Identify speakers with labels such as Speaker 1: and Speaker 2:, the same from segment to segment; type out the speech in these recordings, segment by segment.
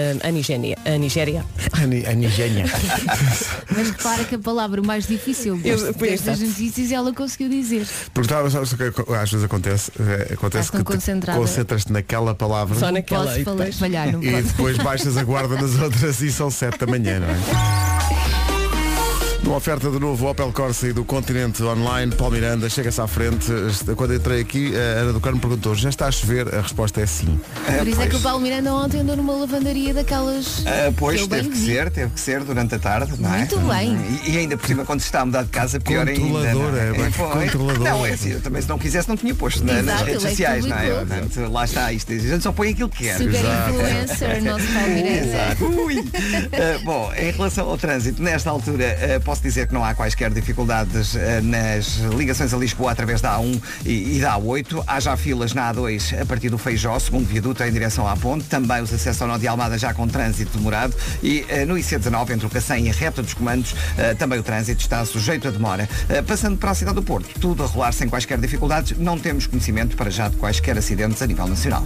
Speaker 1: hum, a Nigéria. A Nigéria.
Speaker 2: A Ni- a Nigénia.
Speaker 3: Mas repara que a palavra mais difícil
Speaker 1: Eu-
Speaker 3: destas
Speaker 1: pois,
Speaker 3: destas
Speaker 1: exato.
Speaker 3: notícias ela conseguiu dizer.
Speaker 4: Porque estava, sabes o que é que às vezes acontece? É, Acontece
Speaker 3: Estás Tá tão
Speaker 4: que te
Speaker 3: concentrada.
Speaker 4: concentras-te naquela palavra
Speaker 1: Só
Speaker 3: Não
Speaker 1: naquela.
Speaker 3: posso
Speaker 1: e
Speaker 3: fala-
Speaker 1: depois-
Speaker 3: falhar, não
Speaker 4: e
Speaker 3: posso.
Speaker 4: depois baixas a guarda nas outras e são 7 da manhã, não é? Uma oferta de novo Opel Corsa e do Continente Online, Paulo Miranda, chega-se à frente. Este- Quando entrei aqui, a Ana do Carmo perguntou, já está a chover? A resposta é sim.
Speaker 3: Por isso é que o Paulo Miranda ontem andou numa lavandaria daquelas.
Speaker 2: Ah, pois,
Speaker 3: que eu bem
Speaker 2: teve que
Speaker 3: vi.
Speaker 2: ser, teve que ser durante a tarde, não é?
Speaker 3: Muito bem.
Speaker 2: E, e ainda por cima, quando se está a mudar de casa, pior ainda. não é?
Speaker 4: Controladora,
Speaker 2: É,
Speaker 4: bem,
Speaker 2: foi.
Speaker 4: controladora.
Speaker 2: Não, é assim, eu também se não quisesse não tinha posto na- nas
Speaker 3: Exato,
Speaker 2: redes
Speaker 3: ele é que
Speaker 2: sociais, não é?
Speaker 3: publicou.
Speaker 2: Portanto, lá está isto. A gente só põe aquilo que quer.
Speaker 3: Super
Speaker 4: é.
Speaker 5: é.
Speaker 3: influencer, nosso Paulo Miranda.
Speaker 2: Exato. Ui. Uh, bom, em relação ao trânsito, nesta altura uh, posso dizer que não há quaisquer dificuldades uh, nas ligações a Lisboa através da A1 e, e da A8. Há já filas na A2 a partir do Feijó, segundo viaduto em direção à ponte. Também os acessos ao Nó de Almada já com trânsito demorado. E uh, no IC19, entre o Cacém e a reta dos comandos, uh, também o trânsito está sujeito a demora. Uh, passando para a cidade do Porto, tudo a rolar sem quaisquer dificuldades. Não temos conhecimento para já de quaisquer acidentes a nível nacional.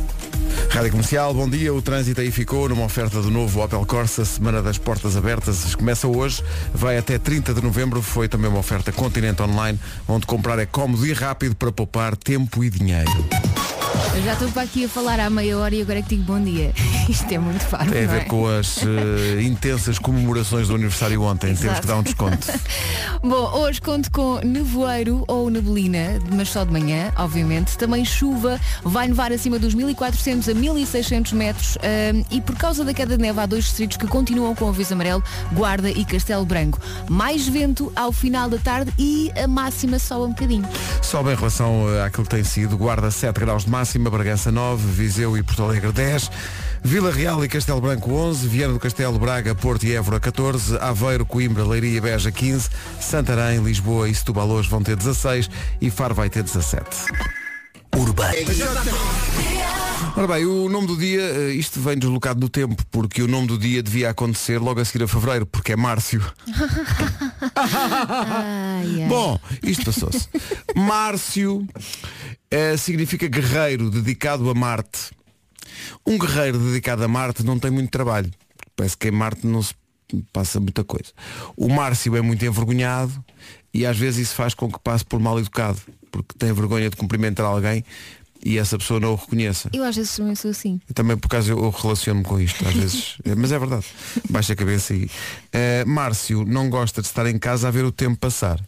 Speaker 4: Rádio Comercial, bom dia. O trânsito aí ficou numa oferta do novo Opel Corsa, Semana das Portas Abertas. Começa hoje, vai até 30 de novembro. Foi também uma oferta Continente Online, onde comprar é cómodo e rápido para poupar tempo e dinheiro.
Speaker 3: Eu já estou para aqui a falar há meia hora e agora é que digo bom dia. Isto é muito fácil.
Speaker 4: Tem a
Speaker 3: não
Speaker 4: ver
Speaker 3: é?
Speaker 4: com as eh, intensas comemorações do aniversário ontem. Temos
Speaker 3: Exato.
Speaker 4: que dar um desconto.
Speaker 3: Bom, hoje conto com nevoeiro ou neblina, mas só de manhã, obviamente. Também chuva, vai nevar acima dos 1.400 a 1.600 metros hum, e por causa da queda de neve há dois distritos que continuam com aviso amarelo, Guarda e Castelo Branco. Mais vento ao final da tarde e a máxima sobe um bocadinho.
Speaker 4: Sobe em relação eh, àquilo que tem sido. Guarda 7 graus de máxima, Bragança 9, Viseu e Porto Alegre 10, Vila Real e Castelo Branco 11, Viana do Castelo, Braga, Porto e Évora 14, Aveiro, Coimbra, Leiria e Beja 15, Santarém, Lisboa e Setúbal hoje vão ter 16 e Faro vai ter 17. Ora bem, o nome do dia, eh, isto vem deslocado no tempo, porque o nome do dia devia acontecer logo a seguir a fevereiro, porque é Márcio.
Speaker 3: Ai, ai.
Speaker 4: Bom, isto passou-se. Márcio eh, significa guerreiro dedicado a Marte. Um guerreiro dedicado a Marte não tem muito trabalho. Parece que em Marte não se passa muita coisa. O Márcio é muito envergonhado e às vezes isso faz com que passe por mal educado, porque tem vergonha de cumprimentar alguém e essa pessoa não o reconheça.
Speaker 3: Eu às vezes também sou assim.
Speaker 4: Eu Também por acaso eu, eu relaciono-me com isto, às vezes. Eh, Mas é verdade. Baixa a cabeça e. Eh, Márcio não gosta de estar em casa a ver o tempo passar.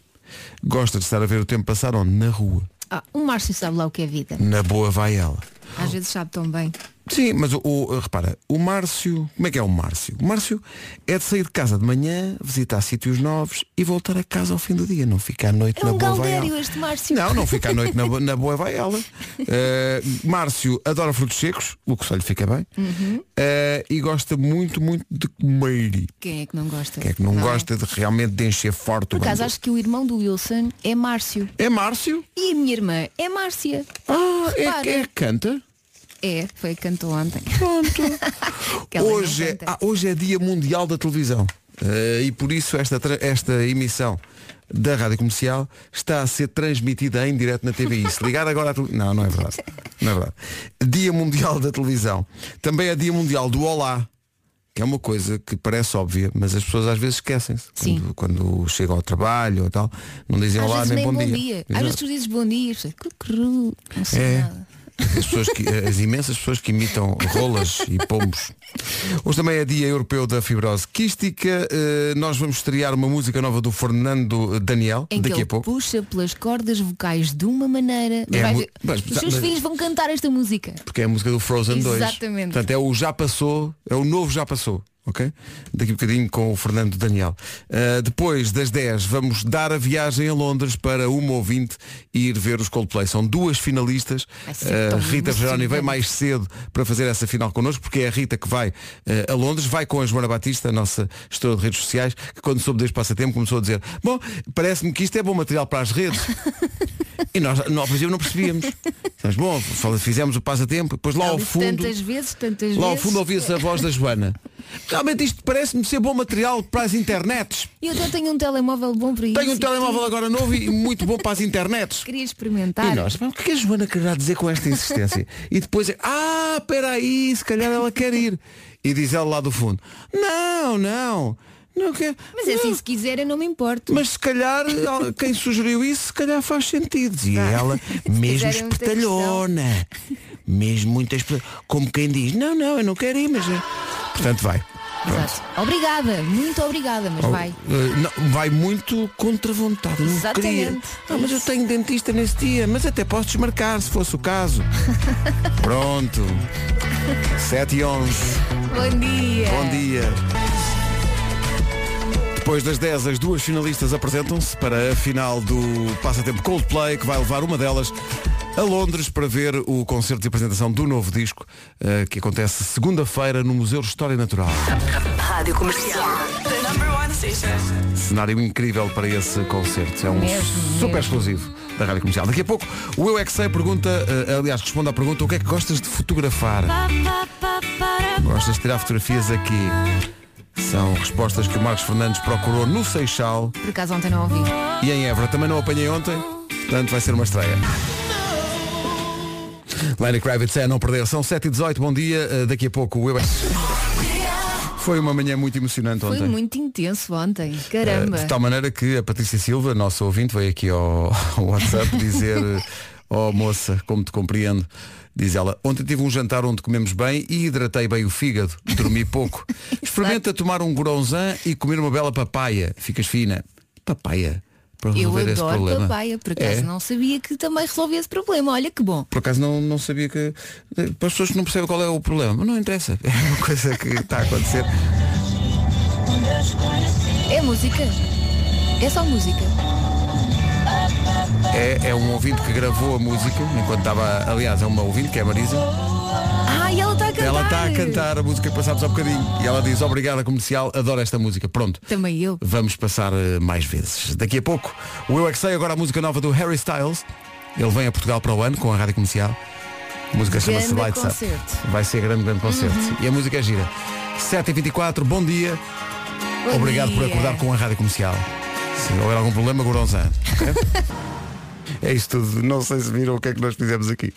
Speaker 4: Gosta de estar a ver o tempo passar onde? Na rua.
Speaker 3: Ah, o Márcio sabe lá o que é vida.
Speaker 4: Na boa vai ela.
Speaker 3: Às vezes sabe tão bem.
Speaker 4: Sim, mas o, o- repara, o Márcio, como é que é o Márcio? O Márcio é de sair de casa de manhã, visitar sítios novos e voltar a casa ao fim do dia, não ficar à noite
Speaker 3: É
Speaker 4: na
Speaker 3: um
Speaker 4: boa vai
Speaker 3: Galdério
Speaker 4: ela.
Speaker 3: este Márcio.
Speaker 4: Não, não fica à noite na, bo- na boa vai ela. Eh, Márcio adora frutos secos, o que só lhe fica bem,
Speaker 3: Uhum.
Speaker 4: Eh, e gosta muito, muito de comer.
Speaker 3: Quem é que não gosta?
Speaker 4: Quem é que não,
Speaker 3: é?
Speaker 4: gosta de realmente de encher forte
Speaker 3: Por
Speaker 4: o
Speaker 3: acaso
Speaker 4: bandeiro?
Speaker 3: acho que o irmão do Wilson é Márcio.
Speaker 4: É Márcio?
Speaker 3: E a minha irmã é Márcia.
Speaker 4: Ah, é,
Speaker 3: Repara.
Speaker 4: é canta?
Speaker 3: É, foi a que cantou ontem.
Speaker 4: Pronto.
Speaker 3: Que ela não
Speaker 4: hoje, é,
Speaker 3: canta.
Speaker 4: ah, hoje é dia mundial da televisão Eh, e por isso esta, tra- esta emissão da Rádio Comercial está a ser transmitida em direto na TVI. Se ligar agora à tele- Não, não é verdade. Não é verdade. Dia Mundial da Televisão. Também é Dia Mundial do Olá, que é uma coisa que parece óbvia, mas as pessoas às vezes esquecem-se.
Speaker 3: Sim.
Speaker 4: Quando, quando chegam ao trabalho ou tal, não dizem
Speaker 3: Às
Speaker 4: olá
Speaker 3: vezes
Speaker 4: nem,
Speaker 3: nem
Speaker 4: bom dia.
Speaker 3: Às
Speaker 4: Exato.
Speaker 3: vezes tu dizes bom dia, e cucru, não sei
Speaker 4: É.
Speaker 3: nada.
Speaker 4: As, pessoas que- as imensas pessoas que imitam rolas e pombos. Hoje também é Dia Europeu da Fibrose Quística. Eh, nós vamos estrear uma música nova do Fernando Daniel
Speaker 3: Em que
Speaker 4: daqui
Speaker 3: ele
Speaker 4: a pouco.
Speaker 3: puxa pelas cordas vocais de uma maneira.
Speaker 4: É
Speaker 3: Vai
Speaker 4: mu-
Speaker 3: ver-
Speaker 4: mas-
Speaker 3: os seus
Speaker 4: mas-
Speaker 3: filhos vão cantar esta música.
Speaker 4: Porque é a música do Frozen 2.
Speaker 3: Exatamente.
Speaker 4: Portanto, é o Já Passou, é o novo Já Passou. Ok? Daqui a bocadinho com o Fernando Daniel. Eh, depois das 10 vamos dar a viagem a Londres para uma ouvinte e ir ver os Coldplay. São duas finalistas.
Speaker 3: Vai ser
Speaker 4: Eh,
Speaker 3: tão
Speaker 4: Rita Veroni vem
Speaker 3: emocionante.
Speaker 4: mais mais cedo para fazer essa final connosco, porque é a Rita que vai eh, a Londres, vai com a Joana Batista, a nossa gestora de redes sociais, que quando soube deste passatempo começou a dizer, bom, parece-me que isto é bom material para as redes. e nós, nós, por exemplo, não percebíamos. Mas bom, fala- fizemos o passatempo, depois lá
Speaker 3: Ela
Speaker 4: ao
Speaker 3: disse
Speaker 4: fundo.
Speaker 3: tantas vezes, tantas
Speaker 4: Lá ao
Speaker 3: vezes.
Speaker 4: fundo ouvia-se a voz da Joana. Realmente isto parece-me ser bom material para as internets.
Speaker 3: E eu até tenho um telemóvel bom para isso.
Speaker 4: Tenho um
Speaker 3: e
Speaker 4: telemóvel agora novo e muito bom para as internets.
Speaker 3: tu Queria
Speaker 4: E
Speaker 3: experimentar.
Speaker 4: nós, mas o que é que a Joana quererá dizer com esta insistência? e depois, é, ah, espera aí, se calhar ela quer ir. E diz ela lá do fundo, não, não, não quero.
Speaker 3: Mas é assim,
Speaker 4: não."
Speaker 3: se quiser eu não me importo.
Speaker 4: Mas se calhar al- quem sugeriu isso, se calhar faz sentido. E ela, mesmo
Speaker 3: fizerem Ah, muita
Speaker 4: espertalhona, mesmo muito espe- como quem diz, não, não, eu não quero ir, mas. é." Portanto vai.
Speaker 3: Exato. Obrigada, muito obrigada, mas vai.
Speaker 4: Oh, eh, não, vai muito contra a vontade. Não
Speaker 3: Exatamente.
Speaker 4: queria. Ah, mas eu tenho dentista nesse dia, mas até posso desmarcar se fosse o caso. Pronto. 7 e 11.
Speaker 3: Bom dia.
Speaker 4: Bom dia. Depois das 10, as duas finalistas apresentam-se para a final do Passatempo Coldplay, que vai levar uma delas a Londres para ver o concerto de apresentação do novo disco, eh, que acontece segunda-feira no Museu de História Natural.
Speaker 6: Rádio Comercial. The number one station.
Speaker 4: Cenário incrível para esse concerto. É um
Speaker 3: Mesmo,
Speaker 4: super
Speaker 3: mesmo.
Speaker 4: exclusivo da Rádio Comercial. Daqui a pouco, o Eu É Que Sei pergunta, eh, aliás, responde à pergunta, o que é que gostas de fotografar? Gostas de tirar fotografias aqui? São respostas que o Marcos Fernandes procurou no Seixal
Speaker 3: Por acaso ontem não ouvi.
Speaker 4: e em Évora. Também não apanhei ontem, portanto vai ser uma estreia. Lenny Kravitz é a não perder. São 7 e 18 bom dia. Eh, daqui a pouco o Eu É Que Sei. Foi uma manhã muito emocionante ontem.
Speaker 3: Foi muito intenso ontem.
Speaker 4: Eh,
Speaker 3: Caramba.
Speaker 4: De tal maneira que a Patrícia Silva, nossa ouvinte, veio aqui ao, ao WhatsApp dizer Oh moça, como te compreendo Diz ela, ontem tive um jantar onde comemos bem e hidratei bem o fígado, dormi pouco. Experimenta tomar um goronzan e comer uma bela papaya, ficas fina. Papaya, para
Speaker 3: eu
Speaker 4: resolver esse
Speaker 3: adoro
Speaker 4: problema.
Speaker 3: papaya, por acaso
Speaker 4: É.
Speaker 3: não sabia que também resolvia esse problema. Olha que bom.
Speaker 4: Por acaso não, não sabia que. Para as pessoas que não percebem qual é o problema, mas não interessa. É uma coisa que está a acontecer.
Speaker 3: É música. É só música.
Speaker 4: É, é um ouvinte que gravou a música, enquanto estava, aliás, é uma ouvinte que é a Marisa.
Speaker 3: Ah, e ela está a cantar.
Speaker 4: Ela está a cantar a música que passámos há bocadinho e ela diz obrigada comercial, adoro esta música. Pronto.
Speaker 3: Também eu.
Speaker 4: Vamos passar eh, mais vezes. Daqui a pouco, o Eu é Que Sei, agora a música nova do Harry Styles. Ele vem a Portugal para o ano com a rádio comercial. A música chama-se
Speaker 3: Grande
Speaker 4: Lights Up.
Speaker 3: concerto. Uhum.
Speaker 4: Vai ser grande, grande concerto. E a música é gira. 7h24, bom dia. Obrigado por acordar com a rádio comercial. Se houver algum problema, Goronzan. é isto tudo. Não sei se viram o que é que nós fizemos aqui.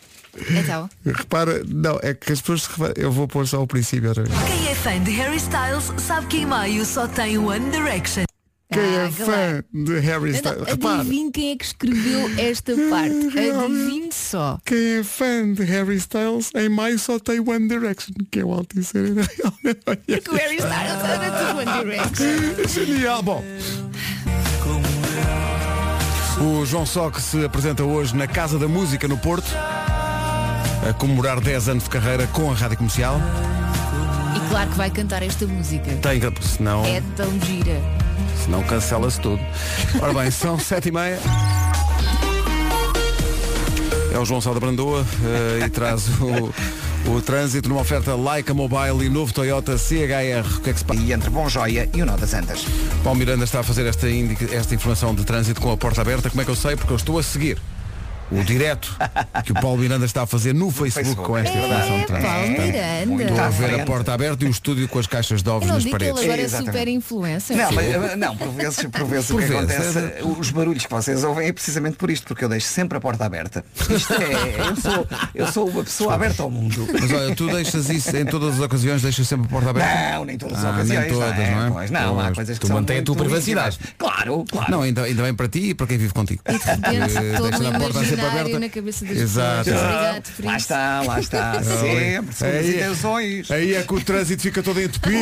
Speaker 3: Então,
Speaker 4: Repara, não, é que as pessoas se reparam. Eu vou pôr só o princípio outra vez.
Speaker 6: Quem é fã de Harry Styles sabe que em maio só tem One Direction.
Speaker 4: Quem
Speaker 3: Ah,
Speaker 4: é fã de Harry
Speaker 3: então
Speaker 4: Styles? Repara,
Speaker 3: adivinhe quem é que escreveu esta parte. Adivinhe só.
Speaker 4: é quem é fã de Harry Styles em maio só tem One Direction, que é o Altice Arena.
Speaker 3: Porque o Harry Styles era do One Direction.
Speaker 4: Genial, bom. O João Só que se apresenta hoje na Casa da Música no Porto, a comemorar 10 anos de carreira com a Rádio Comercial.
Speaker 3: E claro que vai cantar esta música.
Speaker 4: Tem, que- senão,
Speaker 3: É tão gira.
Speaker 4: senão cancela-se tudo. Ora bem, são 7 e meia. É o João Sá da Brandoa eh, e traz o, o trânsito numa oferta Leica Mobile e novo Toyota CHR. O que é que se passa?
Speaker 2: E entre Bom Joia e o Nó das Antas.
Speaker 4: Paulo Miranda está a fazer esta, indica- esta informação de trânsito com a porta aberta. Como é que eu sei? Porque eu estou a seguir o direto que o Paulo Miranda está a fazer no Facebook,
Speaker 2: Facebook,
Speaker 4: com esta
Speaker 2: é
Speaker 4: informação de
Speaker 3: É,
Speaker 4: trânsito.
Speaker 3: Paulo
Speaker 2: muito
Speaker 4: Estou
Speaker 2: à
Speaker 4: a
Speaker 3: Miranda.
Speaker 4: ver a
Speaker 2: frente.
Speaker 4: porta aberta e o estúdio com as caixas de ovos
Speaker 3: Eu não
Speaker 4: nas
Speaker 3: digo que ele
Speaker 4: paredes.
Speaker 3: agora é
Speaker 2: Exatamente.
Speaker 3: super influencer.
Speaker 2: Não, mas, eh, não, por vezes, por vezes
Speaker 4: Por
Speaker 2: o que
Speaker 4: vezes,
Speaker 2: acontece,
Speaker 4: é
Speaker 2: os barulhos que vocês ouvem é precisamente por isto, porque eu deixo sempre a porta aberta. Isto é, eu sou, eu sou uma pessoa aberta ao mundo.
Speaker 4: Mas olha, tu deixas isso em todas as ocasiões, deixas sempre a porta aberta?
Speaker 2: Não, nem todas as
Speaker 4: Ah, nem
Speaker 2: ocasiões.
Speaker 4: todas,
Speaker 2: não,
Speaker 4: não é?
Speaker 2: Pois não, há
Speaker 4: Pois,
Speaker 2: coisas que
Speaker 4: tu
Speaker 2: são
Speaker 4: mantém a
Speaker 2: muito
Speaker 4: tua privacidade.
Speaker 2: íntimas. Claro, claro.
Speaker 4: Não, ainda, ainda bem para ti e para quem vive contigo. Eh,
Speaker 3: E de repente todo um imaginário na cabeça das
Speaker 4: Exato.
Speaker 3: pessoas.
Speaker 4: Ah,
Speaker 3: Obrigado por
Speaker 2: lá
Speaker 3: isso.
Speaker 2: está, lá está. Sempre, são as
Speaker 4: Aí é-
Speaker 2: intenções.
Speaker 4: Aí é que o trânsito fica todo entupido.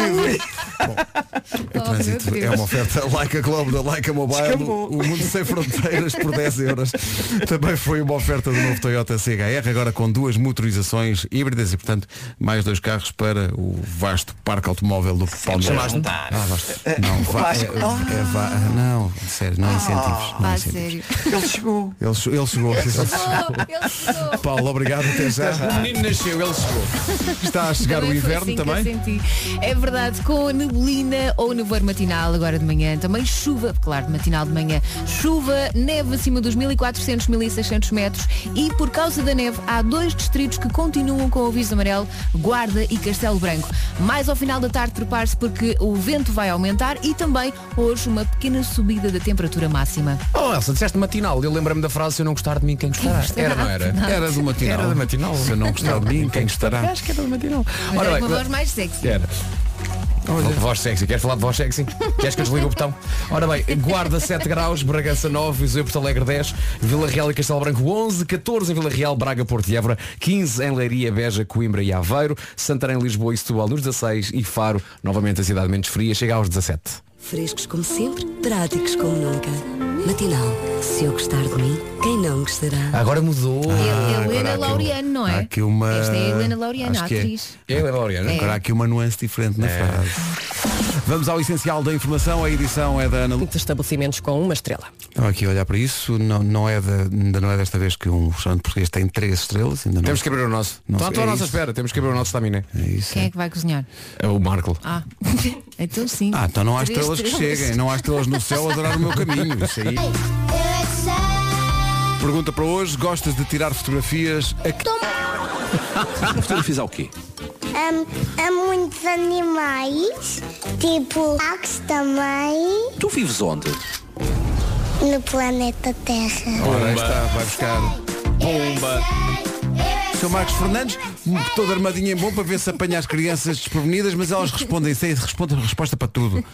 Speaker 4: Bom, o
Speaker 3: Oh, meu
Speaker 4: trânsito
Speaker 3: Deus.
Speaker 4: é uma oferta Like a Globo da Like a Mobile,
Speaker 2: Descambou.
Speaker 4: o mundo sem fronteiras por 10 euros. Também foi uma oferta do novo Toyota CHR, agora com duas motorizações híbridas e, portanto, mais dois carros para o vasto parque automóvel do Palmeiras.
Speaker 2: chamaste-me?
Speaker 4: Ah, Vasco. Não, vá,
Speaker 2: Vasco.
Speaker 4: é- é vá- não, sério,
Speaker 3: Ah,
Speaker 4: não incentivos. Não
Speaker 3: Pá,
Speaker 4: incentivos.
Speaker 3: sério.
Speaker 2: Ele chegou.
Speaker 4: Ele, che- ele chegou. Ele chegou.
Speaker 3: Oh, ele chegou.
Speaker 4: Paulo, obrigado, até já. O menino nasceu, ele chegou. Está a chegar o
Speaker 3: Também foi
Speaker 4: inverno
Speaker 3: assim que
Speaker 4: também.
Speaker 3: eu senti. É verdade, com a neblina ou nevoeiro matinal agora de manhã, também chuva, claro, de matinal de manhã, chuva, neve acima dos 1400, 1600 metros e por causa da neve há dois distritos que continuam com o aviso amarelo, Guarda e Castelo Branco. Mais ao final da tarde prepare-se porque o vento vai aumentar e também hoje uma pequena subida da temperatura máxima.
Speaker 7: Oh Elsa, disseste matinal, eu lembro-me da frase se eu não gostar de mim mim quem gostará.
Speaker 3: gostará.
Speaker 7: Era, não era?
Speaker 4: Era do matinal.
Speaker 7: Era da matinal. Se eu não gostar de mim, quem gostará? Acho que
Speaker 2: é
Speaker 7: era da matinal.
Speaker 3: Mas era com é uma voz mais sexy.
Speaker 7: Era. Voz sexy, queres falar de voz sexy? Queres que eu desligue o botão? Ora bem, Guarda 7 graus, Bragança 9, Viseu e Porto Alegre 10, Vila Real e Castelo Branco 11, 14 em Vila Real, Braga, Porto e Évora, 15 em Leiria, Beja, Coimbra e Aveiro, Santarém, Lisboa e Setúbal nos 16 e Faro, novamente a cidade menos fria, chega aos 17.
Speaker 8: Frescos como sempre, práticos como nunca. Matinal, se eu gostar de mim, quem não gostará?
Speaker 7: Agora mudou.
Speaker 3: Ele-
Speaker 4: Ah, agora há
Speaker 3: Helena
Speaker 4: aqui um-
Speaker 3: Laureano, não
Speaker 4: há
Speaker 3: é?
Speaker 4: aqui uma-
Speaker 3: Esta é a Helena Laureano,
Speaker 4: acho
Speaker 3: a
Speaker 4: que é.
Speaker 3: atriz.
Speaker 7: É, Laureano?
Speaker 4: Agora há aqui uma nuance diferente na frase. Vamos ao essencial da informação, a edição é da Ana Lu.
Speaker 1: Muitos estabelecimentos com uma estrela.
Speaker 4: Estava aqui a olhar para isso, não, não, é da, ainda não é desta vez que um restaurante português tem três estrelas, ainda não.
Speaker 7: Temos que abrir o nosso.
Speaker 4: Não
Speaker 7: Estão
Speaker 4: sei,
Speaker 7: estão à
Speaker 4: é isso.
Speaker 7: nossa espera, temos que abrir o nosso estaminé.
Speaker 4: É isso.
Speaker 3: Quem é que vai cozinhar?
Speaker 7: É o Marco.
Speaker 3: Ah, então sim.
Speaker 4: Ah, então não há
Speaker 3: Três
Speaker 4: estrelas que cheguem, não há estrelas no céu a adorar o meu caminho. Isso aí.
Speaker 3: é
Speaker 4: Pergunta para hoje, gostas de tirar fotografias a que
Speaker 7: Fotografias ao quê?
Speaker 9: Há Hum, muitos animais, tipo Ax também,
Speaker 10: Tu vives onde?
Speaker 9: no planeta Terra.
Speaker 4: Ora, aí está, vai buscar.
Speaker 9: Bomba!
Speaker 4: Sr. Marcos Fernandes, todo armadinho em bom para ver se apanha as crianças desprevenidas, mas elas respondem sem respondem resposta para tudo.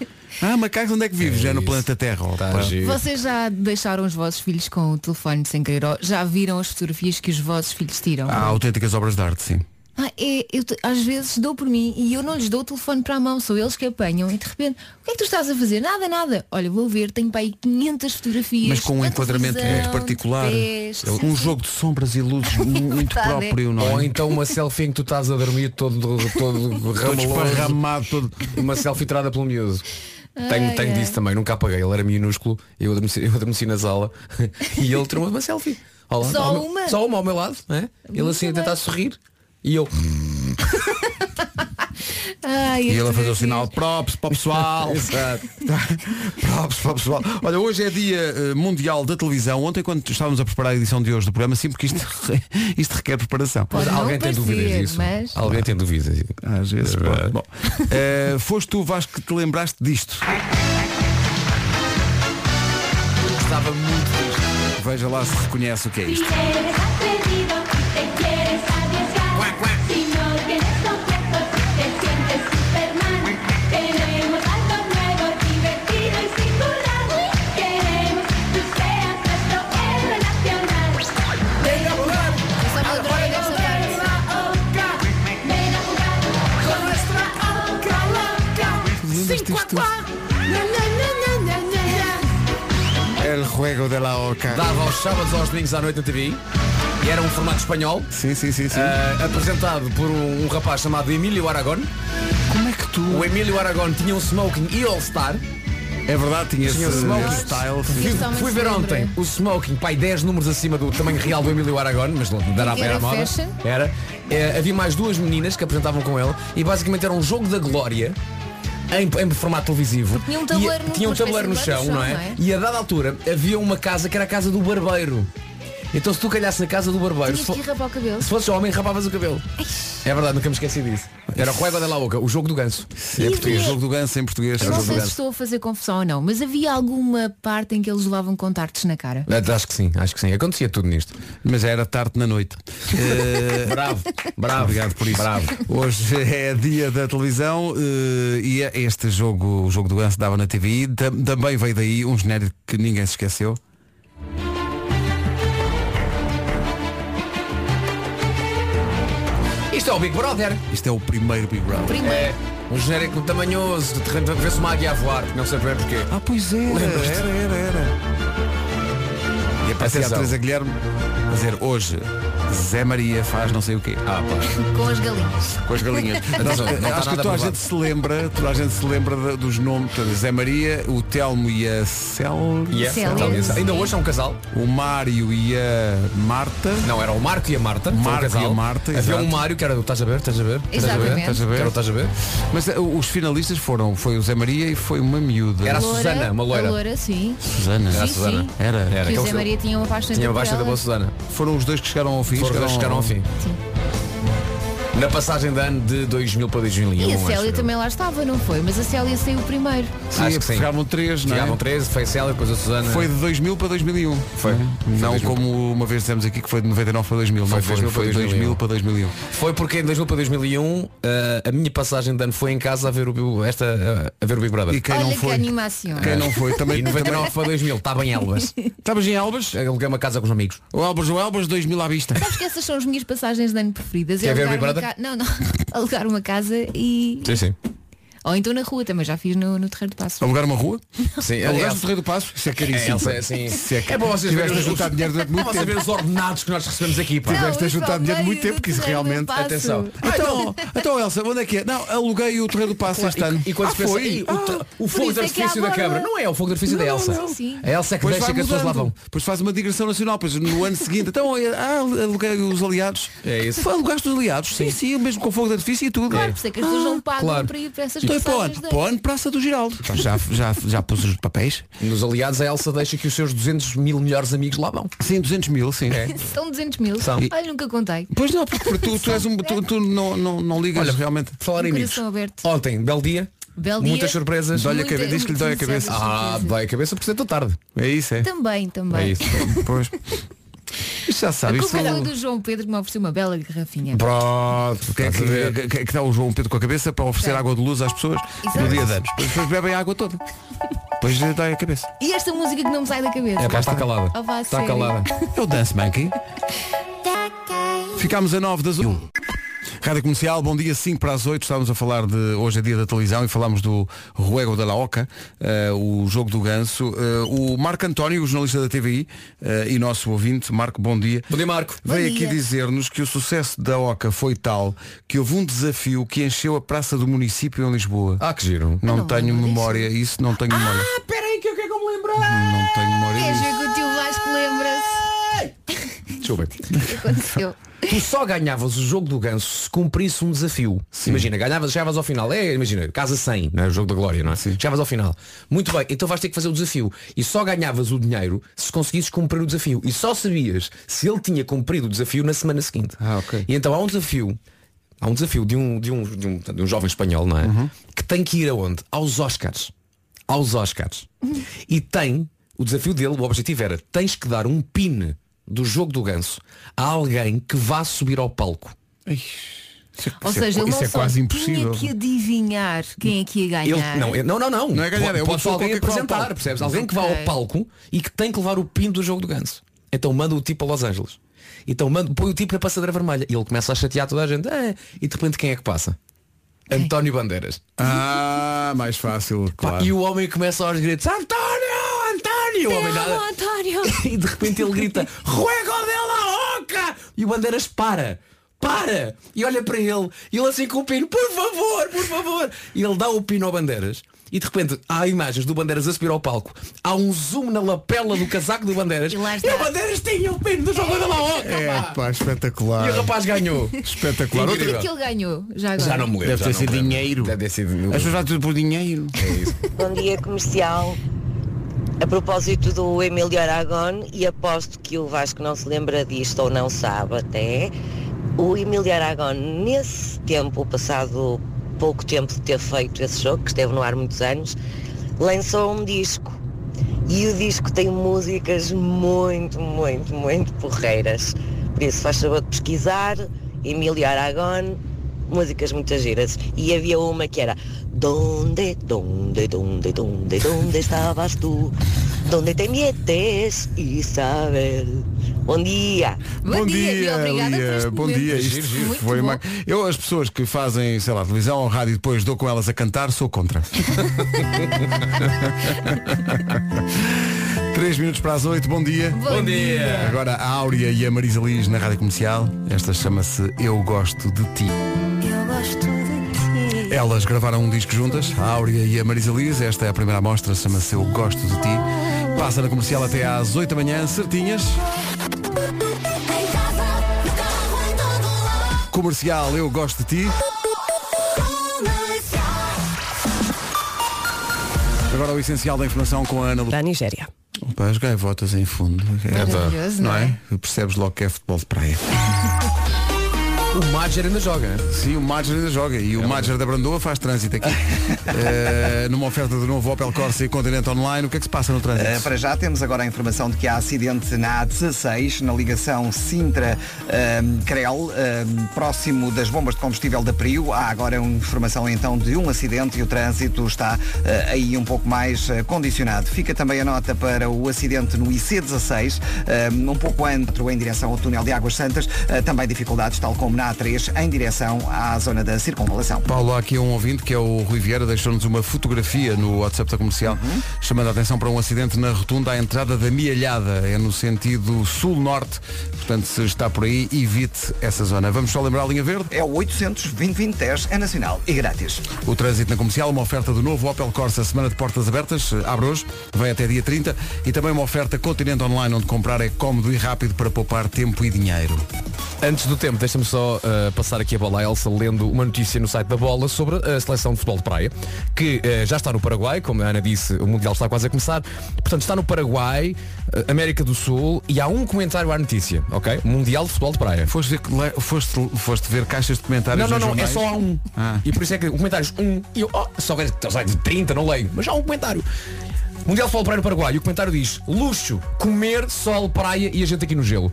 Speaker 4: Ah, macacos, onde é que vives? Já no planeta Terra. ó, pá.
Speaker 3: Vocês já deixaram os vossos filhos com o telefone sem querer? Ou Já viram as fotografias que os vossos filhos tiram?
Speaker 4: Há autênticas obras de arte, sim.
Speaker 3: Ah, é, eu te- às vezes dou por mim e eu não lhes dou o telefone para a mão, são eles que apanham e de repente, o que é que tu estás a fazer? Nada, nada. Olha, vou ver, tenho para aí 500 fotografias.
Speaker 4: Mas com um
Speaker 3: da
Speaker 4: enquadramento
Speaker 3: televisão,
Speaker 4: muito particular.
Speaker 3: de pés.
Speaker 4: Um jogo de sombras e luzes muito
Speaker 3: Verdade, é.
Speaker 4: próprio, não
Speaker 7: Ou
Speaker 4: é?
Speaker 7: então uma selfie em que tu estás a dormir todo, todo
Speaker 4: Todo
Speaker 7: ramaloso.
Speaker 4: esparramado, todo.
Speaker 7: Uma selfie tirada pelo miúdo. Tenho, tenho disso também, nunca apaguei, ele era minúsculo, eu adormeci, eu adormeci na sala e ele tirou uma selfie. Ao lado,
Speaker 3: Só
Speaker 7: ao meu-
Speaker 3: uma?
Speaker 7: só uma ao meu lado, né? ele assim a tentar sorrir e eu.
Speaker 3: Ai,
Speaker 4: E
Speaker 3: as
Speaker 4: ele a fazer o
Speaker 3: fotografias.
Speaker 4: sinal props para o pessoal. Tá.
Speaker 7: Exato.
Speaker 4: props para o pessoal. Olha, hoje é dia eh, mundial da televisão. Ontem, quando estávamos a preparar a edição de hoje do programa, sim, porque isto, isto requer preparação.
Speaker 3: Pode não
Speaker 7: Alguém tem
Speaker 3: parecer,
Speaker 7: dúvidas disso?
Speaker 3: mas-
Speaker 7: Alguém tem dúvidas? É
Speaker 4: Às vezes pode. Bom, eh, foste tu, Vasco, que te lembraste disto.
Speaker 7: Estava muito
Speaker 4: Veja lá se reconhece o que é isto.
Speaker 3: Eu só vou adorar esta parte.
Speaker 4: Lembras-te disto? El juego de la oca.
Speaker 7: Dava aos sábados aos domingos à noite na TV e era um formato espanhol.
Speaker 4: Sim, sim, sim, sim.
Speaker 7: ah, apresentado por um, um rapaz chamado Emílio Aragón.
Speaker 4: como é que tu.
Speaker 7: O Emílio Aragón tinha um smoking e all-star.
Speaker 4: É verdade, tinha esse
Speaker 7: Tinha o smoking.
Speaker 4: style.
Speaker 7: Fui,
Speaker 3: Este homem
Speaker 7: fui
Speaker 3: se
Speaker 7: ver
Speaker 3: lembra.
Speaker 7: ontem o smoking, pai, 10 números acima do tamanho real do Emílio Aragón, mas não dará para ir à
Speaker 3: Era
Speaker 7: moda.
Speaker 3: fashion?
Speaker 7: Era. Eh, havia mais duas meninas que apresentavam com ele e basicamente era um jogo da glória. Em, em formato televisivo
Speaker 3: tinha um tabuleiro
Speaker 7: e,
Speaker 3: no-
Speaker 7: tinha um
Speaker 3: uma espécie
Speaker 7: tabuleiro no
Speaker 3: de
Speaker 7: chão, não é?
Speaker 3: não é?
Speaker 7: e a dada altura havia uma casa que era a casa do barbeiro então se tu calhasse na casa do barbeiro
Speaker 3: Tinhas
Speaker 7: se fo-
Speaker 3: que ir rapar o cabelo.
Speaker 7: se fosse homem, rapavas o cabelo. É verdade, nunca me esqueci disso. Era o Juego de la Oca, o jogo do ganso.
Speaker 4: É português. Jogo do ganso em português.
Speaker 3: Eu não
Speaker 4: Jogo do
Speaker 3: sei se
Speaker 4: ganso.
Speaker 3: estou a fazer confusão ou não, mas havia alguma parte em que eles levavam contactos na cara.
Speaker 7: É, Acho que sim, acho que sim. Acontecia tudo nisto.
Speaker 4: Mas já era tarde na noite. Eh,
Speaker 7: Bravo, bravo.
Speaker 4: Obrigado por isso. Hoje é dia da televisão eh, e é este jogo, o jogo do ganso dava na TV. Tam- Também veio daí um genérico que ninguém se esqueceu.
Speaker 7: Isto é o Big Brother.
Speaker 4: Isto é o primeiro Big Brother.
Speaker 7: É um genérico tamanhoso, de terreno vê-se uma águia a voar, que não sei bem porquê.
Speaker 4: Ah, pois é.
Speaker 7: Lembras-te?
Speaker 4: Era, era, era. E apareceu a
Speaker 7: Atenção.
Speaker 4: Teresa Guilherme a dizer hoje Zé Maria faz não sei o quê.
Speaker 7: Ah, pá.
Speaker 3: Com as galinhas.
Speaker 4: Com as galinhas. Então,
Speaker 7: Atenção, não está
Speaker 4: Acho que
Speaker 7: nada
Speaker 4: toda a
Speaker 7: aprovado.
Speaker 4: gente se lembra, toda a gente se lembra da- dos nomes, portanto, Zé Maria, o Telmo e a Cel,
Speaker 7: Yeah,
Speaker 3: Célia.
Speaker 7: talvez. Ainda hoje é um casal.
Speaker 4: o Mário e a Marta.
Speaker 7: Não, era o Marco e a Marta. foi
Speaker 4: Marco
Speaker 7: um casal.
Speaker 4: e a Marta,
Speaker 7: Havia
Speaker 4: exato.
Speaker 7: um Mário que era do Estás a ver? Estás a ver? Estás a ver?
Speaker 3: Exatamente.
Speaker 7: Estás a ver? Era o Estás a ver?
Speaker 4: Mas eh, os finalistas foram, foi o Zé Maria e foi uma miúda.
Speaker 7: Era a
Speaker 3: Loura,
Speaker 7: Susana, uma loira.
Speaker 3: A loira, sim.
Speaker 4: Susana.
Speaker 7: Era a
Speaker 3: Sim,
Speaker 7: Susana.
Speaker 3: sim.
Speaker 4: Era.
Speaker 7: Era.
Speaker 3: que o
Speaker 7: aquele
Speaker 3: Zé
Speaker 7: seu-
Speaker 3: Maria tinha uma paixão
Speaker 7: Tinha
Speaker 3: por
Speaker 7: uma baixa da
Speaker 3: ela.
Speaker 7: boa Susana.
Speaker 4: Foram os dois que chegaram ao fim.
Speaker 7: Foram os dois que chegaram ao fim.
Speaker 3: Sim.
Speaker 7: Na passagem de ano de 2000 para 2001.
Speaker 3: E a
Speaker 7: acho
Speaker 3: Célia
Speaker 7: eu.
Speaker 3: também lá estava, não foi? Mas a Célia saiu primeiro.
Speaker 7: Acho que sim.
Speaker 4: Chegavam três, não é?
Speaker 7: Chegavam 13, foi a Célia, depois a Susana.
Speaker 4: Foi de 2000 para 2001.
Speaker 7: Foi.
Speaker 4: Hum, Não
Speaker 7: Foi 2000.
Speaker 4: como uma vez dissemos aqui que foi de 99 para 2000.
Speaker 7: Foi
Speaker 4: não foi,
Speaker 7: 2000 para
Speaker 4: foi 2000 para 2001.
Speaker 7: Foi porque em 2000 para 2001 eh, a minha passagem de ano foi em casa a ver o, Big- esta, eh, a ver o Big Brother.
Speaker 4: E quem
Speaker 3: Olha
Speaker 4: não
Speaker 3: que
Speaker 4: foi?
Speaker 3: animação.
Speaker 4: Quem não foi? Também,
Speaker 7: E 99 para 2000, estava em Elbas.
Speaker 4: Estavas em Elbas?
Speaker 7: Aluguei uma casa com os amigos.
Speaker 4: O Elbas, o Elbas, 2000 à vista.
Speaker 3: Sabes que essas são as minhas passagens de ano preferidas.
Speaker 7: Quer
Speaker 3: É
Speaker 7: ver o
Speaker 3: alugar
Speaker 7: Big
Speaker 3: uma
Speaker 7: Brother?
Speaker 3: ca- Não, não. Alugar uma casa e.
Speaker 7: Sim, sim.
Speaker 3: Ou então na rua também, já fiz no, no terreiro de passo.
Speaker 4: Alugar uma rua?
Speaker 7: Sim,
Speaker 4: Alugaste o Terreiro do Passo? Isso é
Speaker 7: É,
Speaker 4: caríssimo.
Speaker 7: Elsa, é assim.
Speaker 4: Se é que
Speaker 7: É bom vocês verem
Speaker 4: tiveste a
Speaker 7: os,
Speaker 4: juntar dinheiro durante
Speaker 7: é
Speaker 4: muito
Speaker 7: bom vocês
Speaker 4: tempo.
Speaker 7: verem os ordenados que nós recebemos aqui, pá.
Speaker 4: Tiveste a
Speaker 3: mas
Speaker 7: é
Speaker 4: juntar
Speaker 3: ao
Speaker 4: dinheiro
Speaker 3: meio
Speaker 4: muito
Speaker 3: do
Speaker 4: tempo, porque isso
Speaker 3: terreiro do
Speaker 4: realmente-
Speaker 3: passo.
Speaker 7: Atenção.
Speaker 4: Ah, Então, então Elsa, onde é que é? Não, aluguei o Terreiro do Passo este ano.
Speaker 7: E, e quando
Speaker 4: ah,
Speaker 7: se pensa, "Ih,
Speaker 4: foi?
Speaker 7: o, tra- o fogo de
Speaker 3: isso é que
Speaker 7: artifício
Speaker 3: há
Speaker 7: da
Speaker 3: agora.
Speaker 7: câmara. Não é o fogo de artifício da
Speaker 4: Não,
Speaker 7: Elsa.
Speaker 4: não.
Speaker 3: Sim.
Speaker 7: A Elsa é que
Speaker 4: Depois
Speaker 7: deixa
Speaker 4: vai
Speaker 7: que as pessoas lá
Speaker 4: mudando.
Speaker 7: vão.
Speaker 4: Depois faz uma digressão nacional, pois no ano seguinte, então ah, aluguei os aliados.
Speaker 7: É isso.
Speaker 4: Foi alugaste os aliados, sim, sim, mesmo com fogo de artifício e tudo.
Speaker 3: Claro, por isso é que as pessoas não pagam
Speaker 7: claro.
Speaker 3: para ir para essas
Speaker 4: Então é para
Speaker 3: passagens
Speaker 4: onde?
Speaker 3: de
Speaker 4: Para onde? Praça do Giraldo. Então Já, já, já pus os papéis?
Speaker 7: Nos aliados, a Elsa deixa que os seus 200 mil melhores amigos lá vão.
Speaker 4: Sim, 200 mil, sim.
Speaker 7: É.
Speaker 3: São 200 mil.
Speaker 7: São.
Speaker 3: Olha, nunca contei.
Speaker 4: Pois não, porque tu, tu és um. Tu, tu não, não, não ligas
Speaker 7: Olha,
Speaker 4: realmente.
Speaker 7: Por falar em
Speaker 3: Um
Speaker 7: amigos.
Speaker 3: coração aberto.
Speaker 7: Ontem, belo dia.
Speaker 3: Belo dia.
Speaker 7: Muitas surpresas.
Speaker 4: Dói-lhe a
Speaker 3: Muita-
Speaker 4: cabeça. Diz que lhe dói a
Speaker 3: muitas
Speaker 4: cabeça.
Speaker 7: Ah,
Speaker 3: surpresas.
Speaker 7: dói a cabeça porque sentou tarde.
Speaker 4: É isso, é.
Speaker 3: Também, também.
Speaker 4: Pois. Isto já
Speaker 3: A
Speaker 4: sabe, isto
Speaker 3: culpa
Speaker 4: é
Speaker 3: foi
Speaker 4: um-
Speaker 3: do João Pedro que me ofereceu uma bela garrafinha.
Speaker 4: Pronto, quem é que,
Speaker 7: Estás a ver?
Speaker 4: quem é que dá o João Pedro com a cabeça para oferecer
Speaker 3: Sim.
Speaker 4: água de luz às pessoas no
Speaker 3: Exato.
Speaker 4: dia de anos? As pessoas bebem a água toda. Depois dói a cabeça.
Speaker 3: E esta música que não me sai da cabeça.
Speaker 7: É pá, está calada.
Speaker 3: Ah, vá,
Speaker 7: Está
Speaker 3: sério.
Speaker 7: calada.
Speaker 4: É o Dance Monkey. Ficámos a 9 das 1. Rádio Comercial, bom dia, 5 para as 8. Estávamos a falar de hoje é dia da televisão e falámos do Ruego da La Oca, eh, o jogo do ganso. Eh, o Marco António, o jornalista da TVI eh, e nosso ouvinte, Marco, bom dia.
Speaker 7: Bom dia, Marco.
Speaker 4: Veio
Speaker 3: Bom
Speaker 4: aqui
Speaker 3: dia.
Speaker 4: dizer-nos que o sucesso da Oca foi tal que houve um desafio que encheu a praça do município em Lisboa.
Speaker 7: Ah, que giro.
Speaker 4: não,
Speaker 3: não Ah!
Speaker 4: tenho
Speaker 3: lembro
Speaker 4: memória, isso não tenho memória. Ah, peraí que eu quero que me lembrar. Não tenho
Speaker 6: É
Speaker 4: memória
Speaker 3: Queres
Speaker 4: disso.
Speaker 3: ver que o tio Vasco lembra-se
Speaker 7: Deixa eu
Speaker 3: o
Speaker 7: ver.
Speaker 3: que aconteceu?
Speaker 7: Tu só ganhavas o jogo do ganso se cumprisse um desafio. Imagina, ganhavas, chegavas ao final. É, imagina, casa 100, não é? o jogo da glória, não é? Chegavas ao final. Muito bem, então vais ter que fazer o desafio. E só ganhavas o dinheiro se conseguisses cumprir o desafio. E só sabias se ele tinha cumprido o desafio na semana seguinte.
Speaker 4: Ah, ok.
Speaker 7: E então há um desafio. Há um desafio de um, de um, de um, de um jovem espanhol, não é?
Speaker 4: Uhum.
Speaker 7: Que tem que ir aonde? Aos Oscars. Aos Oscars. E tem, o desafio dele, o objetivo era, tens que dar um pin do jogo do ganso a alguém que vá subir ao palco.
Speaker 3: Ou seja, ele
Speaker 4: isso
Speaker 3: não
Speaker 4: é
Speaker 3: só
Speaker 4: quase
Speaker 3: tinha
Speaker 4: impossível.
Speaker 3: que adivinhar quem é que ia
Speaker 7: Ele,
Speaker 3: ganhar.
Speaker 7: não, ele- não, não, não.
Speaker 4: Não é ganhar,
Speaker 7: pode,
Speaker 4: é uma
Speaker 7: pode
Speaker 4: pessoa
Speaker 7: alguém
Speaker 4: qualquer que vá ao
Speaker 7: apresentar,
Speaker 4: palco.
Speaker 7: percebes? Alguém que vá
Speaker 3: Ok.
Speaker 7: ao palco e que tem que levar o pin do jogo do ganso. Então manda o tipo a Los Angeles. Então manda, põe o tipo na passadeira vermelha. E ele começa a chatear toda a gente. "Eh", e de repente quem é que passa? António Bandeiras.
Speaker 4: Ah, mais fácil,
Speaker 7: Pá,
Speaker 4: claro.
Speaker 7: E o homem começa aos gritos, António, António! O homem nada.
Speaker 3: António!
Speaker 7: E de repente ele grita, Ruego de la Oca! E o Bandeiras para, para! E olha para ele, e ele assim com o pino, por favor, por favor! E ele dá o pino ao Bandeiras. E de repente há imagens do Bandeiras a subir ao palco. Há um zoom na lapela do casaco do Bandeiras.
Speaker 3: E lá está.
Speaker 7: o Bandeiras tinha o pino do jogo de la Oca!
Speaker 4: É,
Speaker 7: pá.
Speaker 4: pá, espetacular.
Speaker 7: E o rapaz ganhou.
Speaker 4: Espetacular.
Speaker 3: O que é
Speaker 7: Incrível.
Speaker 3: que ele ganhou? Já agora.
Speaker 7: Já não me lembro.
Speaker 4: Deve
Speaker 7: já
Speaker 4: ter
Speaker 7: não
Speaker 4: sido
Speaker 7: me lembro.
Speaker 4: dinheiro.
Speaker 7: Deve ter sido.
Speaker 4: As pessoas vão tudo por dinheiro.
Speaker 10: Bom dia comercial. A propósito do Emílio Aragón, e aposto que o Vasco não se lembra disto ou não sabe até, o Emílio Aragón, nesse tempo, passado pouco tempo de ter feito esse jogo, que esteve no ar muitos anos, lançou um disco. E o disco tem músicas muito, muito, muito porreiras. Por isso faz favor de pesquisar, Emílio Aragón, músicas muitas giras. E havia uma que era Donde, donde, donde, donde, donde estabas tu? Donde te metes, Isabel? Bom dia!
Speaker 3: Bom, dia, Bia, obrigada por este
Speaker 4: Bom
Speaker 3: momento.
Speaker 4: dia. Isto
Speaker 3: Muito
Speaker 4: foi
Speaker 3: bom.
Speaker 4: uma- Eu, as pessoas que fazem, sei lá, televisão ou rádio e depois dou com elas a cantar, sou contra. Três minutos para as oito, bom dia.
Speaker 3: Bom dia.
Speaker 4: Agora a Áurea e a Marisa Liz na Rádio Comercial. Esta chama-se Eu Gosto de Ti.
Speaker 6: Eu gosto de
Speaker 7: É
Speaker 6: ti.
Speaker 4: Elas gravaram um disco juntas, a Áurea e a Marisa Liz. Esta é a primeira amostra, chama-se Eu Gosto de Ti. Passa na comercial até às 8 da manhã, certinhas. Comercial Eu Gosto de Ti. Agora o essencial da informação com a Ana Lu...
Speaker 1: Para a Nigéria.
Speaker 4: Opa, as gaivotas em fundo. É
Speaker 3: Maravilhoso,
Speaker 4: não
Speaker 3: não
Speaker 4: é? Percebes logo que é futebol de praia.
Speaker 7: O Major ainda joga.
Speaker 4: Sim, o Major ainda joga e o Major da Brandoa faz trânsito aqui. Eh, numa oferta do novo Opel Corsa e Continente Online, o que é que se passa no trânsito?
Speaker 2: Uh, para já temos agora a informação de que há acidente na A16, na ligação Sintra-Crel, ehm, próximo das bombas de combustível da Prio. Há agora uma informação então de um acidente e o trânsito está uh, aí um pouco mais uh, condicionado. Fica também a nota para o acidente no IC16, um, um pouco antro em direção ao túnel de Águas Santas. Uh, também dificuldades, tal como na A3, em direção à zona da circunvalação.
Speaker 4: Paulo, há aqui um ouvinte que é o Rui Vieira, deixou-nos uma fotografia no WhatsApp da comercial,
Speaker 2: Uhum.
Speaker 4: chamando a atenção para um acidente na rotunda à entrada da Mialhada, é no sentido sul-norte, portanto se está por aí, evite essa zona. Vamos só lembrar a linha verde?
Speaker 2: É o 800 é nacional e grátis.
Speaker 4: O trânsito na comercial, uma oferta do novo Opel Corsa, semana de portas abertas, eh, abre hoje, vai até dia 30, e também uma oferta Continente Online, onde comprar é cómodo e rápido para poupar tempo e dinheiro.
Speaker 7: Antes do tempo, deixa-me só uh, passar aqui a bola à Elsa lendo uma notícia no site da Bola sobre eh, a seleção de futebol de praia, que uh, já está no Paraguai, como a Ana disse, o Mundial está quase a começar. Portanto, está no Paraguai, uh, América do Sul, e há um comentário à notícia, ok? Mundial de futebol de praia.
Speaker 4: Foste ver, que le- foste, foste ver caixas de
Speaker 7: Não,
Speaker 4: comentários
Speaker 7: não,
Speaker 4: nos
Speaker 7: não, é
Speaker 4: jornais?
Speaker 7: só há um.
Speaker 4: Ah.
Speaker 7: E por isso é que o comentário é um. E eu, oh, se houver se houver 30, não leio, mas há um comentário. Mundial de Futebol Praia no Paraguai, e o comentário diz Luxo, comer, sol, praia e a gente aqui no gelo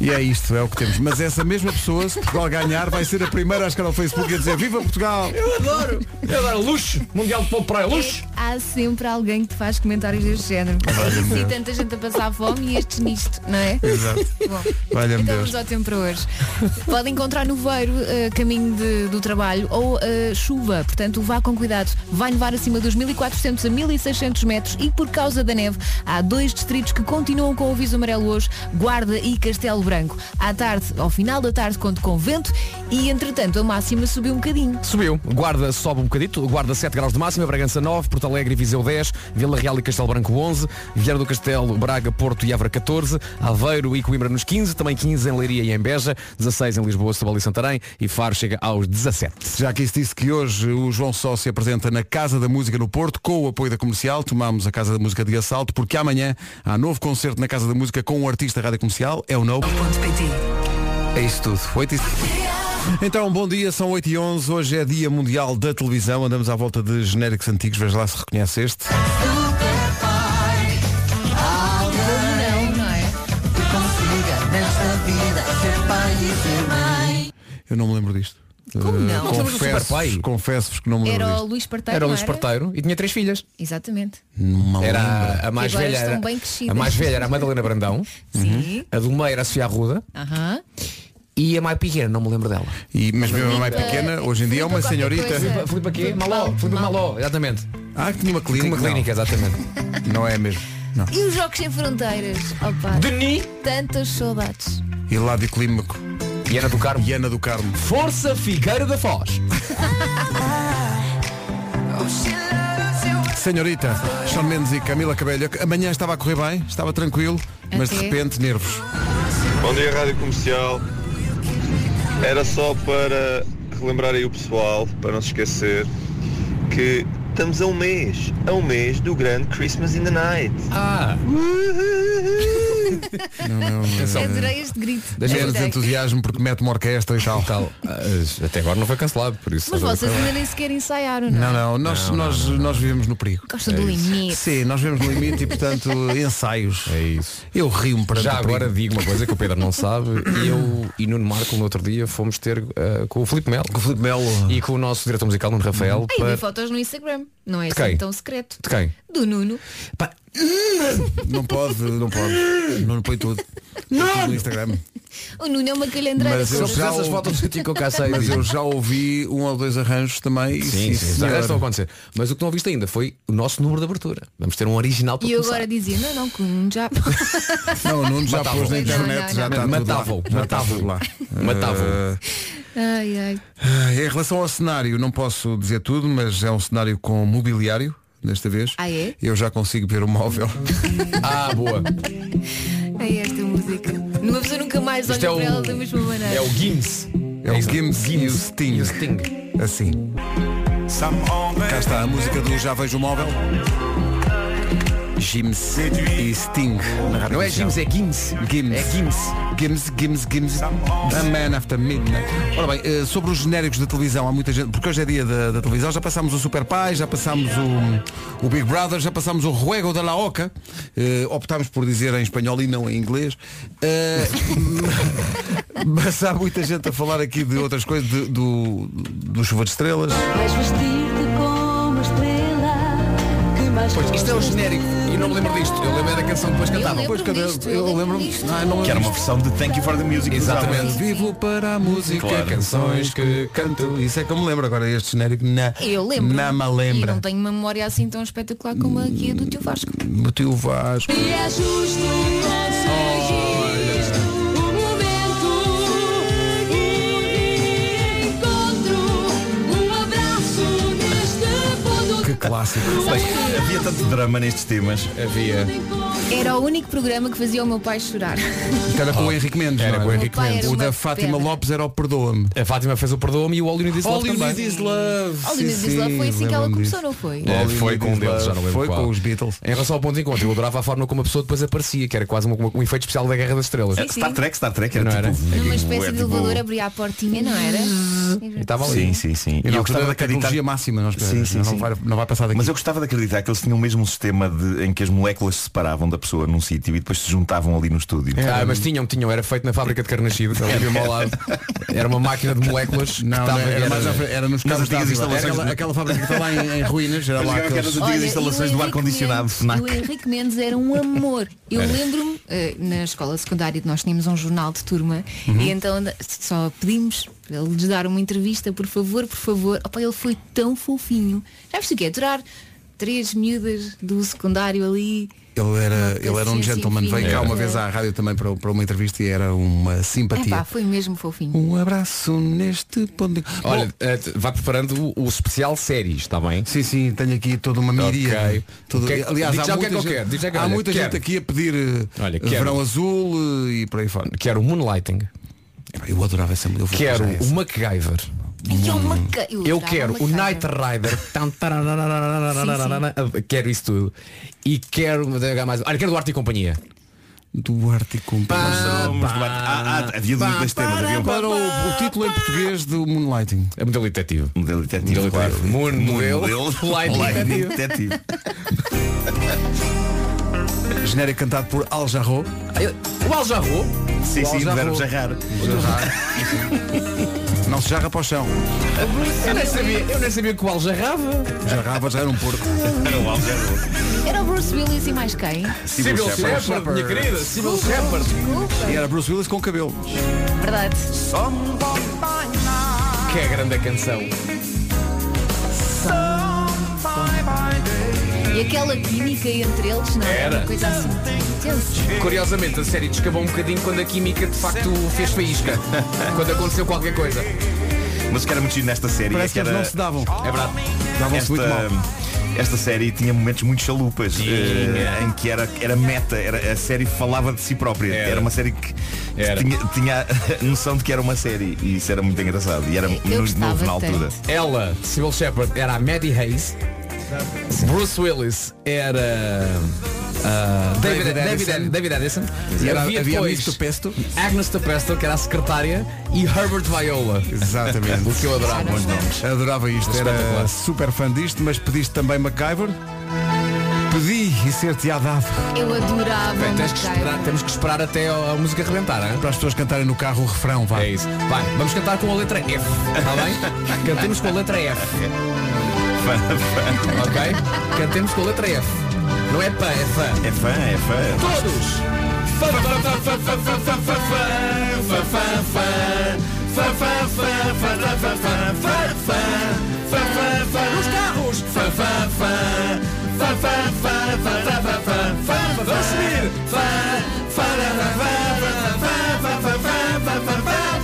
Speaker 4: E é isto, é o que temos. Mas essa mesma pessoa, se Portugal ganhar, vai ser a primeira a chegar ao Facebook e a dizer Viva Portugal!
Speaker 7: Eu adoro, eu adoro Luxo, Mundial de Futebol Praia, luxo
Speaker 3: É, Há sempre alguém que te faz comentários deste género.
Speaker 4: É
Speaker 3: Se tanta gente a passar fome e estes nisto, não é?
Speaker 4: Exato.
Speaker 3: Bom,
Speaker 4: Valha-me
Speaker 3: então
Speaker 4: Deus.
Speaker 3: vamos ao tempo para hoje. Pode encontrar no voeiro eh, caminho de- do trabalho ou eh, chuva, portanto vá com cuidado. Vai nevar acima dos 1400 a 1600 metros e por causa da neve há dois distritos que continuam com o aviso amarelo hoje, Guarda e Castelo Branco. À tarde, ao final da tarde, conto com vento e entretanto a máxima subiu um bocadinho.
Speaker 7: Subiu, Guarda sobe um bocadito Guarda 7 graus de máxima, Bragança 9, Porto Alegre e Viseu 10 Vila Real e Castelo Branco 11 Vieira do Castelo, Braga, Porto e Évora 14 Aveiro e Coimbra nos 15 Também 15 em Leiria e em Beja 16 em Lisboa, Setúbal e Santarém E Faro chega aos 17
Speaker 4: Já aqui se disse que hoje o João Só se apresenta na Casa da Música no Porto com o apoio da comercial. Tomamos a Casa da Música de assalto porque amanhã há novo concerto na Casa da Música com um artista da rádio comercial. É o No. É isso tudo. 8 e... Então, bom dia, são 8 e 11 Hoje é Dia Mundial da Televisão. Andamos à volta de genéricos antigos. Veja lá se reconhece este.
Speaker 3: Não, não é?
Speaker 4: Eu não me lembro disto.
Speaker 3: Como não? Não te
Speaker 7: lembras do Superpai?
Speaker 4: confesso confesso-vos que não me lembro
Speaker 3: Era o
Speaker 4: disto.
Speaker 3: Luís Parteiro.
Speaker 7: um Era o
Speaker 3: não
Speaker 7: Luís Parteiro e tinha três filhas.
Speaker 3: Exatamente.
Speaker 4: Não me
Speaker 7: Era
Speaker 4: lembro.
Speaker 7: a- a mais
Speaker 3: Agora
Speaker 7: velha.
Speaker 3: estão
Speaker 7: Era,
Speaker 3: bem crescidas.
Speaker 7: a mais velha era a Madalena Brandão,
Speaker 3: Sim.
Speaker 7: a do meio era a Sofia Arruda
Speaker 3: Aham.
Speaker 7: e a mais pequena, não me lembro dela.
Speaker 4: E, mas mesmo a mais pequena, hoje em dia é uma
Speaker 3: Filipa qualquer
Speaker 4: senhorita.
Speaker 3: coisa.
Speaker 7: Filipa- Filipa quê? Maló, Filipa Maló, exatamente.
Speaker 4: Ah, que tinha uma clínica.
Speaker 7: Uma clínica, exatamente.
Speaker 4: Não, não é mesmo. Não.
Speaker 3: E os Jogos Sem Fronteiras? Opa,
Speaker 7: Deni
Speaker 3: tantas saudades.
Speaker 4: E lá de Clímaco.
Speaker 7: e Ana do Carmo.
Speaker 4: E Ana do Carmo.
Speaker 7: Força Figueira da Foz.
Speaker 4: Senhorita, Sean Mendes e Camila Cabelho. Amanhã estava a correr bem, estava tranquilo, mas de
Speaker 3: Até.
Speaker 4: repente nervos.
Speaker 11: Bom dia, Rádio Comercial. Era só para relembrar aí o pessoal, para não se esquecer, que estamos a um mês, a um mês do grande Christmas in the Night.
Speaker 7: Ah,
Speaker 4: Não, não,
Speaker 7: É
Speaker 3: Adorei este grito.
Speaker 4: Menos
Speaker 3: Adorei.
Speaker 4: entusiasmo porque mete uma orquestra e tal.
Speaker 7: tal. ah, Até agora não foi cancelado, por isso.
Speaker 3: Mas vocês ainda nem sequer ensaiaram, não?
Speaker 4: Não,
Speaker 3: é?
Speaker 4: não, nós, nós, nós vivemos no perigo.
Speaker 3: Gostam do limite.
Speaker 4: Sim, nós vivemos no limite e, portanto, ensaios.
Speaker 7: É isso.
Speaker 4: Eu rio-me para
Speaker 7: Já agora digo uma coisa que o Pedro não sabe. Eu e Nuno Marco no outro dia fomos ter ah, com o Filipe Melo.
Speaker 4: O Filipe Melo.
Speaker 7: E com o nosso diretor musical, Nuno Rafael,
Speaker 3: Aí vi
Speaker 7: para...
Speaker 3: fotos no Instagram. Não é
Speaker 7: De
Speaker 3: assim
Speaker 7: quem?
Speaker 3: tão secreto.
Speaker 7: De quem?
Speaker 3: Do Nuno.
Speaker 4: Pá, Não pode, não pode. Não põe tudo. Tudo no Instagram.
Speaker 3: O Nuno é uma calhandreira.
Speaker 4: Mas eu
Speaker 3: toda.
Speaker 4: já-
Speaker 7: Essas fotos do Tico Cassei.
Speaker 4: Mas eu já ouvi um ou dois arranjos também.
Speaker 7: Sim, sim, sim
Speaker 4: senhora.
Speaker 7: estão a acontecer. Mas o que não ouviste ainda foi o nosso número de abertura. Vamos ter um original para
Speaker 3: E eu
Speaker 7: começar.
Speaker 3: agora dizia, não, não, que o Nuno já. tá
Speaker 4: Não, o Nuno já pôs na
Speaker 3: Não,
Speaker 4: internet,
Speaker 3: não,
Speaker 4: já tá.
Speaker 3: não.
Speaker 4: está tudo lá.
Speaker 7: Matavam,
Speaker 4: Já está tudo lá.
Speaker 7: Matavam.
Speaker 3: ai, ai.
Speaker 4: Ah, Eh, em relação ao cenário, não posso dizer tudo, mas é um cenário com mobiliário, desta vez.
Speaker 3: Ah, é?
Speaker 4: Eu já consigo ver o móvel.
Speaker 7: Ah, boa.
Speaker 3: É esta música. Uma pessoa nunca mais olha
Speaker 7: Isto é
Speaker 3: para
Speaker 7: o-
Speaker 3: ela da mesma maneira.
Speaker 7: É o Gims.
Speaker 4: É o Gims e o Sting.
Speaker 7: E o Sting.
Speaker 4: Assim. Cá está a música do Já Vejo o Móvel. Gims e Sting. na rádio
Speaker 7: Não é
Speaker 4: comercial.
Speaker 7: Gims, é Gims.
Speaker 4: Gims.
Speaker 7: É Gims.
Speaker 4: Gims, Gims, Gims. A man after midnight. Ora bem, eh, sobre os genéricos da televisão, há muita gente, porque hoje é dia da, da televisão, já passámos o Super Pai, já passámos o, o Big Brother, já passámos o Ruego da La Oca, eh, optámos por dizer em espanhol e não em inglês. Eh, mas há muita gente a falar aqui de outras coisas, de- do, do Chuva de Estrelas.
Speaker 12: Vais vestir-te como estrela que mais
Speaker 7: Pois, isto é o genérico e não me lembro disto. Eu lembro da canção que depois cantava.
Speaker 4: lembro-me
Speaker 7: cada-
Speaker 4: disto, eu lembro-me disto.
Speaker 7: Não, eu não
Speaker 13: Que era uma
Speaker 7: lembro
Speaker 13: versão de Thank You for the Music. dos
Speaker 4: Exatamente.
Speaker 13: Alvin.
Speaker 4: Vivo para a música,
Speaker 13: Claro.
Speaker 4: canções que canto. Isso é que eu me lembro agora, este genérico. Na,
Speaker 3: Eu lembro.
Speaker 4: Na me
Speaker 3: E
Speaker 4: lembra.
Speaker 3: não tenho uma memória assim tão espetacular como aqui a do teu Vasco.
Speaker 4: O teu Vasco.
Speaker 12: E é justo conseguires o momento, um reencontro, um abraço neste mundo.
Speaker 13: Que clássico. Bem, havia tanto drama nestes temas.
Speaker 7: Havia.
Speaker 3: Era o único programa que fazia o meu pai chorar.
Speaker 4: Era com o Henrique Mendes.
Speaker 7: Ah. Era
Speaker 4: não é?
Speaker 7: com o Henrique
Speaker 3: O pai era
Speaker 4: O
Speaker 3: uma
Speaker 4: da Fátima
Speaker 3: pedra.
Speaker 4: Lopes era o Perdoa-me.
Speaker 7: A Fátima fez o Perdoa-me e o All You Need Is Love
Speaker 4: All You
Speaker 7: também.
Speaker 4: Need Is Love.
Speaker 3: Olha, mas isso lá foi assim que ela começou, não foi?
Speaker 7: É,
Speaker 4: All You
Speaker 7: foi
Speaker 4: Need
Speaker 7: com um
Speaker 4: Is
Speaker 7: deles,
Speaker 4: Love.
Speaker 7: já não lembro
Speaker 4: Foi
Speaker 7: qual.
Speaker 4: com os Beatles.
Speaker 7: Em relação ao ponto de encontro, eu adorava a forma como a pessoa depois aparecia, que era quase um, um efeito especial da Guerra das Estrelas.
Speaker 13: Sim, Star sim. Trek, Star Trek, era
Speaker 7: não
Speaker 13: tipo-
Speaker 7: era?
Speaker 3: Numa
Speaker 13: É,
Speaker 3: espécie de
Speaker 13: tipo-
Speaker 3: elevador abria a portinha, não era?
Speaker 7: E estava ali.
Speaker 13: Sim, sim, sim.
Speaker 4: E na altura da tecnologia máxima, nós
Speaker 13: sim, sim,
Speaker 4: não
Speaker 13: sim.
Speaker 4: vai- não vai passar daqui.
Speaker 13: Mas eu gostava de acreditar que eles tinham o mesmo sistema de- em que as moléculas se separavam da pessoa num sítio e depois se juntavam ali no estúdio.
Speaker 4: É.
Speaker 7: Ah, mas tinham, tinham, era feito na fábrica de Carnachido, ali mesmo ao lado. Era uma máquina de
Speaker 4: Não,
Speaker 7: moléculas. que
Speaker 4: não,
Speaker 7: estava-
Speaker 4: era, mais à frente, era nos
Speaker 13: Nas
Speaker 4: cabos da
Speaker 13: antigas
Speaker 4: Ávila. Era
Speaker 13: instalações
Speaker 4: aquela,
Speaker 13: de-
Speaker 4: aquela fábrica que está lá em, em ruínas, era
Speaker 13: Eu jurava
Speaker 4: lá
Speaker 13: que era
Speaker 4: aqueles-
Speaker 13: das antigas
Speaker 3: e o
Speaker 13: instalações do
Speaker 3: Henrique
Speaker 13: ar-condicionado
Speaker 3: Mendes-
Speaker 13: FNAC.
Speaker 3: O Henrique Mendes era um amor. Eu lembro-me, eh, na escola secundária, nós tínhamos um jornal de turma
Speaker 13: Uhum.
Speaker 3: e então anda- só pedimos para ele lhes dar uma entrevista, por favor, por favor. Opa, ele foi tão fofinho. Já viste o que é? Durar três miúdas do secundário ali.
Speaker 4: Ele era, ele era um
Speaker 3: paciência
Speaker 4: gentleman, veio cá
Speaker 3: infinita.
Speaker 4: uma vez à rádio também para, para uma entrevista e era uma
Speaker 3: Epá,
Speaker 4: simpatia.
Speaker 3: foi mesmo fofinho.
Speaker 4: Um abraço neste ponto. de-
Speaker 7: Olha, eh, t- vai preparando o, o especial séries, está bem?
Speaker 4: Sim, sim, tenho aqui toda uma miríade.
Speaker 7: Ok.
Speaker 4: Todo-
Speaker 7: Que-
Speaker 4: Aliás,
Speaker 7: diz já
Speaker 4: há
Speaker 7: o que
Speaker 4: muita,
Speaker 7: é que eu quero, diz já
Speaker 4: gente,
Speaker 7: que-
Speaker 4: há
Speaker 7: olha,
Speaker 4: muita gente
Speaker 7: quero.
Speaker 4: aqui a pedir eh,
Speaker 7: Olha, quero.
Speaker 4: verão azul eh, e por aí fora.
Speaker 7: Quero o Moonlighting,
Speaker 4: Epá, Eu adorava essa mulher. eu vou
Speaker 7: quero
Speaker 4: arranjar
Speaker 7: o
Speaker 4: essa.
Speaker 7: MacGyver,
Speaker 3: E é uma ca-
Speaker 7: eu
Speaker 5: Uh,
Speaker 3: adorava
Speaker 7: quero
Speaker 3: uma
Speaker 7: o
Speaker 3: cara.
Speaker 7: Night Rider, Tam, tarararararararararara, quero isso tudo. E quero mais. um. Olha, quero do Arte e Companhia.
Speaker 4: Duarte e Companhia.
Speaker 13: Somos do ar- Ah, ah, havia dois dois temas. Havia um
Speaker 4: Para o, o título em português do Moonlighting.
Speaker 7: É modelo detetive.
Speaker 13: modelo detetive,
Speaker 7: Modelo
Speaker 13: claro.
Speaker 7: detetive. Moon, modelo, light
Speaker 13: Lightning
Speaker 7: detetive.
Speaker 13: detetive.
Speaker 4: Genérico cantado por Al Jarro.
Speaker 7: O Al Jarro?
Speaker 13: Sim, sim,
Speaker 4: Al
Speaker 13: verbo
Speaker 4: Jarro.
Speaker 13: jarrar.
Speaker 4: Não se jarra para o chão.
Speaker 7: Eu nem sabia, eu nem sabia que o Al jarrava.
Speaker 4: Jarrava, já era um porco.
Speaker 13: Era o aljarro.
Speaker 3: Era o Bruce Willis e mais quem?
Speaker 13: Sybil Shepherd.
Speaker 7: minha querida, Sybil Shepard.
Speaker 4: E era Bruce Willis com cabelo.
Speaker 3: Verdade.
Speaker 7: Que é a grande canção.
Speaker 3: E aquela química entre eles, não
Speaker 7: Era.
Speaker 3: Uma coisa assim. Intenso.
Speaker 7: Curiosamente, a série descabou um bocadinho quando a química de facto fez faísca. quando aconteceu qualquer coisa.
Speaker 13: Mas o que era muito giro nesta série é
Speaker 4: Parece
Speaker 13: que
Speaker 4: que eles
Speaker 13: era...
Speaker 4: não se davam.
Speaker 7: É verdade.
Speaker 4: Davam-se muito mal.
Speaker 13: esta, esta série tinha momentos muito chalupas eh, em que era, era meta, era, a série falava de si própria. Era,
Speaker 7: Era.
Speaker 13: uma série que, que
Speaker 7: Era.
Speaker 13: tinha, tinha a noção de que era uma série e isso era muito engraçado. E era muito
Speaker 3: Eu
Speaker 13: novo
Speaker 3: gostava
Speaker 13: na altura.
Speaker 3: tanto.
Speaker 7: Ela, Sybil Shepard, era a Maddie Hayes. Bruce Willis era ah, David,
Speaker 4: David
Speaker 7: David,
Speaker 4: Addison.
Speaker 7: David, Addison.
Speaker 4: E era-
Speaker 7: havia
Speaker 4: havia
Speaker 7: depois
Speaker 4: Miss Pesto.
Speaker 7: Agnes Tepesto, que era a secretária, e Herbert Viola.
Speaker 4: Exatamente.
Speaker 7: O que eu adorava.
Speaker 13: Bons nomes.
Speaker 4: Adorava isto, era
Speaker 7: Espetacular.
Speaker 4: super fã disto, mas pediste também MacGyver. Pedi e ser-te-á dado
Speaker 3: Eu adorava
Speaker 7: Bem,
Speaker 3: uma
Speaker 7: tens que
Speaker 3: cara.
Speaker 7: esperar, temos que esperar até a, a música rebentar, hein?
Speaker 4: para as pessoas cantarem no carro o refrão, vá.
Speaker 7: É isso. Vai, vamos cantar com a letra F, está bem? Cantemos com a letra F. ok? Cantemos com a letra F. Não é pã, é fã.
Speaker 13: É fã, é fã.
Speaker 7: Todos! Fã, fã, fã, fã, fã, fã, fã, fã, fã, fã, fã, fã, fã, fã, fã, fã, fã, fã, fã, fã, fã, fã, fã, nos carros! Fã, fã, fã, fã, fã, fã, fã, fã, fã, fã, fã, fã, vamos subir! Fã, fã, fã, fã, fã, fã, fã, fã, fã, fã, fã, fã, fã, fã, fã, fã, fã, fã,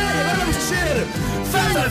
Speaker 7: e agora vamos descer! Fã, fã,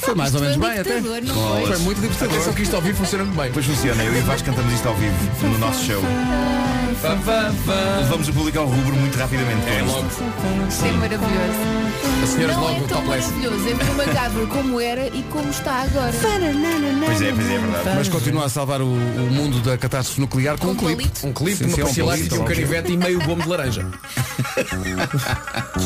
Speaker 4: Foi mais ou menos
Speaker 3: Foi um
Speaker 4: bem até.
Speaker 3: ditador, não foi?
Speaker 4: Foi muito
Speaker 7: fã.
Speaker 4: divertido.
Speaker 7: Atenção que isto ao vivo funciona muito bem.
Speaker 13: Depois funciona, eu e o Vasco cantamos isto ao vivo no nosso show. Levamos o público ao rubro muito rapidamente.
Speaker 7: É logo.
Speaker 3: Isto é maravilhoso.
Speaker 7: As senhoras
Speaker 3: não
Speaker 7: logo
Speaker 3: é tão
Speaker 7: topless.
Speaker 3: maravilhoso, é ver o macabro como era e como está agora.
Speaker 13: Pois é, pois é, é verdade.
Speaker 4: Mas continua a salvar o, o mundo da catástrofe nuclear com, um clipe.
Speaker 7: Um clipe,
Speaker 4: Sim,
Speaker 7: uma
Speaker 4: sim, é um
Speaker 7: pastilha elástica,
Speaker 4: palito,
Speaker 7: um
Speaker 4: ok.
Speaker 7: canivete e meio gomo de laranja.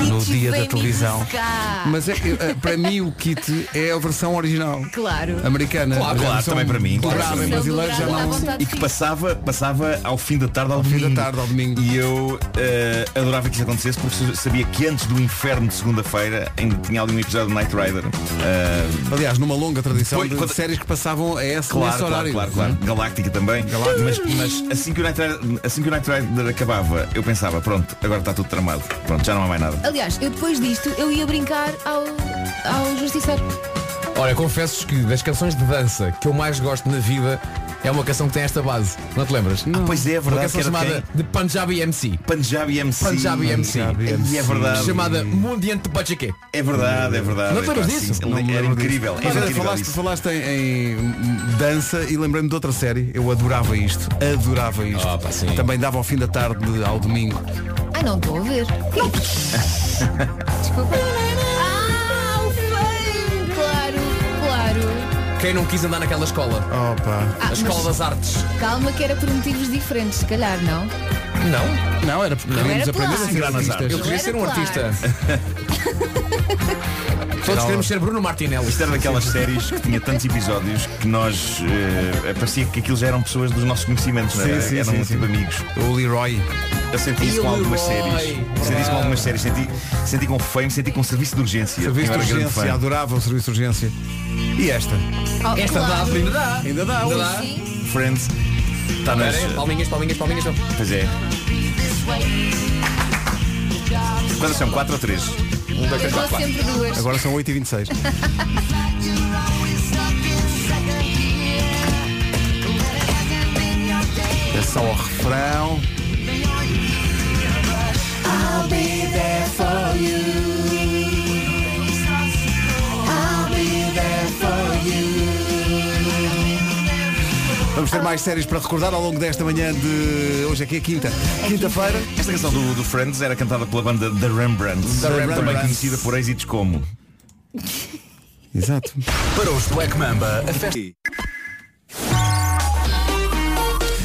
Speaker 4: No dia da televisão.
Speaker 3: Cá.
Speaker 4: Mas é, que, eh, para mim o kit é a versão original.
Speaker 3: Claro.
Speaker 4: Americana.
Speaker 13: Claro, claro, também para mim, claro,
Speaker 4: Dobrada em
Speaker 13: também.
Speaker 4: brasileiro já
Speaker 3: Dobrada, dá
Speaker 4: não.
Speaker 3: vontade
Speaker 13: E que passava, passava ao fim da tarde ao, domingo.
Speaker 4: tarde ao domingo.
Speaker 13: E eu eh, adorava que isso acontecesse porque sabia que antes do inferno de segunda-feira ainda tinha ali um episódio de Night Rider. Eh,
Speaker 4: Aliás, numa longa tradição
Speaker 13: Foi,
Speaker 4: de
Speaker 13: quando-
Speaker 4: séries que passavam a essa
Speaker 13: Claro,
Speaker 4: nesse
Speaker 13: claro,
Speaker 4: horário. é?
Speaker 13: claro, claro. Galáctica também. Mas, mas assim, que o Night Rider, assim que o Night Rider acabava, eu pensava, pronto, agora está tudo tramado. Pronto, já não há mais nada.
Speaker 3: Aliás, eu depois disto, eu ia brincar ao, ao justiceiro.
Speaker 7: Olha, confesso que das canções de dança que eu mais gosto na vida é uma canção que tem esta base. Não te lembras?
Speaker 13: Ah, pois é, é
Speaker 7: Uma
Speaker 13: verdade.
Speaker 7: canção
Speaker 13: que era
Speaker 7: chamada de Punjabi MC.
Speaker 13: quem? Punjabi MC.
Speaker 7: Punjabi MC.
Speaker 13: E é verdade.
Speaker 7: Chamada Mundiante de Pachaquê.
Speaker 13: É verdade, é verdade.
Speaker 7: Não te lembras
Speaker 13: Epá, sim,
Speaker 7: disso?
Speaker 13: sim, Era incrível.
Speaker 4: Mas,
Speaker 13: Era
Speaker 4: olha,
Speaker 13: incrível
Speaker 4: falaste,
Speaker 13: isso.
Speaker 4: falaste em, em dança e lembrei-me de outra série. Eu adorava isto. Adorava isto.
Speaker 7: Ah, pá, sim.
Speaker 4: Também dava ao fim da tarde ao domingo.
Speaker 3: Ai, não estou a ver. Desculpa. Ah, o feio! Claro, claro.
Speaker 7: Quem não quis andar naquela escola?
Speaker 4: Opa.
Speaker 3: Ah,
Speaker 7: A Escola
Speaker 3: mas
Speaker 7: das Artes.
Speaker 3: calma que era por motivos diferentes, se calhar, não?
Speaker 7: Não?
Speaker 4: Não, era porque
Speaker 3: Não,
Speaker 4: queríamos
Speaker 3: era
Speaker 4: aprender
Speaker 3: plágio.
Speaker 4: a ser
Speaker 13: Era
Speaker 4: artistas.
Speaker 7: Eu queria
Speaker 3: era
Speaker 7: ser um
Speaker 3: claro.
Speaker 7: artista. Todos queremos ser Bruno Martinelli.
Speaker 13: Isto era daquelas séries que tinha tantos episódios que nós eh, parecia que aquilo já eram pessoas dos nossos conhecimentos, não era?
Speaker 4: Sim, sim,
Speaker 13: eram
Speaker 4: sim,
Speaker 13: tipo amigos.
Speaker 4: O Leroy.
Speaker 13: Eu senti isso
Speaker 7: E
Speaker 13: com
Speaker 7: o
Speaker 13: algumas
Speaker 7: Leroy.
Speaker 13: séries. Senti isso com algumas séries. Senti, senti com fame, senti com serviço de urgência.
Speaker 4: Serviço
Speaker 13: Eu
Speaker 4: de
Speaker 13: era grande
Speaker 4: urgência.
Speaker 13: fã.
Speaker 4: Adorava o serviço de urgência. E esta?
Speaker 3: Oh,
Speaker 7: Esta dá,
Speaker 3: claro.
Speaker 7: ainda dá.
Speaker 4: Ainda dá.
Speaker 7: Ainda dá. Tá,
Speaker 3: Sim.
Speaker 13: Friends. Está nas.
Speaker 7: Espera aí, Palminhas, palminhas, palminhas. não.
Speaker 13: Pois é. Quantas são? Quatro ou três?
Speaker 7: Um
Speaker 3: Eu dou sempre duas.
Speaker 4: Agora são 8h26.
Speaker 13: É
Speaker 4: é só o refrão. Vamos ter mais séries para recordar ao longo desta manhã de. Hoje aqui é quinta. Quinta-feira.
Speaker 13: Esta canção do, do Friends era cantada pela banda The Rembrandts.
Speaker 4: The
Speaker 13: Também
Speaker 4: Rembrandts.
Speaker 13: conhecida por êxitos como.
Speaker 4: Exato.
Speaker 13: Para os Black Mamba, a festa.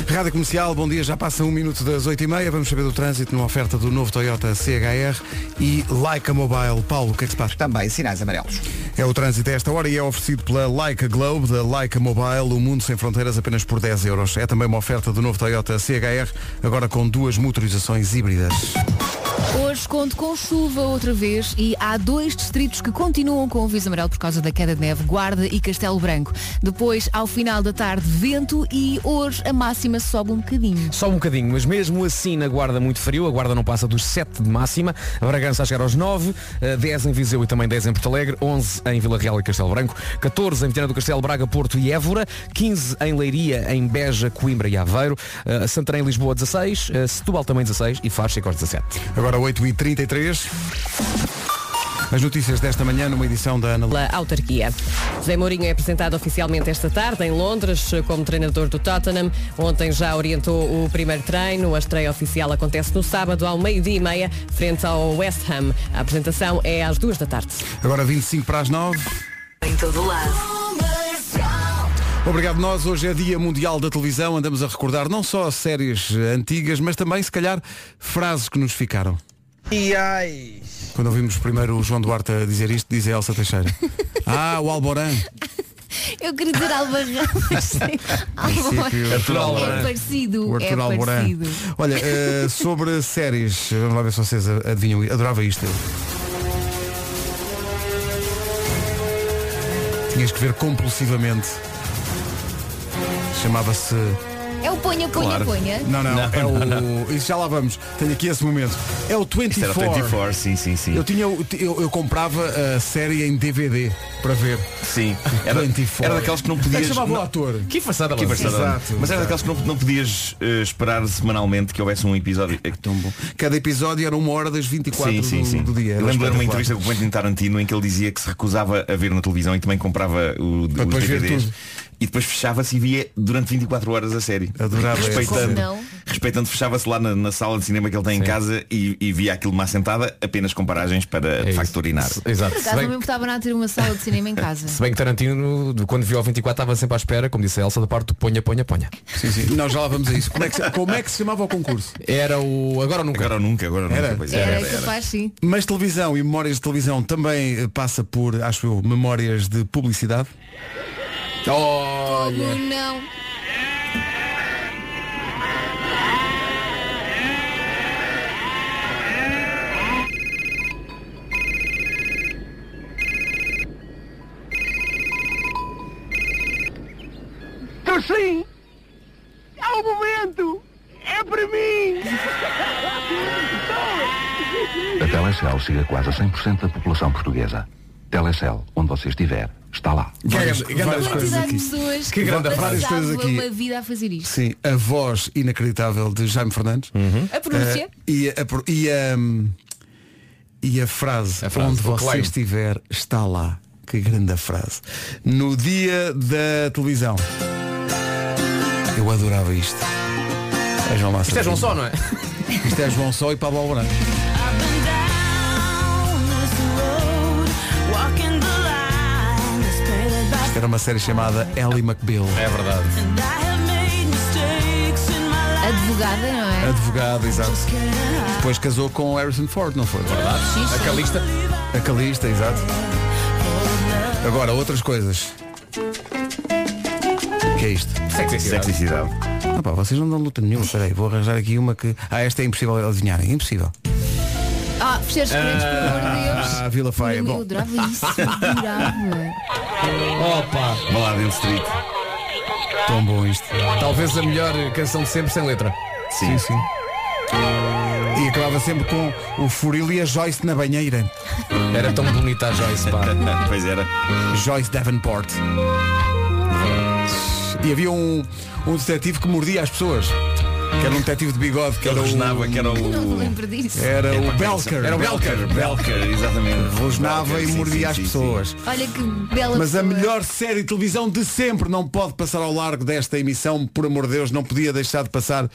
Speaker 4: Rádio Comercial, bom dia, já passa um minuto das 8h30, vamos saber do trânsito numa oferta do novo Toyota CHR e Leica Mobile. Paulo, o que é que se passa?
Speaker 2: Também sinais amarelos.
Speaker 4: É o trânsito a esta hora e é oferecido pela Leica Globe, da Leica Mobile, o mundo sem fronteiras apenas por 10 euros. É também uma oferta do novo Toyota CHR, agora com duas motorizações híbridas.
Speaker 3: Hoje conto com chuva outra vez e há dois distritos que continuam com o aviso amarelo por causa da queda de neve, Guarda e Castelo Branco. Depois, ao final da tarde, vento e hoje a máxima sobe um bocadinho.
Speaker 7: Só um bocadinho, mas mesmo assim na Guarda muito frio, a Guarda não passa dos 7 de máxima, a Bragança a chegar aos 9, eh, 10 em Viseu e também 10 em Porto Alegre, 11 em Vila Real e Castelo Branco, 14 em Viana do Castelo, Braga, Porto e Évora, 15 em Leiria, em Beja, Coimbra e Aveiro, eh, Santarém e Lisboa 16, eh, Setúbal também 16 e Faro chega aos 17.
Speaker 4: Agora 8h33. As notícias desta manhã numa edição da Ana
Speaker 1: pela autarquia. José Mourinho é apresentado oficialmente esta tarde em Londres como treinador do Tottenham. Ontem já orientou o primeiro treino. A estreia oficial acontece no sábado ao meio-dia e meia, frente ao West Ham. A apresentação é às duas da tarde.
Speaker 4: Agora 25 para as 9.
Speaker 6: Em todo lado.
Speaker 4: Obrigado nós, hoje é Dia Mundial da Televisão, andamos a recordar não só séries eh, antigas, mas também, se calhar, frases que nos ficaram.
Speaker 14: E ai,
Speaker 4: Quando ouvimos primeiro o João Duarte a dizer isto, diz a Elsa Teixeira. Ah, o Alborã.
Speaker 3: Eu queria dizer Albarrão, mas sim. Albarrão.
Speaker 4: Arthur
Speaker 3: É parecido,
Speaker 4: O
Speaker 3: é
Speaker 4: Arthur Alborã.
Speaker 3: parecido.
Speaker 4: Olha, eh, sobre séries, vamos lá ver se vocês adivinham. Adorava isto. eu. Tinhas que ver compulsivamente. Chamava-se.
Speaker 3: É o ponha, ponha, ponha.
Speaker 4: Não, não, é o. Isso já lá vamos. Tenho aqui esse momento. É o
Speaker 13: Isto era
Speaker 4: 24.
Speaker 13: 24, sim, sim, sim.
Speaker 4: Eu, tinha, o- eu, eu comprava a série em DVD para ver.
Speaker 13: Sim. Era,
Speaker 4: 24.
Speaker 13: era daquelas que não
Speaker 4: Como é
Speaker 13: podias.
Speaker 4: que chamava o
Speaker 13: não-
Speaker 4: ator?
Speaker 7: Que passada,
Speaker 13: Que engraçado.
Speaker 4: Exato,
Speaker 13: Mas era
Speaker 4: exato.
Speaker 13: daquelas que não, não podias eh, esperar semanalmente que houvesse um episódio. É que tão bom.
Speaker 4: Cada episódio era uma hora das 24
Speaker 13: Sim,
Speaker 4: do,
Speaker 13: sim, sim.
Speaker 4: do dia. Era
Speaker 13: Eu lembro de uma
Speaker 4: espetacular.
Speaker 13: entrevista com o Quentin Tarantino em que ele dizia que se recusava a ver na televisão e também comprava o, os
Speaker 4: depois ver
Speaker 13: DVDs
Speaker 4: tudo.
Speaker 13: E depois fechava-se e via durante 24 horas a série.
Speaker 4: Adorava essa
Speaker 13: respeitando,
Speaker 4: série. Não.
Speaker 13: respeitando fechava-se lá na, na sala de cinema que ele tem em casa e, e via aquilo de má sentada, apenas com paragens para
Speaker 4: É
Speaker 13: de facto urinar.
Speaker 7: Exato.
Speaker 3: Por
Speaker 7: Se
Speaker 3: acaso não me
Speaker 7: bem,
Speaker 3: importava nada ter uma sala de cinema em casa.
Speaker 7: se bem que Tarantino, de- quando viu ao 24, estava sempre à espera, como disse a Elsa, da parte do ponha, ponha, ponha.
Speaker 4: Sim, sim. Nós já lá vamos a isso. Como é que se, como é que se chamava o concurso?
Speaker 7: Era o Agora ou Nunca.
Speaker 13: Agora ou Nunca, agora ou
Speaker 4: Era?
Speaker 13: Nunca, pois é.
Speaker 3: Era capaz, sim.
Speaker 4: Mas televisão e memórias de televisão também eh, passa por, acho eu, memórias de publicidade? Oh.
Speaker 3: Como
Speaker 4: Olha!
Speaker 3: não?
Speaker 14: Estou sim! Ao momento! É para mim!
Speaker 15: A Telecel chega quase a 100% da população portuguesa. Telecel, onde você estiver, está lá.
Speaker 4: Várias,
Speaker 13: é
Speaker 4: várias coisas
Speaker 3: Quantidade de
Speaker 4: aqui.
Speaker 3: pessoas
Speaker 4: Que
Speaker 3: que,
Speaker 4: grande- várias
Speaker 3: passavam
Speaker 4: coisas aqui.
Speaker 3: uma vida a fazer isto.
Speaker 4: Sim, a voz inacreditável de Jaime Fernandes.
Speaker 7: Uhum.
Speaker 3: A pronúncia.
Speaker 4: Eh, e, a, a pro- e a- hum, e a frase,
Speaker 7: frase,
Speaker 4: onde
Speaker 7: o
Speaker 4: você
Speaker 7: claim.
Speaker 4: estiver, está lá. Que grande frase. No dia da televisão. Eu adorava isto. É João
Speaker 7: Isto é João Só, não é?
Speaker 4: Isto é João Só e Pablo Alborán. Isto era uma série chamada Ellie McBeal. É verdade.
Speaker 3: Advogada, não é?
Speaker 4: Advogado, exato. Depois casou com Harrison Ford, não foi? Verdade.
Speaker 3: A Calista.
Speaker 4: A Calista, exato. Agora, outras coisas. O que é isto?
Speaker 13: Sexicidade. Sexicidade.
Speaker 4: Ah, pá, vocês não dão luta nenhuma. Peraí, vou arranjar aqui uma que. Ah, esta é impossível adivinharem. Impossível.
Speaker 3: Ah, fechar os clientes, pelo amor de Deus.
Speaker 4: Ah, Vila Faia.
Speaker 3: Eu
Speaker 4: Bom,
Speaker 3: adorava isso, é? adorava.
Speaker 7: Opa!
Speaker 13: Vá lá, Bill Street.
Speaker 4: Tão bom isto.
Speaker 7: Talvez a melhor canção de sempre sem letra.
Speaker 4: Sim, sim. E acabava sempre com o Furil e a Joyce na banheira.
Speaker 7: Era tão bonita a Joyce, pá.
Speaker 13: pois era.
Speaker 4: Joyce Davenport. E havia um, um detetive que mordia as pessoas. Que era um detetive de bigode. Que era o...
Speaker 13: que era
Speaker 3: Não me
Speaker 13: o.
Speaker 3: lembro disso.
Speaker 4: Era
Speaker 13: Epá,
Speaker 4: o
Speaker 13: que
Speaker 4: Belker.
Speaker 13: Era o Belker. Belker, exatamente.
Speaker 4: Rosnava
Speaker 13: Belker,
Speaker 4: e
Speaker 13: sim, sim,
Speaker 4: mordia as
Speaker 13: sim,
Speaker 4: pessoas.
Speaker 3: Olha que bela
Speaker 4: Mas a
Speaker 3: pessoa.
Speaker 4: melhor série de televisão de sempre não pode passar ao largo desta emissão, por amor de Deus, não podia deixar de passar.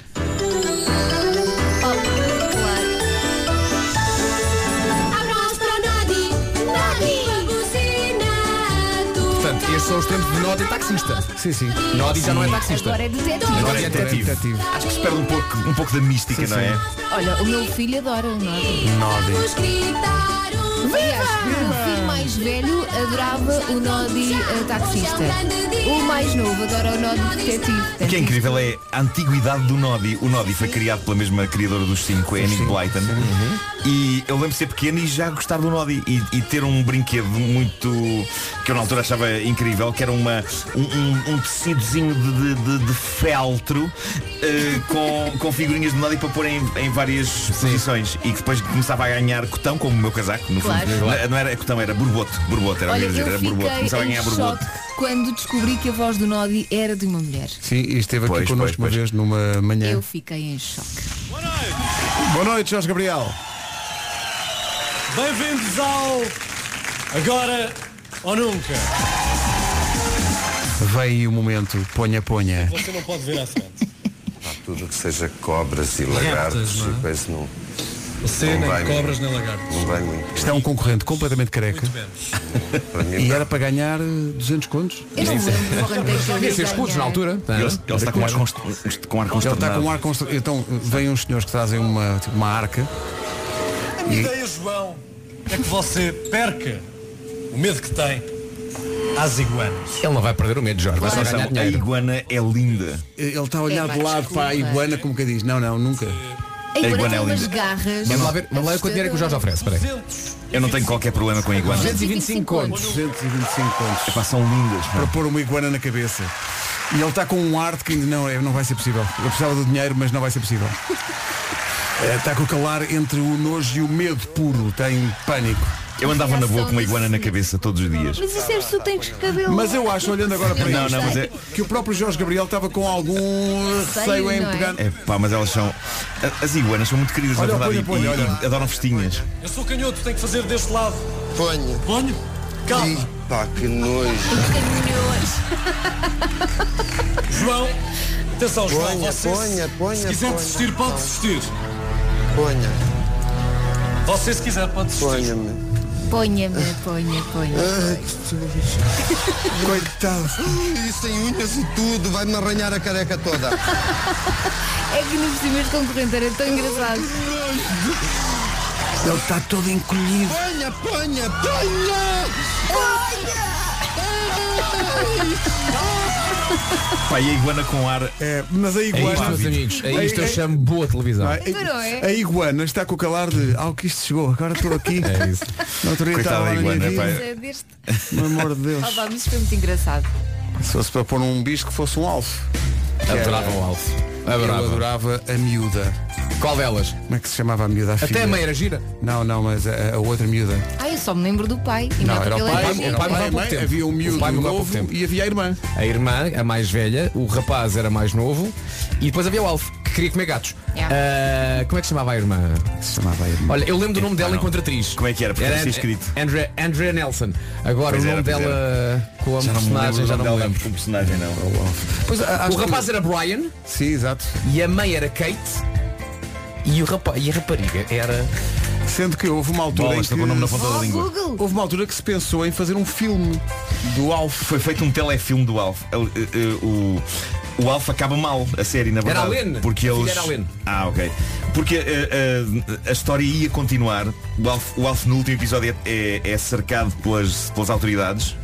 Speaker 7: Portanto, estes são os tempos de Nodi taxista.
Speaker 4: Sim, sim.
Speaker 7: Nodi já não é taxista.
Speaker 3: Agora é detetive.
Speaker 7: Agora
Speaker 13: é
Speaker 7: é detetive.
Speaker 4: detetive.
Speaker 13: Acho que se perde um pouco, um pouco da mística, não é?
Speaker 3: Olha, o meu filho adora o Nodi.
Speaker 4: Nodi.
Speaker 3: Aliás, o meu filho mais velho adorava o Nodi eh, taxista. O mais novo adora o Nodi detetive.
Speaker 13: O que é incrível é a antiguidade do Noddy. O Noddy foi criado pela mesma criadora dos 5, a Annie Blyton. E eu lembro de ser pequeno e já gostar do Noddy. E, e ter um brinquedo muito. que eu na altura achava incrível, que era uma, um, um- um tecidozinho de, de- de- de feltro eh, com, com figurinhas de Noddy para pôr em, em várias posições. E que depois começava a ganhar cotão, como o meu casaco, no
Speaker 3: Claro.
Speaker 13: fundo. Não, não era cotão, era borboto. Borboto, era o que
Speaker 3: Olha,
Speaker 13: eu ia dizer, era
Speaker 3: eu
Speaker 13: borboto. Começava
Speaker 3: fiquei
Speaker 13: a ganhar
Speaker 3: em
Speaker 13: borboto.
Speaker 3: choque quando descobri que a voz do Nodi era de uma mulher.
Speaker 4: Sim, e esteve aqui connosco uma vez numa manhã.
Speaker 3: Eu fiquei em choque.
Speaker 4: Boa noite, Jorge Gabriel.
Speaker 16: Bem-vindos ao Agora ou Nunca.
Speaker 4: Vem aí o momento, ponha, ponha.
Speaker 16: Você não pode ver à frente.
Speaker 17: Tudo que seja cobras e lagartos,
Speaker 16: não é?
Speaker 17: eu penso não.
Speaker 16: Você
Speaker 17: não
Speaker 16: nem
Speaker 17: vai muito-
Speaker 16: cobras nem lagartos.
Speaker 17: Não vai muito.
Speaker 4: Isto é um concorrente completamente careca.
Speaker 17: Para mim,
Speaker 4: E era para ganhar eh, 200 contos.
Speaker 3: Eu não me lembro quando é que eu ia ganhar.
Speaker 13: Ele, ele está com um ar const- com um ar
Speaker 4: Ele
Speaker 13: consternado.
Speaker 4: está com um ar constr- Então vêm uns senhores que trazem uma, tipo, uma arca.
Speaker 16: A minha ideia, João, é que você perca o medo que tem às iguanas.
Speaker 7: Ele não vai perder o medo, Jorge. Vai só
Speaker 13: Atenção,
Speaker 7: ganhar
Speaker 13: a
Speaker 7: dinheiro.
Speaker 13: iguana é linda.
Speaker 4: Ele está a olhar de lado para a iguana como que diz. Não, não, nunca.
Speaker 3: É, A
Speaker 7: É
Speaker 5: é
Speaker 3: iguana tem umas garras.
Speaker 7: Vamos lá ver, vamos lá ver quanto dinheiro é que o Jorge oferece. Peraí.
Speaker 13: Eu não tenho qualquer problema com iguanas.
Speaker 7: 225 contos.
Speaker 4: 225 contos.
Speaker 13: Epá, são lindas.
Speaker 4: Para pôr uma iguana na cabeça. E ele está com um ar de que não, é, não vai ser possível. Eu precisava do dinheiro, mas não vai ser possível. Eh, Está com aquele ar entre o nojo e o medo puro. Tem pânico.
Speaker 13: Eu andava na boa com uma iguana na cabeça todos os dias.
Speaker 16: Tá,
Speaker 3: Mas isso é se tu tens cabelo.
Speaker 4: Mas eu acho, olhando agora para
Speaker 13: Não,
Speaker 4: isto,
Speaker 13: não, mas é-
Speaker 4: que o próprio Jorge Gabriel estava com algum receio em
Speaker 3: não é?
Speaker 4: pegar.
Speaker 13: É pá, mas elas são. a- As iguanas são muito queridas,
Speaker 4: Olha,
Speaker 13: na verdade,
Speaker 4: põe, põe,
Speaker 13: e, e-
Speaker 4: olha.
Speaker 13: e adoram festinhas.
Speaker 16: Eu sou canhoto, tenho que fazer deste lado. Ponho. Ponho? Calma.
Speaker 17: Pá, que nojo.
Speaker 16: João, atenção, João.
Speaker 17: Ponha,
Speaker 16: você,
Speaker 17: ponha, ponha,
Speaker 16: se quiser
Speaker 17: ponha.
Speaker 16: desistir, pode desistir.
Speaker 17: Ponha.
Speaker 16: Você, se quiser, pode desistir.
Speaker 17: Ponha-me.
Speaker 3: Ponha-me,
Speaker 4: Ah.
Speaker 3: ponha, ponha.
Speaker 17: Coitado. Isso tem unhas e tudo. Vai-me arranhar a careca toda.
Speaker 3: É que nos primeiros concorrentes era tão engraçado.
Speaker 4: Ele está todo encolhido.
Speaker 17: Ponha, ponha, ponha!
Speaker 13: Pá, e a iguana com ar.
Speaker 4: É, mas a iguana.
Speaker 7: É isto, meus amigos. É isto eu chamo boa televisão.
Speaker 4: Não, é? a, a iguana está com o calar de ao que isto chegou, agora estou aqui.
Speaker 7: É isso.
Speaker 4: Na autoria
Speaker 13: Coitada
Speaker 4: estava
Speaker 13: da
Speaker 4: lá na minha
Speaker 13: iguana,
Speaker 4: vida.
Speaker 3: É deste-
Speaker 4: Pelo amor de Deus.
Speaker 3: Ah, pá, mas isto foi muito engraçado.
Speaker 4: Se fosse para pôr um bicho que fosse um alvo.
Speaker 7: Adorava o alvo.
Speaker 4: Eu
Speaker 7: Adorava.
Speaker 4: adorava a miúda.
Speaker 7: Qual delas?
Speaker 4: Como é que se chamava a miúda? A
Speaker 7: Até
Speaker 4: filha?
Speaker 7: a mãe era gira.
Speaker 4: Não, não, mas a, a outra miúda.
Speaker 3: Ah, eu só me lembro do pai. E
Speaker 4: Não,
Speaker 3: nota
Speaker 4: era
Speaker 3: que
Speaker 4: o
Speaker 3: ele
Speaker 4: pai,
Speaker 3: giro.
Speaker 4: era o pai,
Speaker 7: Há
Speaker 4: a
Speaker 7: pouco
Speaker 4: mãe,
Speaker 7: tempo.
Speaker 4: havia um miúdo
Speaker 7: O pai morreu há
Speaker 4: novo
Speaker 7: pouco tempo.
Speaker 4: e havia a irmã.
Speaker 7: A irmã, a mais velha, o rapaz era mais novo e depois havia o Alf, que queria comer gatos. Ah, como é que se chamava a irmã?
Speaker 4: Se chamava a irmã.
Speaker 7: Olha, eu lembro do nome dela
Speaker 13: não.
Speaker 7: enquanto atriz.
Speaker 13: Como é que era? Porque deve ser escrito.
Speaker 7: Andrea, Andrea Nelson. Agora
Speaker 13: Pois
Speaker 7: o nome
Speaker 13: era, pois
Speaker 7: dela com a
Speaker 13: Já não me lembro
Speaker 7: personagem
Speaker 13: o
Speaker 7: já
Speaker 13: nome
Speaker 7: não me
Speaker 13: dela
Speaker 7: lembro.
Speaker 13: com o personagem, não.
Speaker 4: Pois, a- acho
Speaker 7: O
Speaker 4: que-
Speaker 7: rapaz era Brian
Speaker 4: Sim, exato.
Speaker 7: e a mãe era Kate e, o rapa e a rapariga era.
Speaker 4: Sendo que houve uma altura
Speaker 13: Bola,
Speaker 4: em que...
Speaker 13: estou com o nome na ponta da língua.
Speaker 4: Houve uma altura que se pensou em fazer um filme do Alf.
Speaker 13: Foi feito um telefilme do Alf. El- eh, eh, O, o Alf acaba mal, a série, na
Speaker 7: Era
Speaker 13: verdade.
Speaker 7: a Lene.
Speaker 13: Porque
Speaker 7: A filha
Speaker 13: eles.
Speaker 7: era a Lene.
Speaker 13: Ah, ok. Porque eh, eh, a história ia continuar. O Alf, o Alf no último episódio é, é- é cercado pelas, pelas autoridades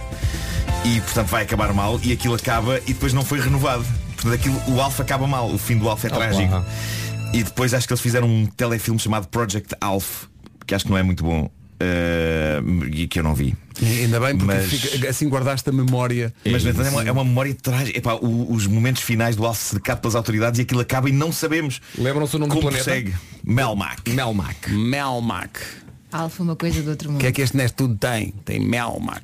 Speaker 13: e portanto vai acabar mal e aquilo acaba e depois não foi renovado. Portanto, aquilo, o Alf acaba mal, o fim do Alf é trágico. E depois acho que eles fizeram um telefilme chamado Project Alf, que acho que não é muito bom. eh, e que eu não vi.
Speaker 4: E Ainda bem, porque
Speaker 13: Mas-
Speaker 4: fica- assim guardaste a memória.
Speaker 13: Mas na verdade é uma, é uma memória trágica. Epá, o- os momentos finais do Alce cercado pelas autoridades e aquilo acaba e não sabemos
Speaker 7: Lembram-se o nome
Speaker 13: como
Speaker 7: do planeta?
Speaker 13: prossegue. Melmac.
Speaker 7: Melmac.
Speaker 4: Melmac.
Speaker 3: Alfa, uma coisa do outro
Speaker 4: O
Speaker 3: mundo.
Speaker 4: que é que este neste tudo tem? Tem Melmac.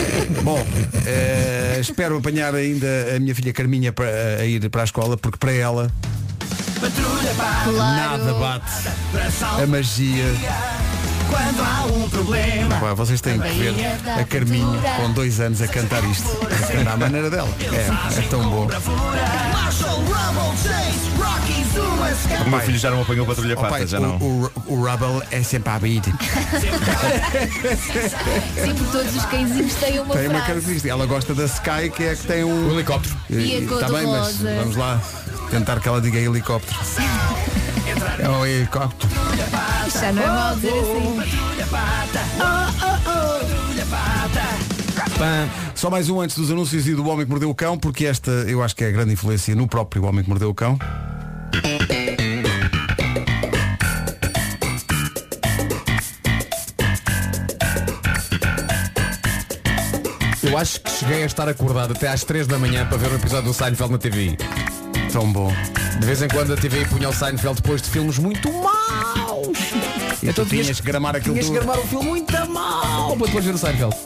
Speaker 4: Bom, eh, espero apanhar ainda a minha filha Carminha para eh, a ir para a escola, porque para ela nada bate a magia.
Speaker 14: Quando há um problema.
Speaker 4: Pá, vocês têm que ver a Carminha com dois anos a cantar isto. A cantar à maneira dela. É, é tão bom.
Speaker 13: O meu filho já não apanhou patrulha
Speaker 4: Oh, pai,
Speaker 13: pata, já não.
Speaker 4: o, o, o Rubble é sempre a abrir.
Speaker 3: Sempre todos os cãezinhos têm uma
Speaker 4: Tem uma
Speaker 3: frase.
Speaker 4: característica. Ela gosta da Sky, que é que tem um.
Speaker 7: O helicóptero.
Speaker 3: E a cor
Speaker 4: Está
Speaker 3: do
Speaker 4: bem, mas
Speaker 3: rosa.
Speaker 4: vamos lá tentar que ela diga helicóptero. É um helicóptero.
Speaker 3: Isto já não é mal dizer assim.
Speaker 4: Só mais um antes dos anúncios e do Homem que Mordeu o Cão, porque esta eu acho que é a grande influência no próprio Homem que Mordeu o Cão.
Speaker 7: Eu acho que cheguei a estar acordado até às 3 da manhã para ver um episódio do Seinfeld na TV.
Speaker 4: Tão bom.
Speaker 7: De vez em quando a TV punha o Seinfeld depois de filmes muito maus.
Speaker 4: E tu tinhas que gramar aquilo
Speaker 7: Tinhas que
Speaker 4: tudo.
Speaker 7: gravar um filme muito mau para depois ver o Seinfeld.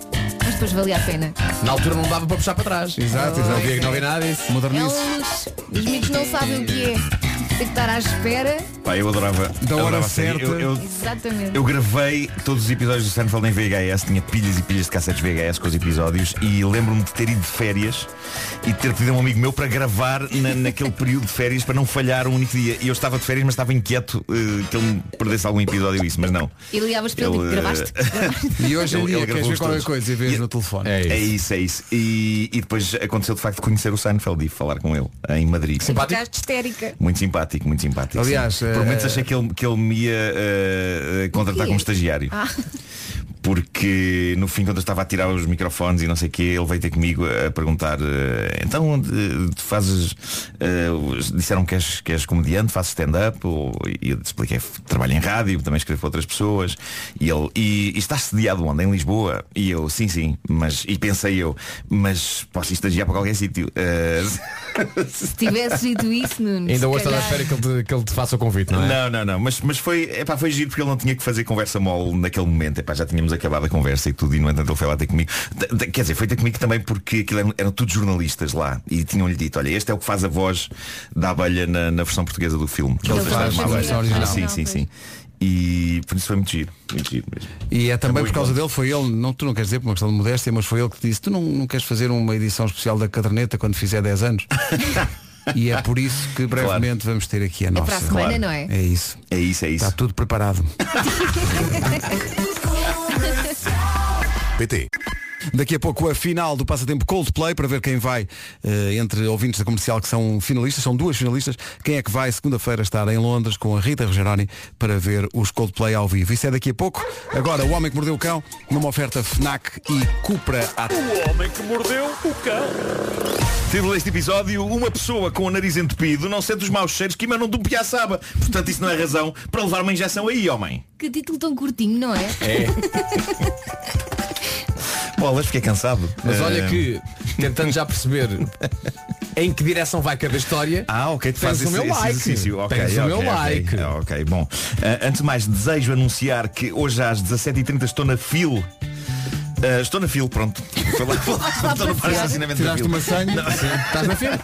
Speaker 3: Mas depois valia a pena.
Speaker 7: Na altura não dava para puxar para trás.
Speaker 4: Exato,
Speaker 7: Não
Speaker 4: exato.
Speaker 7: havia, não havia nada disso.
Speaker 3: É
Speaker 4: Modernice.
Speaker 3: um luxo. Os amigos não sabem o que é. Tem que estar à espera.
Speaker 13: Pá, eu adorava.
Speaker 4: Da hora
Speaker 13: adorava a série.
Speaker 4: certa.
Speaker 13: Eu, eu,
Speaker 3: Exatamente.
Speaker 13: eu gravei todos os episódios do Seinfeld em VHS, tinha pilhas e pilhas de cassetes VHS com os episódios e lembro-me de ter ido de férias e ter pedido a um amigo meu para gravar na- naquele período de férias para não falhar um único dia. E eu estava de férias, mas estava inquieto eh, que ele me perdesse algum episódio isso, mas não.
Speaker 3: E ligavas para ele
Speaker 13: Ele,
Speaker 3: e
Speaker 13: eh,
Speaker 3: gravaste.
Speaker 4: E hoje em
Speaker 13: Ele-
Speaker 4: dia
Speaker 13: ele
Speaker 4: queres ver
Speaker 13: gravou-os
Speaker 4: qualquer
Speaker 13: todos.
Speaker 4: coisa e vês no telefone.
Speaker 7: É
Speaker 13: É isso,
Speaker 7: isso.
Speaker 13: é isso. E, e depois aconteceu de facto conhecer o Seinfeld e falar com ele em Madrid.
Speaker 3: Ficaste histérica.
Speaker 13: Muito simpático, muito simpático.
Speaker 4: Aliás,
Speaker 13: sim.
Speaker 4: eh,
Speaker 13: por momentos achei que ele, que ele me ia eh, eh, contratar
Speaker 3: quê?
Speaker 13: como estagiário.
Speaker 3: Ah.
Speaker 13: Porque no fim, quando eu estava a tirar os microfones e não sei o quê, ele veio ter comigo a perguntar, eh, então eh, tu fazes, eh, os- disseram que és, que és comediante, fazes stand-up, ou- e eu te expliquei, f- trabalho em rádio, também escrevo para outras pessoas, e ele, e, e estás sediado onde? Em Lisboa? E eu, sim, sim, mas, e pensei eu, mas posso estagiar para qualquer sítio. Eh,
Speaker 3: Se tivesses dito isso, Nuno.
Speaker 7: Ainda
Speaker 3: se
Speaker 7: hoje estás à
Speaker 3: calhar-
Speaker 7: espera que ele, te, que ele te faça o convite, não é?
Speaker 13: Não, não, não, mas, mas foi, epá, foi giro porque ele não tinha que fazer conversa mole naquele momento, epá, já tínhamos acabado a conversa e tudo, e no entanto ele foi lá ter comigo. T- t- Quer dizer, foi ter comigo também porque aquilo eram, eram todos jornalistas lá e tinham-lhe dito, olha, este é o que faz a voz da abelha na, na versão portuguesa do filme. Que
Speaker 3: ele faz
Speaker 13: transformam
Speaker 3: a
Speaker 13: a
Speaker 3: versão
Speaker 13: abelha.
Speaker 3: original.
Speaker 13: Sim, sim, sim. E por isso foi muito giro, muito giro mesmo.
Speaker 4: E é também
Speaker 13: muito
Speaker 4: por causa dele, foi ele, não, tu não queres dizer por uma questão de modéstia, mas foi ele que disse, tu não, não queres fazer uma edição especial da caderneta quando fizer 10 anos? e é por isso que brevemente vamos ter aqui a
Speaker 3: para
Speaker 4: nossa.
Speaker 3: a semana, não é?
Speaker 4: É isso.
Speaker 13: É isso, é isso.
Speaker 4: Está tudo preparado.
Speaker 17: PT.
Speaker 4: Daqui a pouco a final do passatempo Coldplay para ver quem vai eh, entre ouvintes da comercial que são finalistas, são duas finalistas, quem é que vai segunda-feira estar em Londres com a Rita Rogeroni para ver os Coldplay ao vivo. Isso é daqui a pouco. Agora, o homem que mordeu o cão, numa oferta FNAC e Cupra at...
Speaker 14: O homem que mordeu o cão.
Speaker 13: Título deste episódio, uma pessoa com o nariz entupido não sente os maus cheiros que emanam de um piaçaba. Portanto, isso não é razão para levar uma injeção aí, homem.
Speaker 3: Que título tão curtinho, não é?
Speaker 13: É. Bolas, fiquei cansado.
Speaker 7: Mas olha
Speaker 13: Eh,
Speaker 7: que, tentando já perceber em que direção vai cada história,
Speaker 13: Ah, ok, tu
Speaker 7: tens
Speaker 13: fazes
Speaker 7: o meu
Speaker 13: esse, esse
Speaker 7: like.
Speaker 13: exercício. Ok,
Speaker 7: tens o
Speaker 13: ok,
Speaker 7: meu
Speaker 13: ok.
Speaker 7: like.
Speaker 13: Ah, ok, bom. Ah, antes de mais, desejo anunciar que hoje às 17h30 estou na fila. Ah, estou na fila, pronto. Foi lá- foi lá- estou no parque de estacionamento da
Speaker 4: Tiraste
Speaker 13: fila.
Speaker 4: uma senha?
Speaker 13: Não.
Speaker 4: Sim. Estás na fila?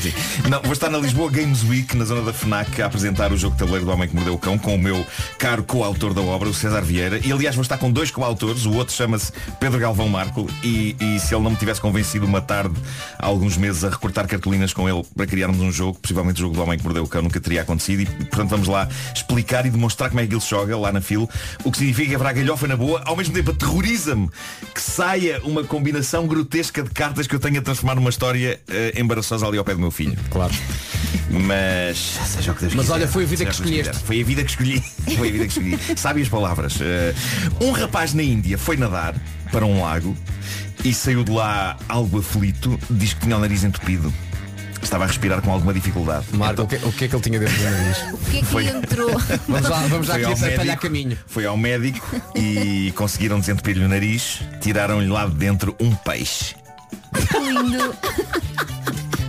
Speaker 13: Sim. Não, vou estar na Lisboa Games Week, na zona da FNAC, a apresentar o jogo de tabuleiro do Homem que Mordeu o Cão com o meu caro co-autor da obra, o César Vieira. E aliás vou estar com dois co-autores, o outro chama-se Pedro Galvão Marco e, e se ele não me tivesse convencido uma tarde há alguns meses a recortar cartolinas com ele para criarmos um jogo, possivelmente o jogo do Homem que Mordeu o Cão nunca teria acontecido e portanto vamos lá explicar e demonstrar como é que ele joga lá na fila, o que significa que haverá galhofa na boa, ao mesmo tempo aterroriza-me que saia uma combinação grotesca de cartas que eu tenha a transformar numa história eh, embaraçosa ali ao pé do meu filho. Claro. Mas seja o que Deus
Speaker 7: Mas
Speaker 13: quiser,
Speaker 7: olha, foi a vida
Speaker 13: seja
Speaker 7: que
Speaker 13: o Deus
Speaker 7: escolheste.
Speaker 13: quiser. Foi a vida que escolhi. Foi a vida que escolhi. Sabe as palavras. Eh, um rapaz na Índia foi nadar para um lago e saiu de lá algo aflito, diz que tinha o nariz entupido. Estava a respirar com alguma dificuldade. Marco, o, que, é que ele tinha dentro do nariz?
Speaker 3: O que é que lhe entrou?
Speaker 7: Vamos lá, vamos lá
Speaker 13: Foi
Speaker 7: aqui
Speaker 13: ao
Speaker 7: atrapalhar
Speaker 13: médico.
Speaker 7: caminho.
Speaker 13: Foi ao médico e conseguiram desentupir-lhe o nariz, tiraram-lhe lá de dentro um peixe.
Speaker 3: Que lindo!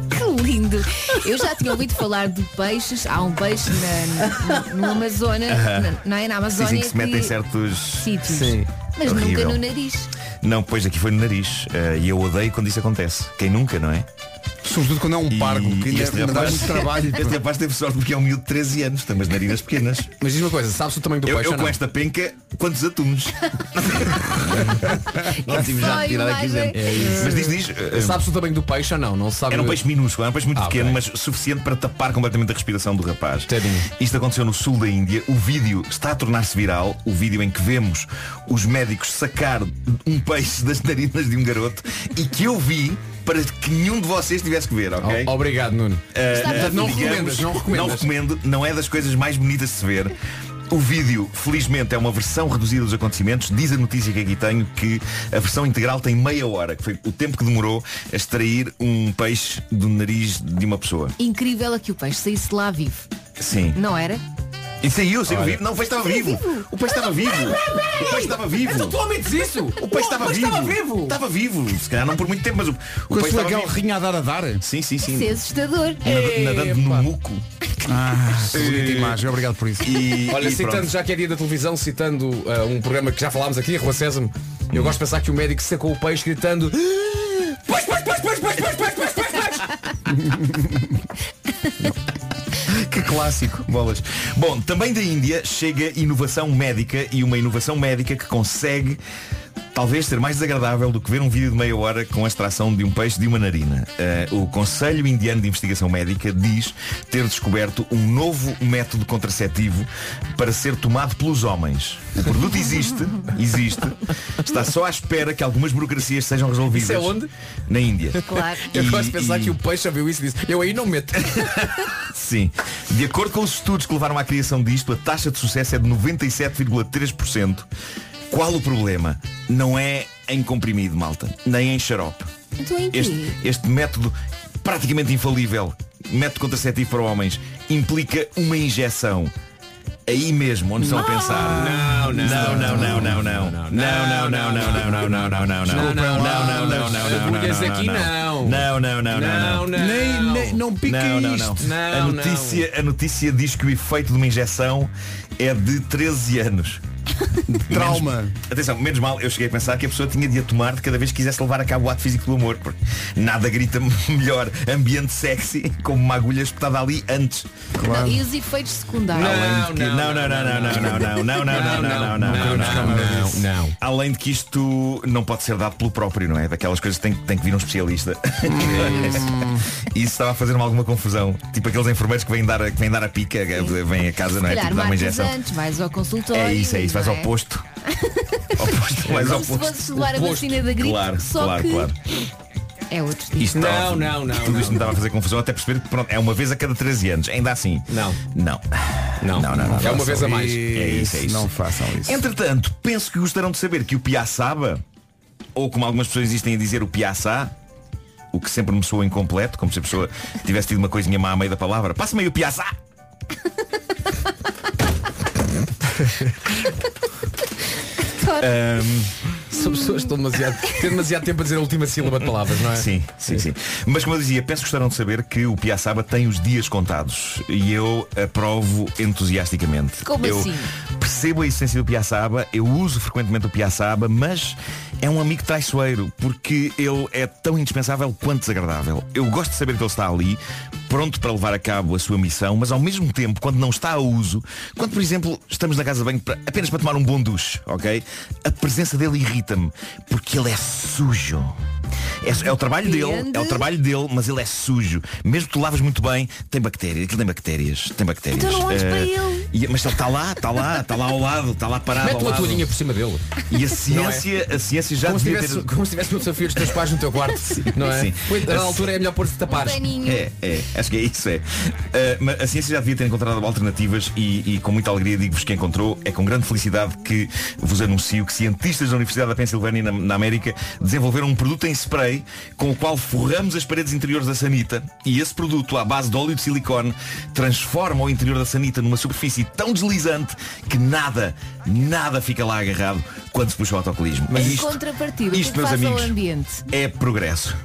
Speaker 3: Que lindo! Eu já tinha ouvido falar de peixes. Há um peixe na, no, no Amazonas,
Speaker 13: Aham.
Speaker 3: na- não é? Na Amazónia.
Speaker 13: Dizem que se metem certos
Speaker 3: sítios. Mas
Speaker 13: Horrível.
Speaker 3: nunca no nariz.
Speaker 13: Não, pois aqui foi no nariz. eh, e eu odeio quando isso acontece. Quem nunca, não é?
Speaker 4: Sobretudo quando é um
Speaker 13: pargo,
Speaker 4: que ainda- ainda dá muito trabalho.
Speaker 13: Este rapaz teve sorte porque é um miúdo de 13 anos, tem umas narinas pequenas.
Speaker 7: Mas diz uma coisa, sabes o tamanho do
Speaker 13: eu,
Speaker 7: peixe
Speaker 13: Eu
Speaker 7: ou
Speaker 13: com
Speaker 7: não?
Speaker 13: esta penca, quantos atunes? Nós tivemos
Speaker 7: Só
Speaker 13: já
Speaker 7: a
Speaker 13: de tirar aqui
Speaker 7: imagem.
Speaker 13: dentro.
Speaker 7: É isso.
Speaker 13: Mas diz, diz. eh,
Speaker 7: Sabes o tamanho do peixe ou não? Não sabe.
Speaker 13: Era um peixe minúsculo, era um peixe muito
Speaker 7: Ah,
Speaker 13: pequeno,
Speaker 7: ok.
Speaker 13: mas suficiente para tapar completamente a respiração do rapaz. Isto aconteceu no sul da Índia. O vídeo está a tornar-se viral, o vídeo em que vemos os médicos sacar um peixe das narinas de um garoto e que eu vi para que nenhum de vocês tivesse que ver, ok?
Speaker 7: O- obrigado, Nuno.
Speaker 13: Eh,
Speaker 7: Está-
Speaker 13: eh,
Speaker 7: não
Speaker 13: digamos,
Speaker 7: recomendas, não recomendas.
Speaker 13: Não recomendo, não é das coisas mais bonitas de se ver. O vídeo, felizmente, é uma versão reduzida dos acontecimentos. Diz a notícia que aqui tenho que a versão integral tem meia hora, que foi o tempo que demorou a extrair um peixe do nariz de uma pessoa.
Speaker 3: Incrível é que o peixe saísse lá vivo.
Speaker 13: Sim.
Speaker 3: Não era?
Speaker 13: E saiu, saiu
Speaker 14: Olha.
Speaker 13: vivo. Não, o peixe estava
Speaker 14: Saiu
Speaker 13: vivo.
Speaker 14: vivo.
Speaker 13: O peixe estava vivo. O peixe estava vivo.
Speaker 14: Então tu
Speaker 7: homem diz isso?
Speaker 13: O peixe estava vivo.
Speaker 14: estava
Speaker 13: Estava vivo. Se calhar não por muito tempo, mas o, o
Speaker 4: Com
Speaker 13: peixe
Speaker 4: esse
Speaker 13: estava
Speaker 4: legal
Speaker 13: vivo.
Speaker 4: rinha a dar a dar.
Speaker 13: Sim, sim, sim.
Speaker 3: Isso é assustador. É.
Speaker 13: Nad- Nadando no muco.
Speaker 4: Ah, que bonita imagem, obrigado por isso.
Speaker 7: Olha, citando, já que é dia da televisão, citando ah, um programa que já falámos aqui, a Rua Sésamo, eu gosto de pensar que o médico sacou o peixe gritando. "Ah, Pois, pois, pois, pois, pois, pois, pois, pois, pois,
Speaker 13: Que clássico, bolas. Bom, também da Índia chega inovação médica e uma inovação médica que consegue talvez ser mais desagradável do que ver um vídeo de meia hora com a extração de um peixe de uma narina. Eh, o Conselho Indiano de Investigação Médica diz ter descoberto um novo método contraceptivo para ser tomado pelos homens. O produto existe, existe, está só à espera que algumas burocracias sejam resolvidas.
Speaker 7: Isso é onde?
Speaker 13: Na Índia.
Speaker 7: Claro. Eu gosto de pensar que o peixe viu isso e disse, eu aí não meto.
Speaker 13: Sim. De acordo com os estudos que levaram à criação disto, a taxa de sucesso é de 97,3%. Qual o problema? Não é em comprimido, malta, nem em xarope.
Speaker 3: Então em quê?
Speaker 13: Este, é este método praticamente infalível, método contraceptivo para homens, implica uma injeção. Aí mesmo, onde
Speaker 3: Ah!
Speaker 13: estão a pensar.
Speaker 5: Ah,
Speaker 13: Não, não, não, não, não, não. Não, não, não, não, não, não, não, não, não, não. Não, não, não, não, não, não,
Speaker 7: Mulheres aqui
Speaker 13: não. Não, não, não, não, não.
Speaker 4: Nem, nem, não pica
Speaker 13: Não, não, não.
Speaker 4: isto.
Speaker 13: a, notícia, a notícia diz que o efeito de uma injeção é de 13 anos.
Speaker 4: Trauma.
Speaker 13: atenção, menos mal, eu cheguei a pensar que a pessoa tinha de a tomar de cada vez que quisesse levar a cabo o ato físico do amor, porque nada grita melhor ambiente sexy como uma agulha espetada ali antes.
Speaker 3: Não, e os efeitos secundários?
Speaker 13: Além de que- Não, é tipo, não, não, não, não, não, não, não, não, não, não, não, não, não, não. Além de que isto não pode ser dado pelo próprio, não é? Daquelas coisas que tem, tem que vir um especialista. E Isso estava a fazer-me alguma confusão. Tipo aqueles enfermeiros que vêm dar, a- que vêm dar a pica, que vêm a casa, não é?
Speaker 3: Calhar
Speaker 13: Tipo dar uma
Speaker 3: marcas
Speaker 13: injeção.
Speaker 3: antes, vais ao consultório.
Speaker 13: É isso, é isso, vais
Speaker 3: não
Speaker 13: ao posto. Oposto,
Speaker 3: Como
Speaker 13: vais ao
Speaker 3: se
Speaker 13: posto.
Speaker 3: fosses levar a
Speaker 13: Oposto.
Speaker 3: vacina da gripe,
Speaker 13: Claro,
Speaker 3: só
Speaker 13: claro,
Speaker 3: que-
Speaker 13: claro.
Speaker 3: É outro tipo.
Speaker 13: Isto estava- Tudo isto me estava a fazer confusão até perceber que pronto, é uma vez a cada 13 anos. Ainda assim. Não. Não. Não, não, não.
Speaker 7: É uma vez a mais.
Speaker 13: É isso, é isso.
Speaker 7: Não
Speaker 4: façam isso.
Speaker 13: Entretanto, penso que gostarão de saber que o Piaçaba, ou como algumas pessoas existem a dizer o Piaçá, o que sempre me soa incompleto, como se a pessoa tivesse tido uma coisinha má a meio da palavra. Passa-me aí o Piaçá!
Speaker 7: São pessoas que estão demasiado, têm demasiado tempo a dizer a última sílaba de palavras, não é?
Speaker 13: Sim, sim, sim. Mas como eu dizia, penso que gostaram de saber que o Piaçaba tem os dias contados. E eu aprovo entusiasticamente.
Speaker 3: Como
Speaker 13: eu
Speaker 3: assim?
Speaker 13: percebo a essência do Piaçaba, eu uso frequentemente o Piaçaba, mas é um amigo traiçoeiro, porque ele é tão indispensável quanto desagradável. Eu gosto de saber que ele está ali, pronto para levar a cabo a sua missão, mas ao mesmo tempo, quando não está a uso, quando, por exemplo, estamos na casa de banho para- apenas para tomar um bom duche, ok? A presença dele irrita-me, porque ele é sujo. É, é o trabalho dele, é o trabalho dele, mas ele é sujo. Mesmo que tu laves muito bem, tem bactérias, aquilo tem bactérias, tem bactérias.
Speaker 7: Então não olhes
Speaker 13: Eh,
Speaker 7: para ele.
Speaker 13: e- mas ele está lá, está lá, está lá ao lado, está lá parado.
Speaker 7: Mete
Speaker 13: ao
Speaker 7: uma
Speaker 13: lado.
Speaker 7: toalhinha por cima dele.
Speaker 13: E a
Speaker 7: Não é?
Speaker 13: ciência, a ciência já
Speaker 7: como se,
Speaker 13: devia
Speaker 7: tivesse,
Speaker 13: ter-
Speaker 7: como se tivesse um desafio dos teus pais no teu quarto. não é?
Speaker 13: Sim.
Speaker 7: Pois, A altura é melhor pôr-se tapares.
Speaker 13: É, é, acho que é isso, é. Ah, mas a ciência já devia ter encontrado alternativas e, e com muita alegria digo-vos que encontrou. É com grande felicidade que vos anuncio que cientistas da Universidade da Pensilvânia, na, na América, desenvolveram um produto em spray com o qual forramos as paredes interiores da sanita e esse produto, à base de óleo de silicone, transforma o interior da sanita numa superfície tão deslizante que nada, nada fica lá agarrado quando se puxa o autocolismo.
Speaker 3: Mas
Speaker 13: E
Speaker 3: em
Speaker 13: isto-
Speaker 3: contrapartida,
Speaker 13: isto,
Speaker 3: o que é que
Speaker 13: meus
Speaker 3: faz
Speaker 13: amigos,
Speaker 3: ao ambiente?
Speaker 13: é progresso.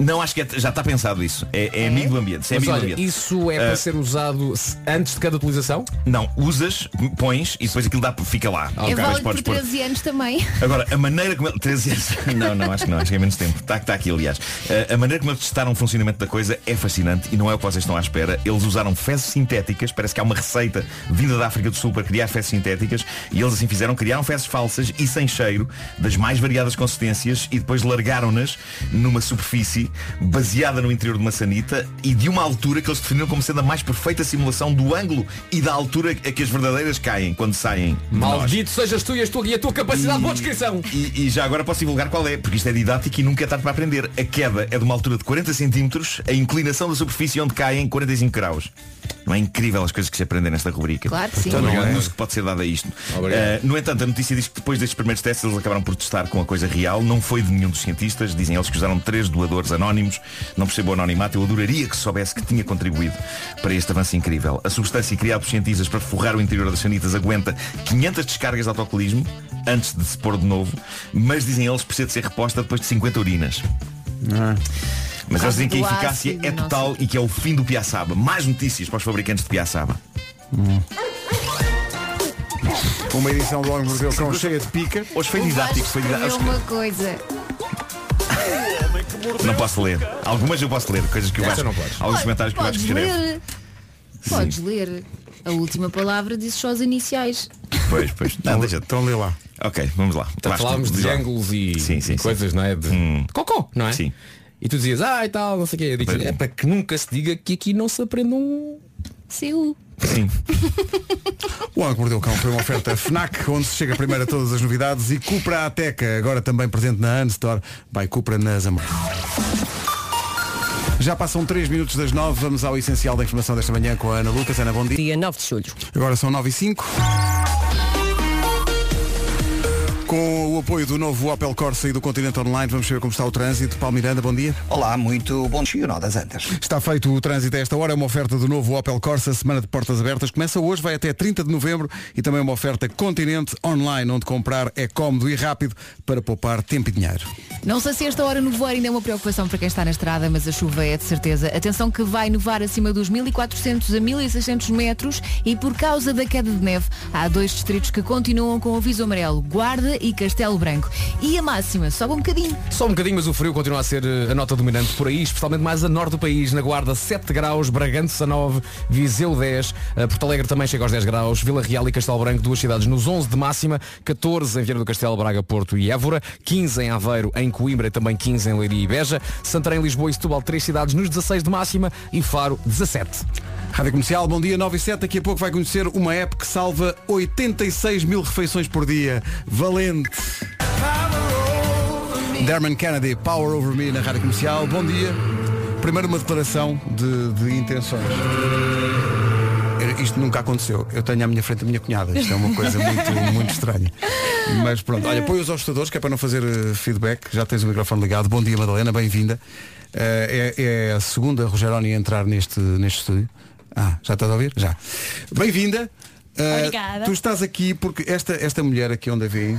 Speaker 13: Não, acho que é- já está pensado isso. É, é amigo do ambiente. É
Speaker 7: Mas
Speaker 13: amigo do
Speaker 7: olha,
Speaker 13: ambiente.
Speaker 7: isso é para
Speaker 13: Ah,
Speaker 7: ser usado se- antes de cada utilização?
Speaker 13: Não, usas, pões e depois aquilo dá, fica lá.
Speaker 3: É
Speaker 13: Depois
Speaker 3: válido por
Speaker 13: podes pôr.
Speaker 3: 13 anos também.
Speaker 13: Agora, a maneira como ele. 13 anos. Não, não, acho que não, acho que é menos tempo. Está tá aqui, aliás. Uh, a maneira como eles testaram o funcionamento da coisa é fascinante e não é o que vocês estão à espera. Eles usaram fezes sintéticas, parece que há uma receita vinda da África do Sul para criar fezes sintéticas e eles assim fizeram, criaram fezes falsas e sem cheiro, das mais variadas consistências e depois largaram-nas numa superfície baseada no interior de uma sanita e de uma altura que eles definiram como sendo a mais perfeita simulação do ângulo e da altura a que as verdadeiras caem quando saem. de nós.
Speaker 7: Maldito sejas tu e a tua, e a tua capacidade de boa descrição.
Speaker 13: E, e já agora posso divulgar qual é, porque isto é didático e nunca é tarde para aprender. A queda é de uma altura de 40 centímetros, a inclinação da superfície onde cai é em 45 graus. Não é incrível as coisas que se aprendem nesta rubrica?
Speaker 3: Claro que sim.
Speaker 13: Então, não há
Speaker 3: Obrigado.
Speaker 13: uso que pode ser dado a isto. Eh, no entanto, a notícia diz que depois destes primeiros testes eles acabaram por testar com a coisa real. Não foi de nenhum dos cientistas. Dizem eles que usaram três doadores anónimos. Não percebo o anonimato. Eu adoraria que soubesse que tinha contribuído para este avanço incrível. A substância criada pelos cientistas para forrar o interior das sanitas aguenta 500 descargas de autocolismo antes de se pôr de novo. Mas dizem eles que precisa de ser reposta depois de 50 urinas. É. Mas eles dizem que a
Speaker 7: Do
Speaker 13: eficácia
Speaker 7: ácido,
Speaker 13: é
Speaker 7: não
Speaker 13: total e que é o fim do Piaçaba. Mais notícias para os fabricantes de Piaçaba.
Speaker 4: Uma edição do Homem que Mordeu o Cão cheia de pica.
Speaker 13: Hoje foi didático, foi
Speaker 3: É
Speaker 13: didático.
Speaker 3: uma coisa.
Speaker 13: Não posso ler. Algumas eu posso ler, coisas que eu
Speaker 7: Essa
Speaker 13: acho.
Speaker 7: não podes.
Speaker 13: Alguns comentários que eu acho
Speaker 3: Podes
Speaker 13: que escrevo.
Speaker 3: ler. Podes ler. A última palavra diz só os iniciais.
Speaker 13: Pois, pois. Não, deixa. Então lê lá. Ok, vamos lá.
Speaker 7: Então, falávamos de ângulos e coisas, não é? De
Speaker 13: Hum.
Speaker 7: cocó, não é? Sim. E tu dizias, ah e tal, não sei o quê. Eu digo, é para que nunca se diga que aqui não se aprende um
Speaker 3: CU.
Speaker 13: Sim.
Speaker 4: O Homem que Mordeu o Cão foi uma oferta FNAC, onde se chega primeiro a todas as novidades e Cupra Ateca, agora também presente na Unstore, by Cupra nas Américas. Já passam 3 minutos das 9, vamos ao essencial da informação desta manhã com a Ana Lucas. Ana, bom dia.
Speaker 1: Dia 9 de julho.
Speaker 4: Agora são 9 e 5. Com o apoio do novo Opel Corsa e do Continente Online, vamos ver como está o trânsito. Paulo Miranda, bom dia.
Speaker 2: Olá, muito bom dia, Nó das Antas.
Speaker 4: Está feito o trânsito a esta hora, é uma oferta do novo Opel Corsa, semana de portas abertas. Começa hoje, vai até 30 de novembro e também uma oferta Continente Online, onde comprar é cómodo e rápido para poupar tempo e dinheiro.
Speaker 3: Não sei se esta hora no voar ainda é uma preocupação para quem está na estrada, mas a chuva é de certeza. Atenção que vai nevar acima dos 1400 a 1600 metros e por causa da queda de neve há dois distritos que continuam com o aviso amarelo, Guarda e Castelo Branco. E a máxima sobe um bocadinho.
Speaker 7: Só um bocadinho, mas o frio continua a ser eh, a nota dominante por aí, especialmente mais a norte do país. Na Guarda, 7 graus, Bragança 9, Viseu 10, eh, Porto Alegre também chega aos 10 graus, Vila Real e Castelo Branco, duas cidades nos 11 de máxima, 14 em Vieira do Castelo, Braga, Porto e Évora, 15 em Aveiro, em Coimbra e também 15 em Leiria e Beja, Santarém, Lisboa e Setúbal, três cidades nos 16 de máxima e Faro 17.
Speaker 4: Rádio Comercial, bom dia 9 e 7. Daqui a pouco vai conhecer uma app que salva 86 mil refeições por dia. Valente. Derman Kennedy, Power Over Me na Rádio Comercial. Bom dia. Primeiro uma declaração de, de intenções. Isto nunca aconteceu. Eu tenho à minha frente a minha cunhada. Isto é uma coisa muito, muito estranha. Mas pronto, olha, põe os aos estudadores, que é para não fazer eh, feedback. Já tens o microfone ligado. Bom dia, Madalena, bem-vinda. Eh, é, é a segunda Rogeroni a entrar neste, neste estúdio. Ah, já estás a ouvir? Já. Bem-vinda. Eh,
Speaker 18: Obrigada.
Speaker 4: Tu estás aqui porque esta, esta mulher aqui onde a vi,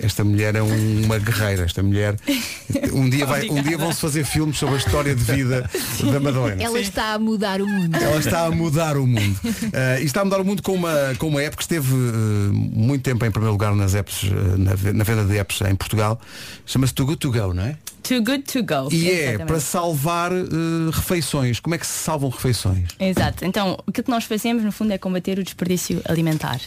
Speaker 4: esta mulher é um- uma guerreira. Esta mulher, um dia, vai, um dia
Speaker 18: Obrigada.
Speaker 4: vão-se fazer filmes sobre a história de vida da Madalena.
Speaker 3: Ela está a mudar o mundo.
Speaker 4: Ela está a mudar o mundo. Eh, e está a mudar o mundo com uma, com uma app que esteve eh, muito tempo em primeiro lugar nas apps, eh, na, ve- na venda de apps em Portugal. Chama-se Too Good To Go, não é?
Speaker 18: Too good to go.
Speaker 4: E é
Speaker 18: Exatamente.
Speaker 4: para salvar eh, refeições. Como é que se salvam refeições?
Speaker 18: Exato. Então, o que nós fazemos, no fundo, é combater o desperdício alimentar.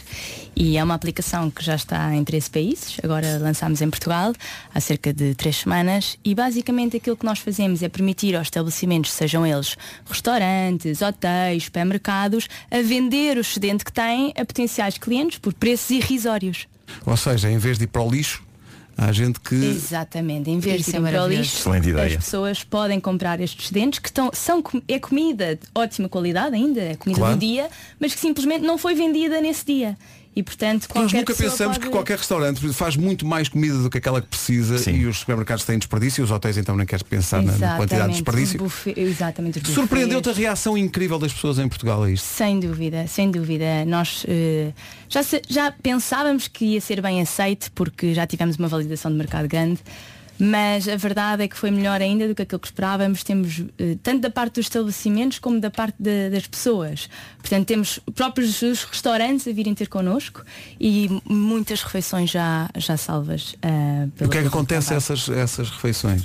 Speaker 18: E é uma aplicação que já está em 13 países, agora lançámos em Portugal, há cerca de 3 semanas, e basicamente aquilo que nós fazemos é permitir aos estabelecimentos, sejam eles restaurantes, hotéis, supermercados, a vender o excedente que têm a potenciais clientes por preços irrisórios.
Speaker 4: Ou seja, em vez de ir para o lixo, há gente que.
Speaker 18: Exatamente, em vez
Speaker 3: Isso
Speaker 18: de
Speaker 3: é
Speaker 18: ir para o
Speaker 4: maravilhoso.
Speaker 18: lixo,
Speaker 4: Excelente ideia.
Speaker 18: as pessoas podem comprar estes dentes que estão, são, com- é comida de ótima qualidade ainda, é comida
Speaker 4: Claro.
Speaker 18: do dia, mas que simplesmente não foi vendida nesse dia. E portanto,
Speaker 4: Nós
Speaker 18: qualquer
Speaker 4: nunca
Speaker 18: pessoa
Speaker 4: pensamos
Speaker 18: pode-
Speaker 4: que qualquer restaurante faz muito mais comida do que aquela que precisa e os supermercados têm desperdício e os hotéis então nem queres pensar na- na quantidade de
Speaker 18: Exatamente,
Speaker 4: desperdício.
Speaker 18: os bufe- Exatamente. os
Speaker 4: Surpreendeu-te a
Speaker 18: bufês.
Speaker 4: reação incrível das pessoas em Portugal a isto?
Speaker 18: Sem dúvida, sem dúvida. Nós eh, já, se- já pensávamos que ia ser bem aceito porque já tivemos uma validação de mercado grande, mas a verdade é que foi melhor ainda do que aquilo que esperávamos. Temos eh, tanto da parte dos estabelecimentos como da parte da- das pessoas. Portanto, temos próprios os restaurantes a virem ter connosco e m- muitas refeições já, já salvas. eh,
Speaker 4: O
Speaker 18: pelo
Speaker 4: que é que
Speaker 18: pelo
Speaker 4: acontece a
Speaker 18: trabalho.
Speaker 4: essas, a essas refeições?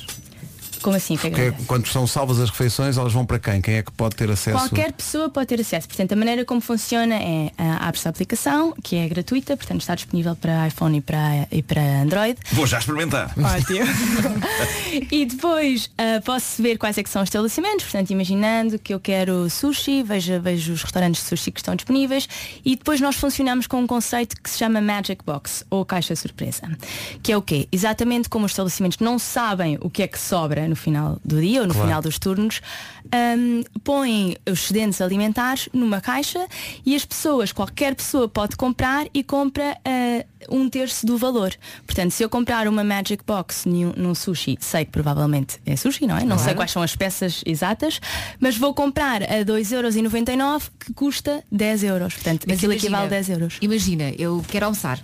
Speaker 18: Como assim? O que é que
Speaker 4: Porque
Speaker 18: acontece?
Speaker 4: quando são salvas as refeições, elas vão para quem? Quem é que pode ter acesso?
Speaker 18: Qualquer pessoa pode ter acesso. Portanto, a maneira como funciona é ah, abre-se a aplicação, que é gratuita, portanto está disponível para iPhone e para, e para Android.
Speaker 13: Vou já experimentar.
Speaker 18: e depois ah, posso ver quais é que são os estabelecimentos, portanto, imaginando que eu quero sushi, vejo, vejo os restaurantes de sushi que estão disponíveis e depois nós funcionamos com um conceito que se chama Magic Box ou Caixa Surpresa, que é o quê? Exatamente como os estabelecimentos não sabem o que é que sobra no final do dia ou no
Speaker 12: Claro.
Speaker 18: final dos turnos, ahm, põem os excedentes alimentares numa caixa e as pessoas, qualquer pessoa pode comprar e compra ah, um terço do valor. Portanto, se eu comprar uma Magic Box num, num sushi, sei que provavelmente é sushi, não é? Não sei
Speaker 12: Claro.
Speaker 18: quais são as peças exatas, mas vou comprar a 2,99€ que custa 10 euros. Portanto, aquilo equivale a 10 euros.
Speaker 3: Imagina, eu quero almoçar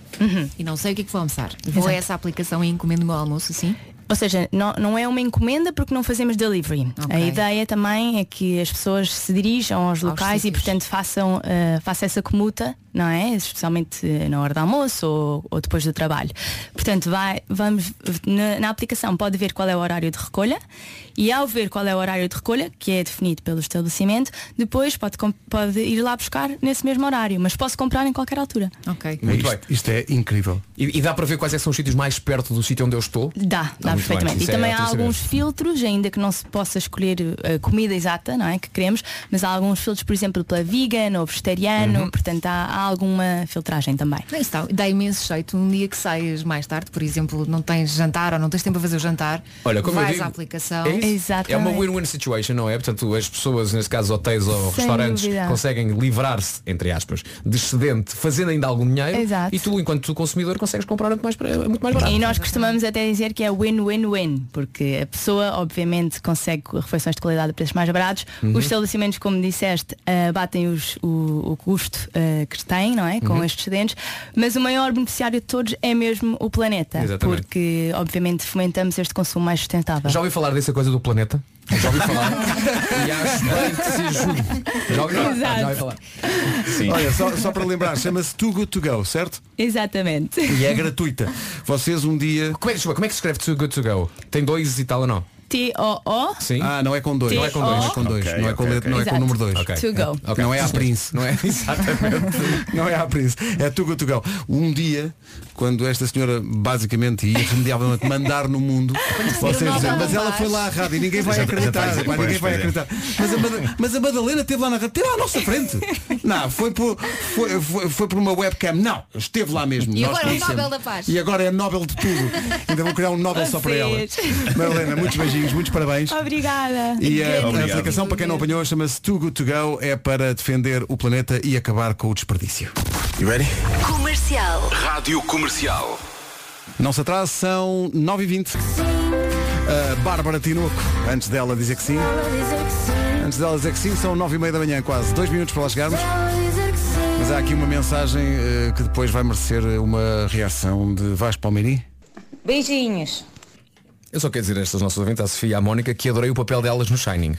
Speaker 3: e não sei o que é que vou almoçar. Vou a
Speaker 18: Exato.
Speaker 3: essa aplicação e encomendo o meu almoço, sim?
Speaker 18: Ou seja, não, não é uma encomenda porque não fazemos delivery. A ideia também é que as pessoas se dirijam aos locais e, portanto, façam, eh, façam essa comuta, não é? Especialmente eh, na hora do almoço ou, ou depois do trabalho. Portanto, vai, vamos, na, na aplicação pode ver qual é o horário de recolha e, ao ver qual é o horário de recolha, que é definido pelo estabelecimento, depois pode, com- pode ir lá buscar nesse mesmo horário, mas posso comprar em qualquer altura.
Speaker 3: Ok.
Speaker 7: Muito
Speaker 4: isto, isto é incrível.
Speaker 7: E, e dá para ver quais é que são os sítios mais perto do sítio onde eu estou?
Speaker 18: Dá, dá
Speaker 7: muito bem.
Speaker 18: perfeitamente.
Speaker 7: Isso
Speaker 18: E
Speaker 7: é
Speaker 18: também há
Speaker 7: ótimo saber.
Speaker 18: alguns filtros, ainda que não se possa escolher a comida exata, não é? Que queremos, mas há alguns filtros, por exemplo, pela vegan ou vegetariano,
Speaker 7: Uhum.
Speaker 18: portanto há, há alguma filtragem também.
Speaker 3: Não, isso dá, dá imenso jeito. Um dia que saias mais tarde, por exemplo, não tens jantar ou não tens tempo a fazer o jantar,
Speaker 7: Olha, como
Speaker 3: vais
Speaker 7: eu digo,
Speaker 3: à aplicação.
Speaker 7: É, isso. É uma win-win situation, não é? Portanto, as pessoas, nesse caso hotéis ou
Speaker 3: Sem
Speaker 7: restaurantes,
Speaker 3: dúvida.
Speaker 7: conseguem livrar-se, entre aspas, de excedente, fazendo ainda algum dinheiro.
Speaker 18: Exato.
Speaker 7: E tu, enquanto consumidor, consegues comprar muito mais, pra- muito mais barato.
Speaker 18: E nós costumamos até dizer que é win-win-win, porque a pessoa obviamente consegue refeições de qualidade a preços mais baratos,
Speaker 12: Uhum.
Speaker 18: eh, os estabelecimentos, como disseste, ah, batem os- o, o custo ah, que está têm, não é? Com
Speaker 12: Uhum.
Speaker 18: estes dentes. Mas o maior beneficiário de todos é mesmo o planeta.
Speaker 7: Exatamente.
Speaker 18: Porque, obviamente, fomentamos este consumo mais sustentável.
Speaker 7: Já ouvi falar dessa coisa do planeta? Já ouvi falar? e acho bem que se ajude. Já ouvi falar?
Speaker 18: Exato.
Speaker 7: Já ouvi falar.
Speaker 4: Olha, só, só para lembrar, chama-se Too Good To Go, certo?
Speaker 18: Exatamente.
Speaker 4: E é gratuita. Vocês um dia.
Speaker 7: Como é que, como é que se escreve Too Good To Go? Tem dois e tal ou não?
Speaker 18: T-O-O.
Speaker 7: Sim.
Speaker 4: Ah, não é com dois.
Speaker 7: Não é com dois.
Speaker 4: Não é com dois.
Speaker 7: Ok,
Speaker 4: não é com,
Speaker 7: ok,
Speaker 4: letra- não é com
Speaker 18: ok.
Speaker 4: o número dois.
Speaker 18: Exato. To go.
Speaker 4: Ok. Não é a Prince. Não é,
Speaker 7: exatamente.
Speaker 4: não é a Prince. É tu Good to go. Um dia, quando esta senhora basicamente e irremediavelmente mandar no mundo, vocês
Speaker 7: Nobel
Speaker 4: dizem,
Speaker 7: da
Speaker 4: mas ela
Speaker 7: Paz."
Speaker 4: foi lá à rádio e ninguém vai
Speaker 7: Já- tá já está a
Speaker 4: acreditar.
Speaker 7: dizer,
Speaker 4: pá, ninguém
Speaker 7: pois,
Speaker 4: vai
Speaker 7: pois é.
Speaker 4: acreditar. Mas a, Mada- mas a Madalena esteve lá na rádio. Esteve lá à nossa frente. Não, foi por, foi, foi, foi por uma webcam. Não, esteve lá mesmo.
Speaker 3: E
Speaker 4: Nós
Speaker 3: agora é o
Speaker 4: conhecemos.
Speaker 3: Nobel da Paz.
Speaker 4: E agora é Nobel de tudo. Ainda vou criar um Nobel só para ela.
Speaker 18: Vocês.
Speaker 4: Madalena, muitos beijinhos, muitos parabéns.
Speaker 18: Obrigada.
Speaker 4: E é- eh, a, a aplicação, para quem não apanhou, chama-se Too Good To Go, é para defender o planeta e acabar com o desperdício. You ready?
Speaker 6: Comercial.
Speaker 17: Rádio Comercial.
Speaker 4: Não se atrase, são 9h20. A Bárbara Tinoco, antes dela dizer que sim. Antes dela dizer que sim, são 9h30 da manhã, quase. Dois minutos para lá chegarmos. Mas há aqui uma mensagem eh, que depois vai merecer uma reação de Vasco Palmeirim.
Speaker 19: Beijinhos.
Speaker 7: Eu só quero dizer a estas nossas ouvintes, à Sofia e à Mónica, que adorei o papel delas no Shining.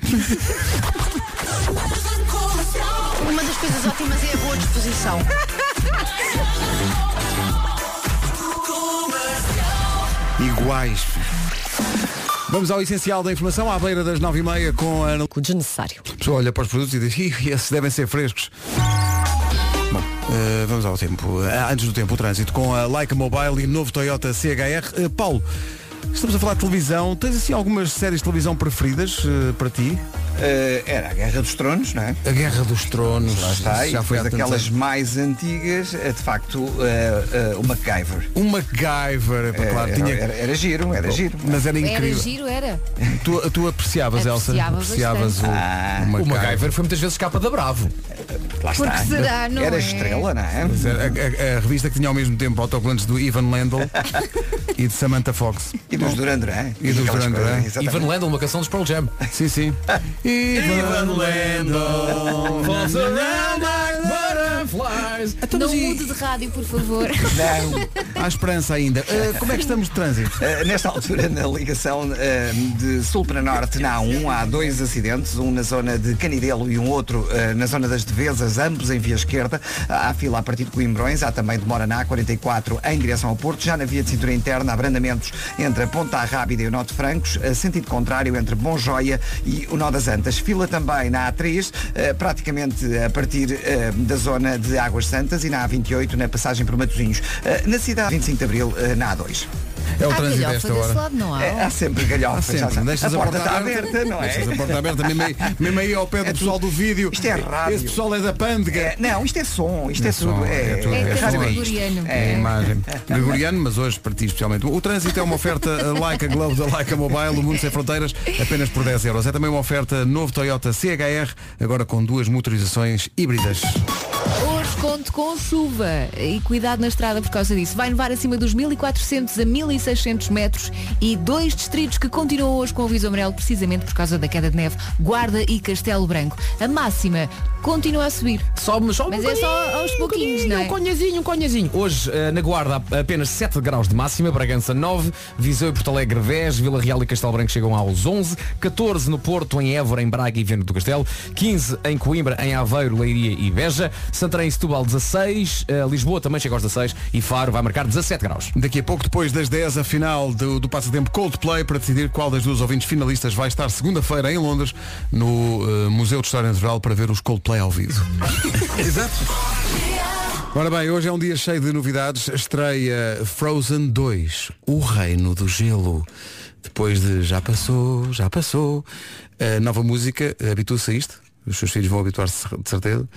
Speaker 20: Uma das coisas ótimas é a boa disposição.
Speaker 4: Iguais. Vamos ao essencial da informação, à beira das 9h30 com a Ana.
Speaker 1: O desnecessário.
Speaker 4: A pessoa olha para os produtos e diz, "Ih, esses devem ser frescos. Bom, eh, vamos ao tempo. Ah, antes do tempo, o trânsito com a Leica Mobile e novo Toyota CHR. Eh, Paulo, estamos a falar de televisão. Tens assim algumas séries de televisão preferidas eh, para ti?
Speaker 2: Eh, era a Guerra dos Tronos, não é?
Speaker 4: A Guerra dos Tronos.
Speaker 2: Lá está,
Speaker 4: Isso
Speaker 2: já foi
Speaker 4: há tantos
Speaker 2: daquelas
Speaker 4: anos.
Speaker 2: mais antigas, eh, de facto, eh, eh, o MacGyver.
Speaker 4: O MacGyver, epá,
Speaker 2: Era-
Speaker 4: claro,
Speaker 2: É, era-
Speaker 4: tinha...
Speaker 2: era- era giro, era giro.
Speaker 4: Mas era incrível.
Speaker 3: Era giro, era.
Speaker 4: Tu, tu apreciavas, Elsa?
Speaker 3: Apreciava
Speaker 4: Apreciavas o,
Speaker 3: bastante.
Speaker 2: Ah.
Speaker 4: o
Speaker 7: O
Speaker 4: MacGyver.
Speaker 7: MacGyver foi muitas vezes capa da Bravo.
Speaker 2: Lá
Speaker 3: Porque está. será, não Era é? estrela,
Speaker 2: não é?
Speaker 4: A, a- a revista que tinha ao mesmo tempo autocolantes do Ivan Lendl e de Samantha Fox.
Speaker 2: E dos Duran Duran.
Speaker 4: E dos
Speaker 2: Aquelas
Speaker 4: Duran Duran.
Speaker 2: coisas, exatamente.
Speaker 7: Ivan Lendl, uma canção dos Pearl Jam.
Speaker 4: Sim, sim. Ivan
Speaker 7: Lendl falls around like butterflies. Então,
Speaker 3: Não mude de rádio, por favor.
Speaker 4: Há esperança ainda. Ah, como é que estamos de trânsito?
Speaker 2: Uh, nesta altura, na ligação uh, de sul para norte, na A1, há dois acidentes, um na zona de Canidelo e um outro uh, na zona das Devesas, ambos em via esquerda. Há fila a partir de Coimbrões, há também demora na A44 em direção ao Porto. Já na via de cintura interna, há abrandamentos entre a Ponta Rábida e o Nó de Francos, uh, sentido contrário entre Bom Joia e o Nó das Antas. Fila também na A3, uh, praticamente a partir uh, da zona de Águas Santas e na A28, na passagem por Matosinhos. Uh, na cidade, 25 de Abril, uh, na A2.
Speaker 4: É o Há trânsito a galhofa desta desse hora.
Speaker 3: lado, não há?
Speaker 2: É, há sempre galhofa.
Speaker 4: Há
Speaker 2: já
Speaker 4: sempre.
Speaker 2: sabe.
Speaker 4: Deixas
Speaker 2: a porta está aberta, não é?
Speaker 4: Deixas a porta aberta, mesmo aí, mesmo aí ao pé do pessoal do vídeo. Isto
Speaker 2: é rádio.
Speaker 4: Esse pessoal é da pândega.
Speaker 2: É, não, isto é som, isto é,
Speaker 4: som,
Speaker 2: tudo.
Speaker 4: é tudo, é
Speaker 2: rádio
Speaker 4: som.
Speaker 2: é isto.
Speaker 4: É
Speaker 2: É.
Speaker 4: a imagem. Gregoriano, mas hoje para ti especialmente. O trânsito é uma oferta eh, Leica Globo da Leica Mobile, o Mundo Sem Fronteiras, apenas por 10 euros. É também uma oferta novo Toyota CHR, agora com duas motorizações híbridas.
Speaker 3: Hoje conto com chuva e cuidado na estrada por causa disso. Vai nevar acima dos 1400 a 1600 metros e dois distritos que continuam hoje com o aviso amarelo precisamente por causa da queda de neve, Guarda e Castelo Branco. A máxima continua a subir.
Speaker 7: Sobe,
Speaker 4: um
Speaker 7: sobe
Speaker 3: Mas é só aos pouquinhos, não é?
Speaker 7: Um conhazinho, um conhazinho. Hoje, eh, na Guarda, há apenas 7 graus de máxima, Bragança 9, Viseu e Porto Alegre 10, Vila Real e Castelo Branco chegam aos 11, 14 no Porto, em Évora, em Braga e Viana do Castelo, 15 em Coimbra, em Aveiro, Leiria e Beja, Santarém e Setúbal 16, eh, Lisboa também chega aos 16 e Faro vai marcar 17 graus.
Speaker 4: Daqui a pouco, depois das 10, a final do, do passatempo Coldplay, para decidir qual das duas ouvintes finalistas vai estar segunda-feira em Londres, no eh, Museu de História Natural, para ver os Coldplay ao vivo. Exato. Ora bem, hoje é um dia cheio de novidades. Estreia Frozen 2, O Reino do Gelo. Depois de Já Passou, Já Passou. A nova música, habitua-se a isto? Os seus filhos vão habituar-se de certeza.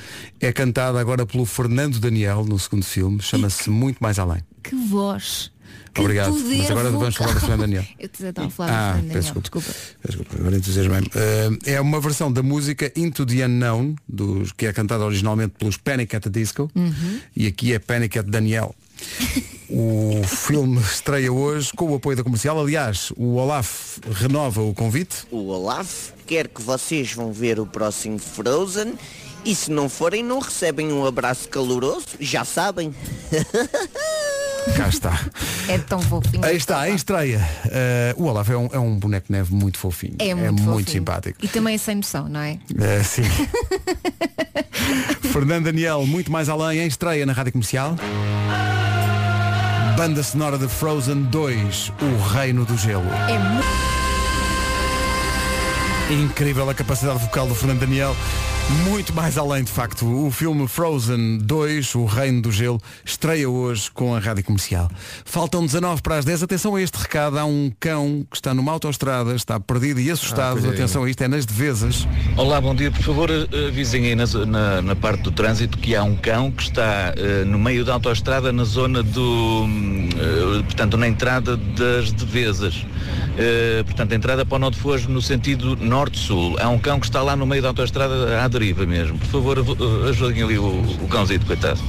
Speaker 4: É cantada agora pelo Fernando Daniel no segundo filme. Chama-se Muito Mais Além.
Speaker 3: Que voz. Que
Speaker 4: Obrigado.
Speaker 3: poder
Speaker 4: Mas agora vamos falar do
Speaker 3: vocal.
Speaker 4: Fernando Daniel.
Speaker 3: Eu te estava a falar
Speaker 4: Ah,
Speaker 3: do Fernando Daniel.
Speaker 4: peço desculpa. Peço desculpa, agora entusiasmei-me. Ah, é uma versão da música Into the Unknown, dos, que é cantada originalmente pelos Panic at the Disco.
Speaker 12: Uhum.
Speaker 4: E aqui é Panic at Daniel. O filme estreia hoje com o apoio da comercial. Aliás, o Olaf renova o convite.
Speaker 21: O Olaf quer que vocês vão ver o próximo Frozen
Speaker 19: E se não forem, não recebem um abraço caloroso, já sabem.
Speaker 4: Cá está.
Speaker 3: É tão fofinho.
Speaker 4: Aí está, em estreia. Eh, o Olaf é um, é um boneco de neve muito fofinho.
Speaker 3: É muito, fofinho.
Speaker 4: simpático.
Speaker 3: E também é sem noção, não é?
Speaker 4: Eh, sim. Fernando Daniel, muito mais além, em estreia na Rádio Comercial. Banda sonora de Frozen 2, O Reino do Gelo.
Speaker 3: É muito.
Speaker 4: Incrível a capacidade vocal do Fernando Daniel. Muito mais além, de facto. O filme Frozen 2, O Reino do Gelo, estreia hoje com a Rádio Comercial. Faltam 19 para as 10. Atenção a este recado. Há um cão que está numa autoestrada, está perdido e assustado.
Speaker 21: coitadinho.
Speaker 4: Atenção a isto, é nas Devesas.
Speaker 21: Olá, bom dia. Por favor, eh, avisem aí na, zo- na- na parte do trânsito que há um cão que está eh, no meio da autoestrada na zona do. hum, eh, portanto, na entrada das Devesas. Eh, portanto, a entrada para o Nó de Fojo no sentido norte-sul. Há um cão que está lá no meio da autoestrada à deriva mesmo. Por favor, eh, ajudem ali o, o cãozinho, coitado.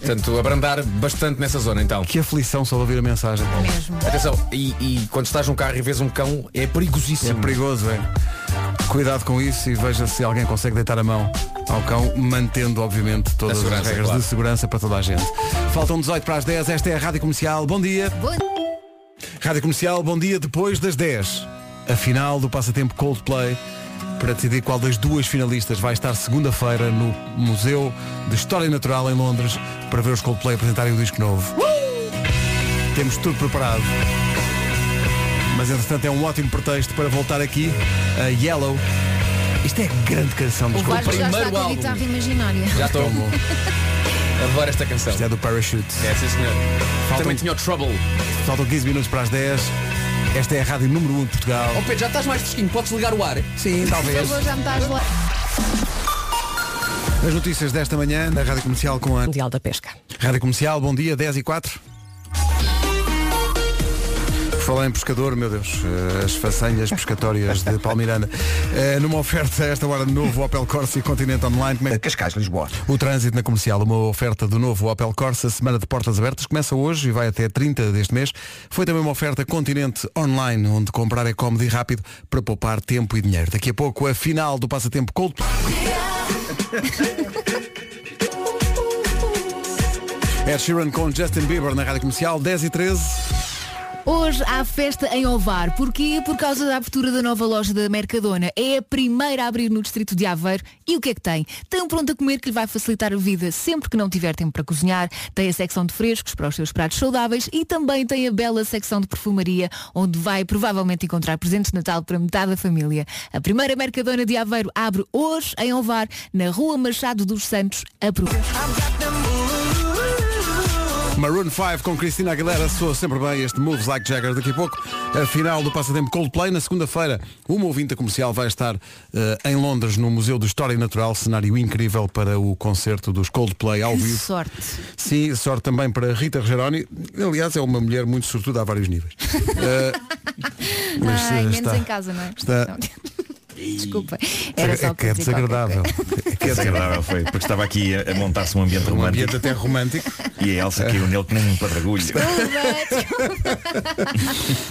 Speaker 7: Portanto, abrandar bastante nessa zona então.
Speaker 4: Que aflição só de ouvir a mensagem.
Speaker 7: É Atenção, e, e quando estás num carro e vês um cão, é perigosíssimo.
Speaker 4: É perigoso, é. Cuidado com isso e veja se alguém consegue deitar a mão ao cão, mantendo, obviamente,
Speaker 7: A
Speaker 4: todas as
Speaker 7: segurança,
Speaker 4: regras
Speaker 7: claro.
Speaker 4: de segurança para toda a gente. Faltam 18 para as 10. Esta é a Rádio Comercial. Bom dia. Rádio Comercial, bom dia. Depois das 10, a final do passatempo Coldplay para decidir qual das duas finalistas vai estar segunda-feira no Museu de História Natural em Londres para ver os Coldplay apresentarem o disco novo. Temos tudo preparado. Mas entretanto é um ótimo pretexto para voltar aqui a Yellow. Isto é grande canção
Speaker 3: O
Speaker 4: dos
Speaker 3: Vasco
Speaker 4: Coldplay.
Speaker 3: já está com a guitarra imaginária.
Speaker 7: Já estou.
Speaker 4: Tão bom.
Speaker 7: Adoro esta canção. Isto
Speaker 4: é do Parachute.
Speaker 7: É, sim, senhor.
Speaker 4: Faltam-
Speaker 7: Também tinha o Trouble.
Speaker 4: Faltam 15 minutos para as 10. Esta é a rádio número 1 de Portugal.
Speaker 7: Oh Pedro, já estás mais fresquinho, podes ligar o ar?
Speaker 4: Sim,
Speaker 3: Por favor, já me estás lá.
Speaker 4: As notícias desta manhã na Rádio Comercial com a
Speaker 1: Mundial da Pesca.
Speaker 4: Rádio Comercial, bom dia, 10 e 4. Por Falar em pescador, meu Deus, eh, as façanhas pescatórias de Palmiranda. Eh, numa oferta a esta hora de novo Opel Corsa e Continente Online. é
Speaker 2: Cascais, Lisboa.
Speaker 4: O trânsito na comercial, uma oferta do novo Opel Corsa, semana de portas abertas, começa hoje e vai até 30 deste mês. Foi também uma oferta Continente Online, onde comprar é cómodo e rápido para poupar tempo e dinheiro. Daqui a pouco a final do passatempo Coldplay. Ed Sheeran com Justin Bieber na Rádio Comercial, 10 e 13.
Speaker 3: Hoje há festa em Ovar. Porquê? Por causa da abertura da nova loja da Mercadona. É a primeira a abrir no distrito de Aveiro. E o que é que tem? Tem um pronto a comer que lhe vai facilitar a vida sempre que não tiver tempo para cozinhar. Tem a secção de frescos para os seus pratos saudáveis e também tem a bela secção de perfumaria, onde vai provavelmente encontrar presentes de Natal para metade da família. A primeira Mercadona de Aveiro abre hoje em Ovar, na Rua Machado dos Santos. Aproveita.
Speaker 4: Maroon 5 com Cristina Aguilera soa sempre bem este Moves Like Jagger daqui a pouco. A final do passatempo Coldplay na segunda-feira. Uma ouvinte comercial vai estar eh, em Londres no Museu de História Natural, cenário incrível para o concerto dos Coldplay ao
Speaker 3: Que
Speaker 4: vivo.
Speaker 3: sorte.
Speaker 4: Sim, sorte também para Rita Rogeroni. Aliás, é uma mulher muito sortuda a vários níveis. Eh, mas,
Speaker 3: Ai,
Speaker 4: eh,
Speaker 3: menos
Speaker 4: está-
Speaker 3: em casa, não é?
Speaker 4: está-
Speaker 3: Não. Desculpa. Era só
Speaker 4: é que é
Speaker 3: para dizer qualquer
Speaker 4: desagradável.
Speaker 13: É que é desagradável, foi. Porque estava aqui a, a montar-se um ambiente romântico.
Speaker 4: ambiente até romântico.
Speaker 13: E é a Elsa caiu nele que nem um padragulho.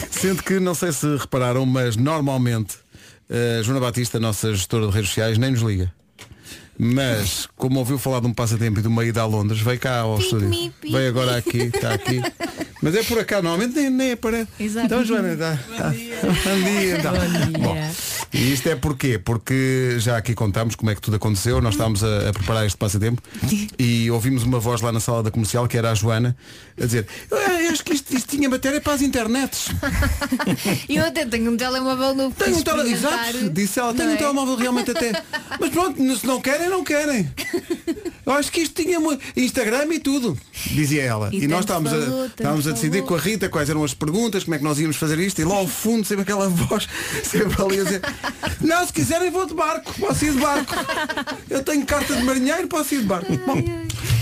Speaker 4: Sendo que, não sei se repararam, mas normalmente a Joana Batista, a nossa gestora de redes sociais, nem nos liga. Mas, como ouviu falar de um passatempo e de uma ida a Londres, veio cá ao estúdio.
Speaker 3: me, pique
Speaker 4: Veio agora aqui, está aqui. Mas é por acá, normalmente nem, nem aparece.
Speaker 3: Exato.
Speaker 4: Então, Joana, dá. dá. Bom dia. então. Bom, e isto é porquê? Porque já aqui contámos como é que tudo aconteceu, nós estávamos a, a preparar este passatempo e ouvimos uma voz lá na sala da comercial, que era a Joana, a dizer, "Ah, eu acho que isto, isto tinha matéria para as internets.
Speaker 3: Eu até tenho um telemóvel novo.
Speaker 4: Tenho um
Speaker 3: para
Speaker 4: tele...
Speaker 3: experimentar.
Speaker 4: Exato, disse ela, tenho
Speaker 3: Não
Speaker 4: um
Speaker 3: é?
Speaker 4: telemóvel realmente até. Mas pronto, se não querem, não querem. Eu acho que isto tinha mu- Instagram e tudo, dizia ela.
Speaker 3: E
Speaker 4: E, nós
Speaker 3: tanto
Speaker 4: estávamos,
Speaker 3: falou,
Speaker 4: a,
Speaker 3: tanto
Speaker 4: estávamos a decidir com a Rita quais eram as perguntas, como é que nós íamos fazer isto, e lá ao fundo sempre aquela voz, sempre ali a dizer, não, se quiserem vou de barco, posso ir de barco. Eu tenho carta de marinheiro, posso ir de barco. Bom,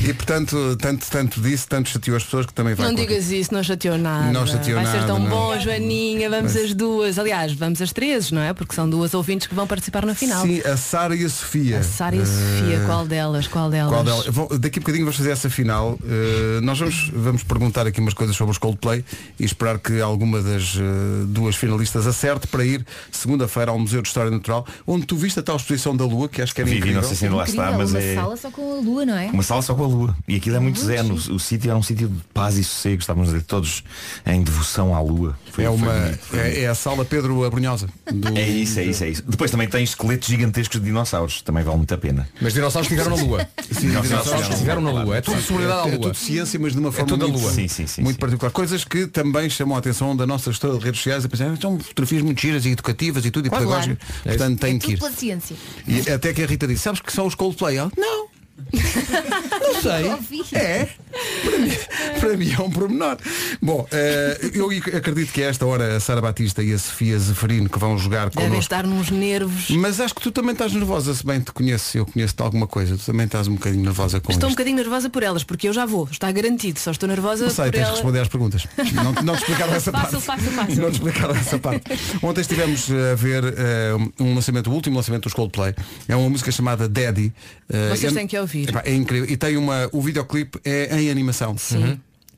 Speaker 4: E portanto, tanto, tanto disse, tanto chateou as pessoas que também vai
Speaker 22: Não
Speaker 4: contra-
Speaker 22: digas isso, não chateou nada.
Speaker 4: Não chateou
Speaker 22: Vai ser
Speaker 4: nada,
Speaker 22: tão
Speaker 4: não. é?
Speaker 22: bom, Joaninha, vamos
Speaker 4: Mas-
Speaker 22: as duas. Aliás, vamos as três, não é? Porque são duas ouvintes que vão participar na final.
Speaker 4: Sim, a Sara e a Sofia.
Speaker 22: A Sara e a Sofia,
Speaker 4: Eh,
Speaker 22: qual delas? Qual delas?
Speaker 4: Qual delas? Vão- Daqui a bocadinho vamos fazer essa final. Eh, nós vamos, vamos perguntar aqui umas coisas sobre os Coldplay e esperar que alguma das eh, duas finalistas acerte para ir segunda-feira ao Museu de História Natural, onde tu viste a tal exposição da Lua, que acho que era
Speaker 13: Vi, vi,
Speaker 4: incrível.
Speaker 13: não sei se ainda lá está, mas
Speaker 3: uma
Speaker 13: é-
Speaker 3: sala só com a lua, não é?
Speaker 13: Uma sala só com a lua. E aquilo é muito zen. O, o sítio era um sítio de paz e sossego. Estávamos ali todos em devoção à lua. Foi-
Speaker 4: é,
Speaker 13: foi
Speaker 4: uma,
Speaker 13: bonito.
Speaker 4: é, é a sala Pedro Abrunhosa. do-
Speaker 13: É isso, é isso, é isso. Depois também tem esqueletos gigantescos de dinossauros. Também vale muito a pena.
Speaker 7: Mas dinossauros que estiveram na Lua.
Speaker 13: Sim,
Speaker 7: dinossauros que estiveram na Lua. É tudo
Speaker 4: Claro.
Speaker 7: celebridade à
Speaker 4: É
Speaker 7: Lua.
Speaker 4: tudo ciência, mas de uma
Speaker 7: É
Speaker 4: forma
Speaker 7: tudo a
Speaker 4: muito,
Speaker 7: Lua. Sim,
Speaker 4: muito particular. Coisas que também chamam a atenção da nossa história de redes sociais. A pensar, "Ah, são fotografias muito giras e educativas e tudo e
Speaker 3: Claro. É
Speaker 4: pedagógicas. Portanto, tem que
Speaker 3: Tudo
Speaker 4: ir.
Speaker 3: pela ciência.
Speaker 4: E até que a Rita disse, sabes que são os Coldplay? Ela, não. Não sei. É. Para mim é um promenor. Bom, eh, eu acredito que a esta hora a Sara Batista e a Sofia Zeferino que vão jogar
Speaker 22: Devem
Speaker 4: connosco.
Speaker 22: estar nos nervos.
Speaker 4: Mas acho que tu também estás nervosa, se bem te conheço, eu conheço-te alguma coisa. Tu também estás um bocadinho nervosa com
Speaker 22: Estou um
Speaker 4: isto.
Speaker 22: bocadinho nervosa por elas, porque eu já vou, está garantido, só estou nervosa
Speaker 4: Não sei,
Speaker 22: por
Speaker 4: tens de
Speaker 22: ela.
Speaker 4: responder às perguntas. Não, não te explicaram essa
Speaker 22: Fácil,
Speaker 4: parte.
Speaker 22: fácil, fácil.
Speaker 4: Não te explicaram essa parte. Ontem estivemos eh, a ver eh, um lançamento, o último lançamento dos Coldplay. É uma música chamada Daddy. Eh,
Speaker 22: Vocês
Speaker 4: eu-
Speaker 22: têm que ouvir.
Speaker 4: Epá, É incrível. E tem uma. O videoclipe é em animação. Uhum.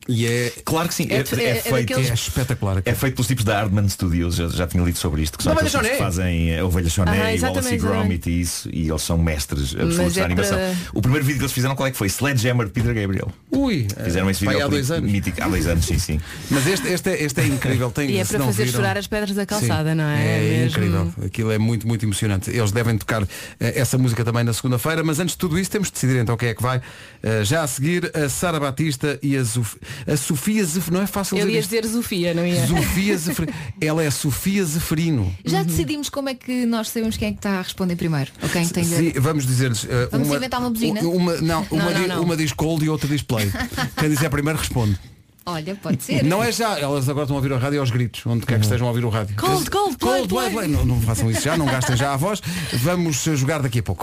Speaker 4: E é.
Speaker 13: Claro que sim, é,
Speaker 4: É-
Speaker 13: é,
Speaker 4: é- é
Speaker 13: feito.
Speaker 4: daqueles- É espetacular.
Speaker 13: É feito pelos tipos da Hardman Studios, eu já tinha lido sobre isto, que são
Speaker 4: Da
Speaker 13: aqueles
Speaker 4: Ovelha
Speaker 13: tipos que
Speaker 4: Choné.
Speaker 13: fazem eh, Ovelha
Speaker 4: Ah,
Speaker 13: Choné e
Speaker 4: exatamente,
Speaker 13: Wallace e Gromit e isso, e eles são mestres
Speaker 4: Mas
Speaker 13: absolutos
Speaker 4: é
Speaker 13: da animação.
Speaker 4: para-
Speaker 13: O primeiro vídeo que eles fizeram qual é que foi? Sledgehammer de Peter Gabriel.
Speaker 4: Ui!
Speaker 13: Fizeram esse
Speaker 4: Pai,
Speaker 13: vídeo
Speaker 4: há dois anos.
Speaker 13: mítico há dois anos, sim, sim.
Speaker 4: Mas este, este, é- este é incrível. Tem,
Speaker 22: E é
Speaker 4: se
Speaker 22: para
Speaker 4: não
Speaker 22: fazer
Speaker 4: viram-
Speaker 22: chorar as pedras da calçada,
Speaker 4: Sim.
Speaker 22: não é? Mesmo.
Speaker 4: incrível. Aquilo é muito, muito emocionante. Eles devem tocar eh, essa música também na segunda-feira, mas antes de tudo isso temos de decidir então quem é que vai. Eh, já a seguir, a Sara Batista e a, Zof... a Sofia Zeferino. Não é fácil
Speaker 22: Eu
Speaker 4: dizer
Speaker 22: ia
Speaker 4: isto.
Speaker 22: dizer Zofia, não ia?
Speaker 4: Sofia Zeferino. Ela é Sofia Zeferino.
Speaker 3: Já
Speaker 13: Uhum.
Speaker 3: decidimos como é que nós sabemos quem é que está a responder primeiro. Ou quem tem
Speaker 4: Sim, vamos dizer-lhes. eh,
Speaker 3: Vamos inventar uma buzina?
Speaker 4: u- Uma, não,
Speaker 3: Não,
Speaker 4: uma,
Speaker 3: não,
Speaker 4: di-
Speaker 3: não.
Speaker 4: uma diz cold e outra diz play. Quem dizer primeiro responde.
Speaker 3: Olha, pode ser.
Speaker 4: Não é já, elas agora estão a ouvir a rádio aos gritos, onde quer que estejam a ouvir o rádio.
Speaker 3: Cold, cold,
Speaker 4: cold, play, play. Não, não façam isso já, não gastem já a voz. Vamos eh, jogar daqui a pouco.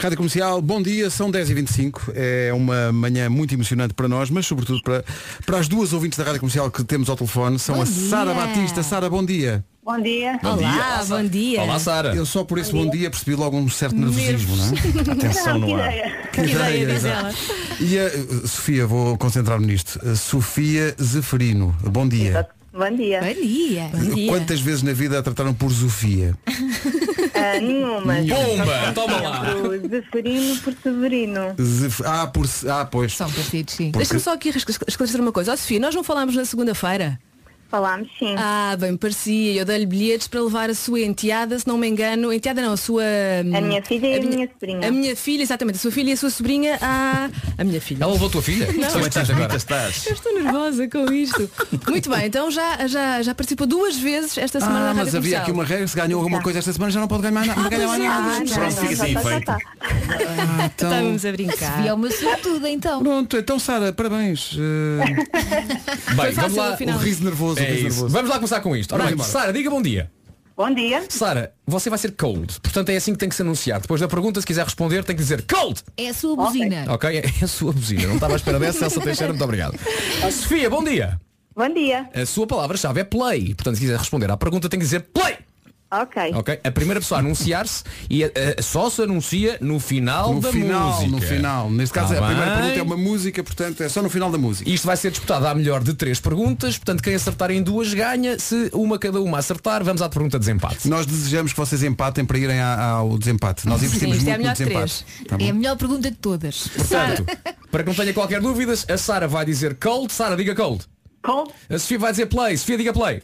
Speaker 4: Rádio Comercial, bom dia, são 10h25. É uma manhã muito emocionante para nós, mas sobretudo para, para as duas ouvintes da Rádio Comercial que temos ao telefone, são
Speaker 5: Bom
Speaker 4: a
Speaker 5: dia.
Speaker 4: Sara Batista. Sara, bom dia.
Speaker 5: Bom dia.
Speaker 4: Bom dia. Olá,
Speaker 5: bom dia.
Speaker 4: Eu só por esse bom dia, percebi logo um certo nervosismo, não é? Que ideia, exato. E a Sofia, vou concentrar-me nisto. A Sofia Zeferino, bom dia.
Speaker 5: Bom dia. Bom dia.
Speaker 4: Quantas vezes na vida a trataram por Sofia?
Speaker 5: Ah, nenhuma.
Speaker 4: Pumba, toma
Speaker 5: lá. Zeferino por Severino.
Speaker 4: Zef- Ah, por... ah, pois.
Speaker 3: São partidos, sim.
Speaker 22: Deixa-me só aqui res- esclarecer uma coisa. Ó Sofia, nós não falámos na segunda-feira?
Speaker 5: Falámos sim.
Speaker 22: Ah, bem, me parecia. Eu dei-lhe bilhetes para levar a sua enteada, se não me engano. Enteada não, a sua. hum,
Speaker 5: A minha filha e a minha sobrinha.
Speaker 22: A minha filha, exatamente. A sua filha e a sua sobrinha à. A minha filha.
Speaker 7: Ela levou a tua filha?
Speaker 22: Não.
Speaker 7: Estás estás agora? estás.
Speaker 22: Eu estou nervosa com isto. Muito bem, então já, já, já participou duas vezes esta semana
Speaker 4: Ah,
Speaker 22: na Rádio
Speaker 4: mas havia
Speaker 22: Comercial. Tá. é,
Speaker 4: aqui uma regra, se ganhou alguma coisa esta semana já não pode ganhar nada. não ganha mais nada.
Speaker 3: assim,
Speaker 4: Ah, então-
Speaker 22: Estávamos a brincar.
Speaker 3: Sofia é uma sobretuda, então.
Speaker 4: Pronto, então Sara, parabéns. Eh,
Speaker 7: Bem,
Speaker 4: fácil,
Speaker 7: vamos lá.
Speaker 4: afinal. O riso nervoso, o
Speaker 7: É
Speaker 4: riso
Speaker 7: isso.
Speaker 4: nervoso.
Speaker 7: Vamos lá começar com isto. Ora
Speaker 4: Vamos
Speaker 7: bem,
Speaker 4: embora.
Speaker 7: Sara, diga bom dia.
Speaker 5: Bom dia.
Speaker 7: Sara, você vai ser cold. Portanto, é assim que tem que se anunciar. Depois da pergunta, se quiser responder, tem que dizer cold.
Speaker 3: É a sua buzina.
Speaker 7: Ok, é a sua buzina. Não estava à espera dessa, Elsa Teixeira, muito obrigado. Sofia, bom dia.
Speaker 5: Bom dia.
Speaker 7: A sua palavra-chave é play. Portanto, se quiser responder à pergunta, tem que dizer play.
Speaker 5: Ok.
Speaker 7: Ok? A primeira pessoa a anunciar-se e eh, eh, só se anuncia no final
Speaker 4: No
Speaker 7: da
Speaker 4: final,
Speaker 7: música.
Speaker 4: no final. Neste caso,
Speaker 7: Tá
Speaker 4: a primeira
Speaker 7: bem?
Speaker 4: pergunta é uma música, portanto, é só no final da música.
Speaker 7: Isto vai ser disputado à melhor de três perguntas, portanto quem acertar em duas ganha, se uma cada uma acertar, vamos à pergunta de desempate.
Speaker 4: Nós desejamos que vocês empatem para irem à- ao desempate. Nós investimos
Speaker 3: Sim, isto é
Speaker 4: muito
Speaker 3: a
Speaker 4: no
Speaker 3: melhor de
Speaker 4: desempate.
Speaker 3: três.
Speaker 4: Tá bom?
Speaker 3: é a melhor pergunta de todas.
Speaker 7: Portanto, para que não tenha qualquer dúvida, a Sara vai dizer cold, Sara diga cold.
Speaker 5: Cold.
Speaker 7: A Sofia vai dizer play, Sofia diga play.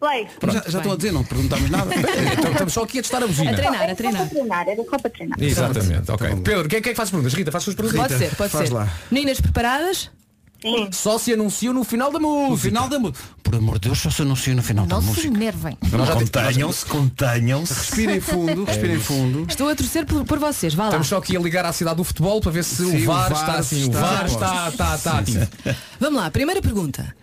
Speaker 5: Play.
Speaker 7: Pronto.
Speaker 4: Já, já estão a dizer, não perguntámos nada.
Speaker 7: Então, estamos só aqui a testar a buzina.
Speaker 5: a treinar. Era só para treinar, era só para treinar.
Speaker 7: Exatamente, ok. Pedro, quem é, quem é que faz as perguntas? Rita, faz as suas perguntas.
Speaker 22: Pode ser, pode ser. Meninas preparadas?
Speaker 5: Sim.
Speaker 7: Só se anunciam no final da música. No
Speaker 4: final da música. Por amor de Deus, só se anuncia no final da
Speaker 3: Não
Speaker 4: música.
Speaker 3: se enervem.
Speaker 13: Contenham-se, contenham-se.
Speaker 4: Respirem fundo, respirem fundo.
Speaker 22: Estou a torcer por, por vocês, vá lá.
Speaker 7: Estamos só aqui a ligar à cidade do futebol para ver se
Speaker 4: Sim,
Speaker 7: o VAR está assim. O VAR
Speaker 4: a
Speaker 7: está,
Speaker 4: postos.
Speaker 7: está, está.
Speaker 4: Sim,
Speaker 7: ativo.
Speaker 4: sim.
Speaker 22: Vamos lá, primeira pergunta.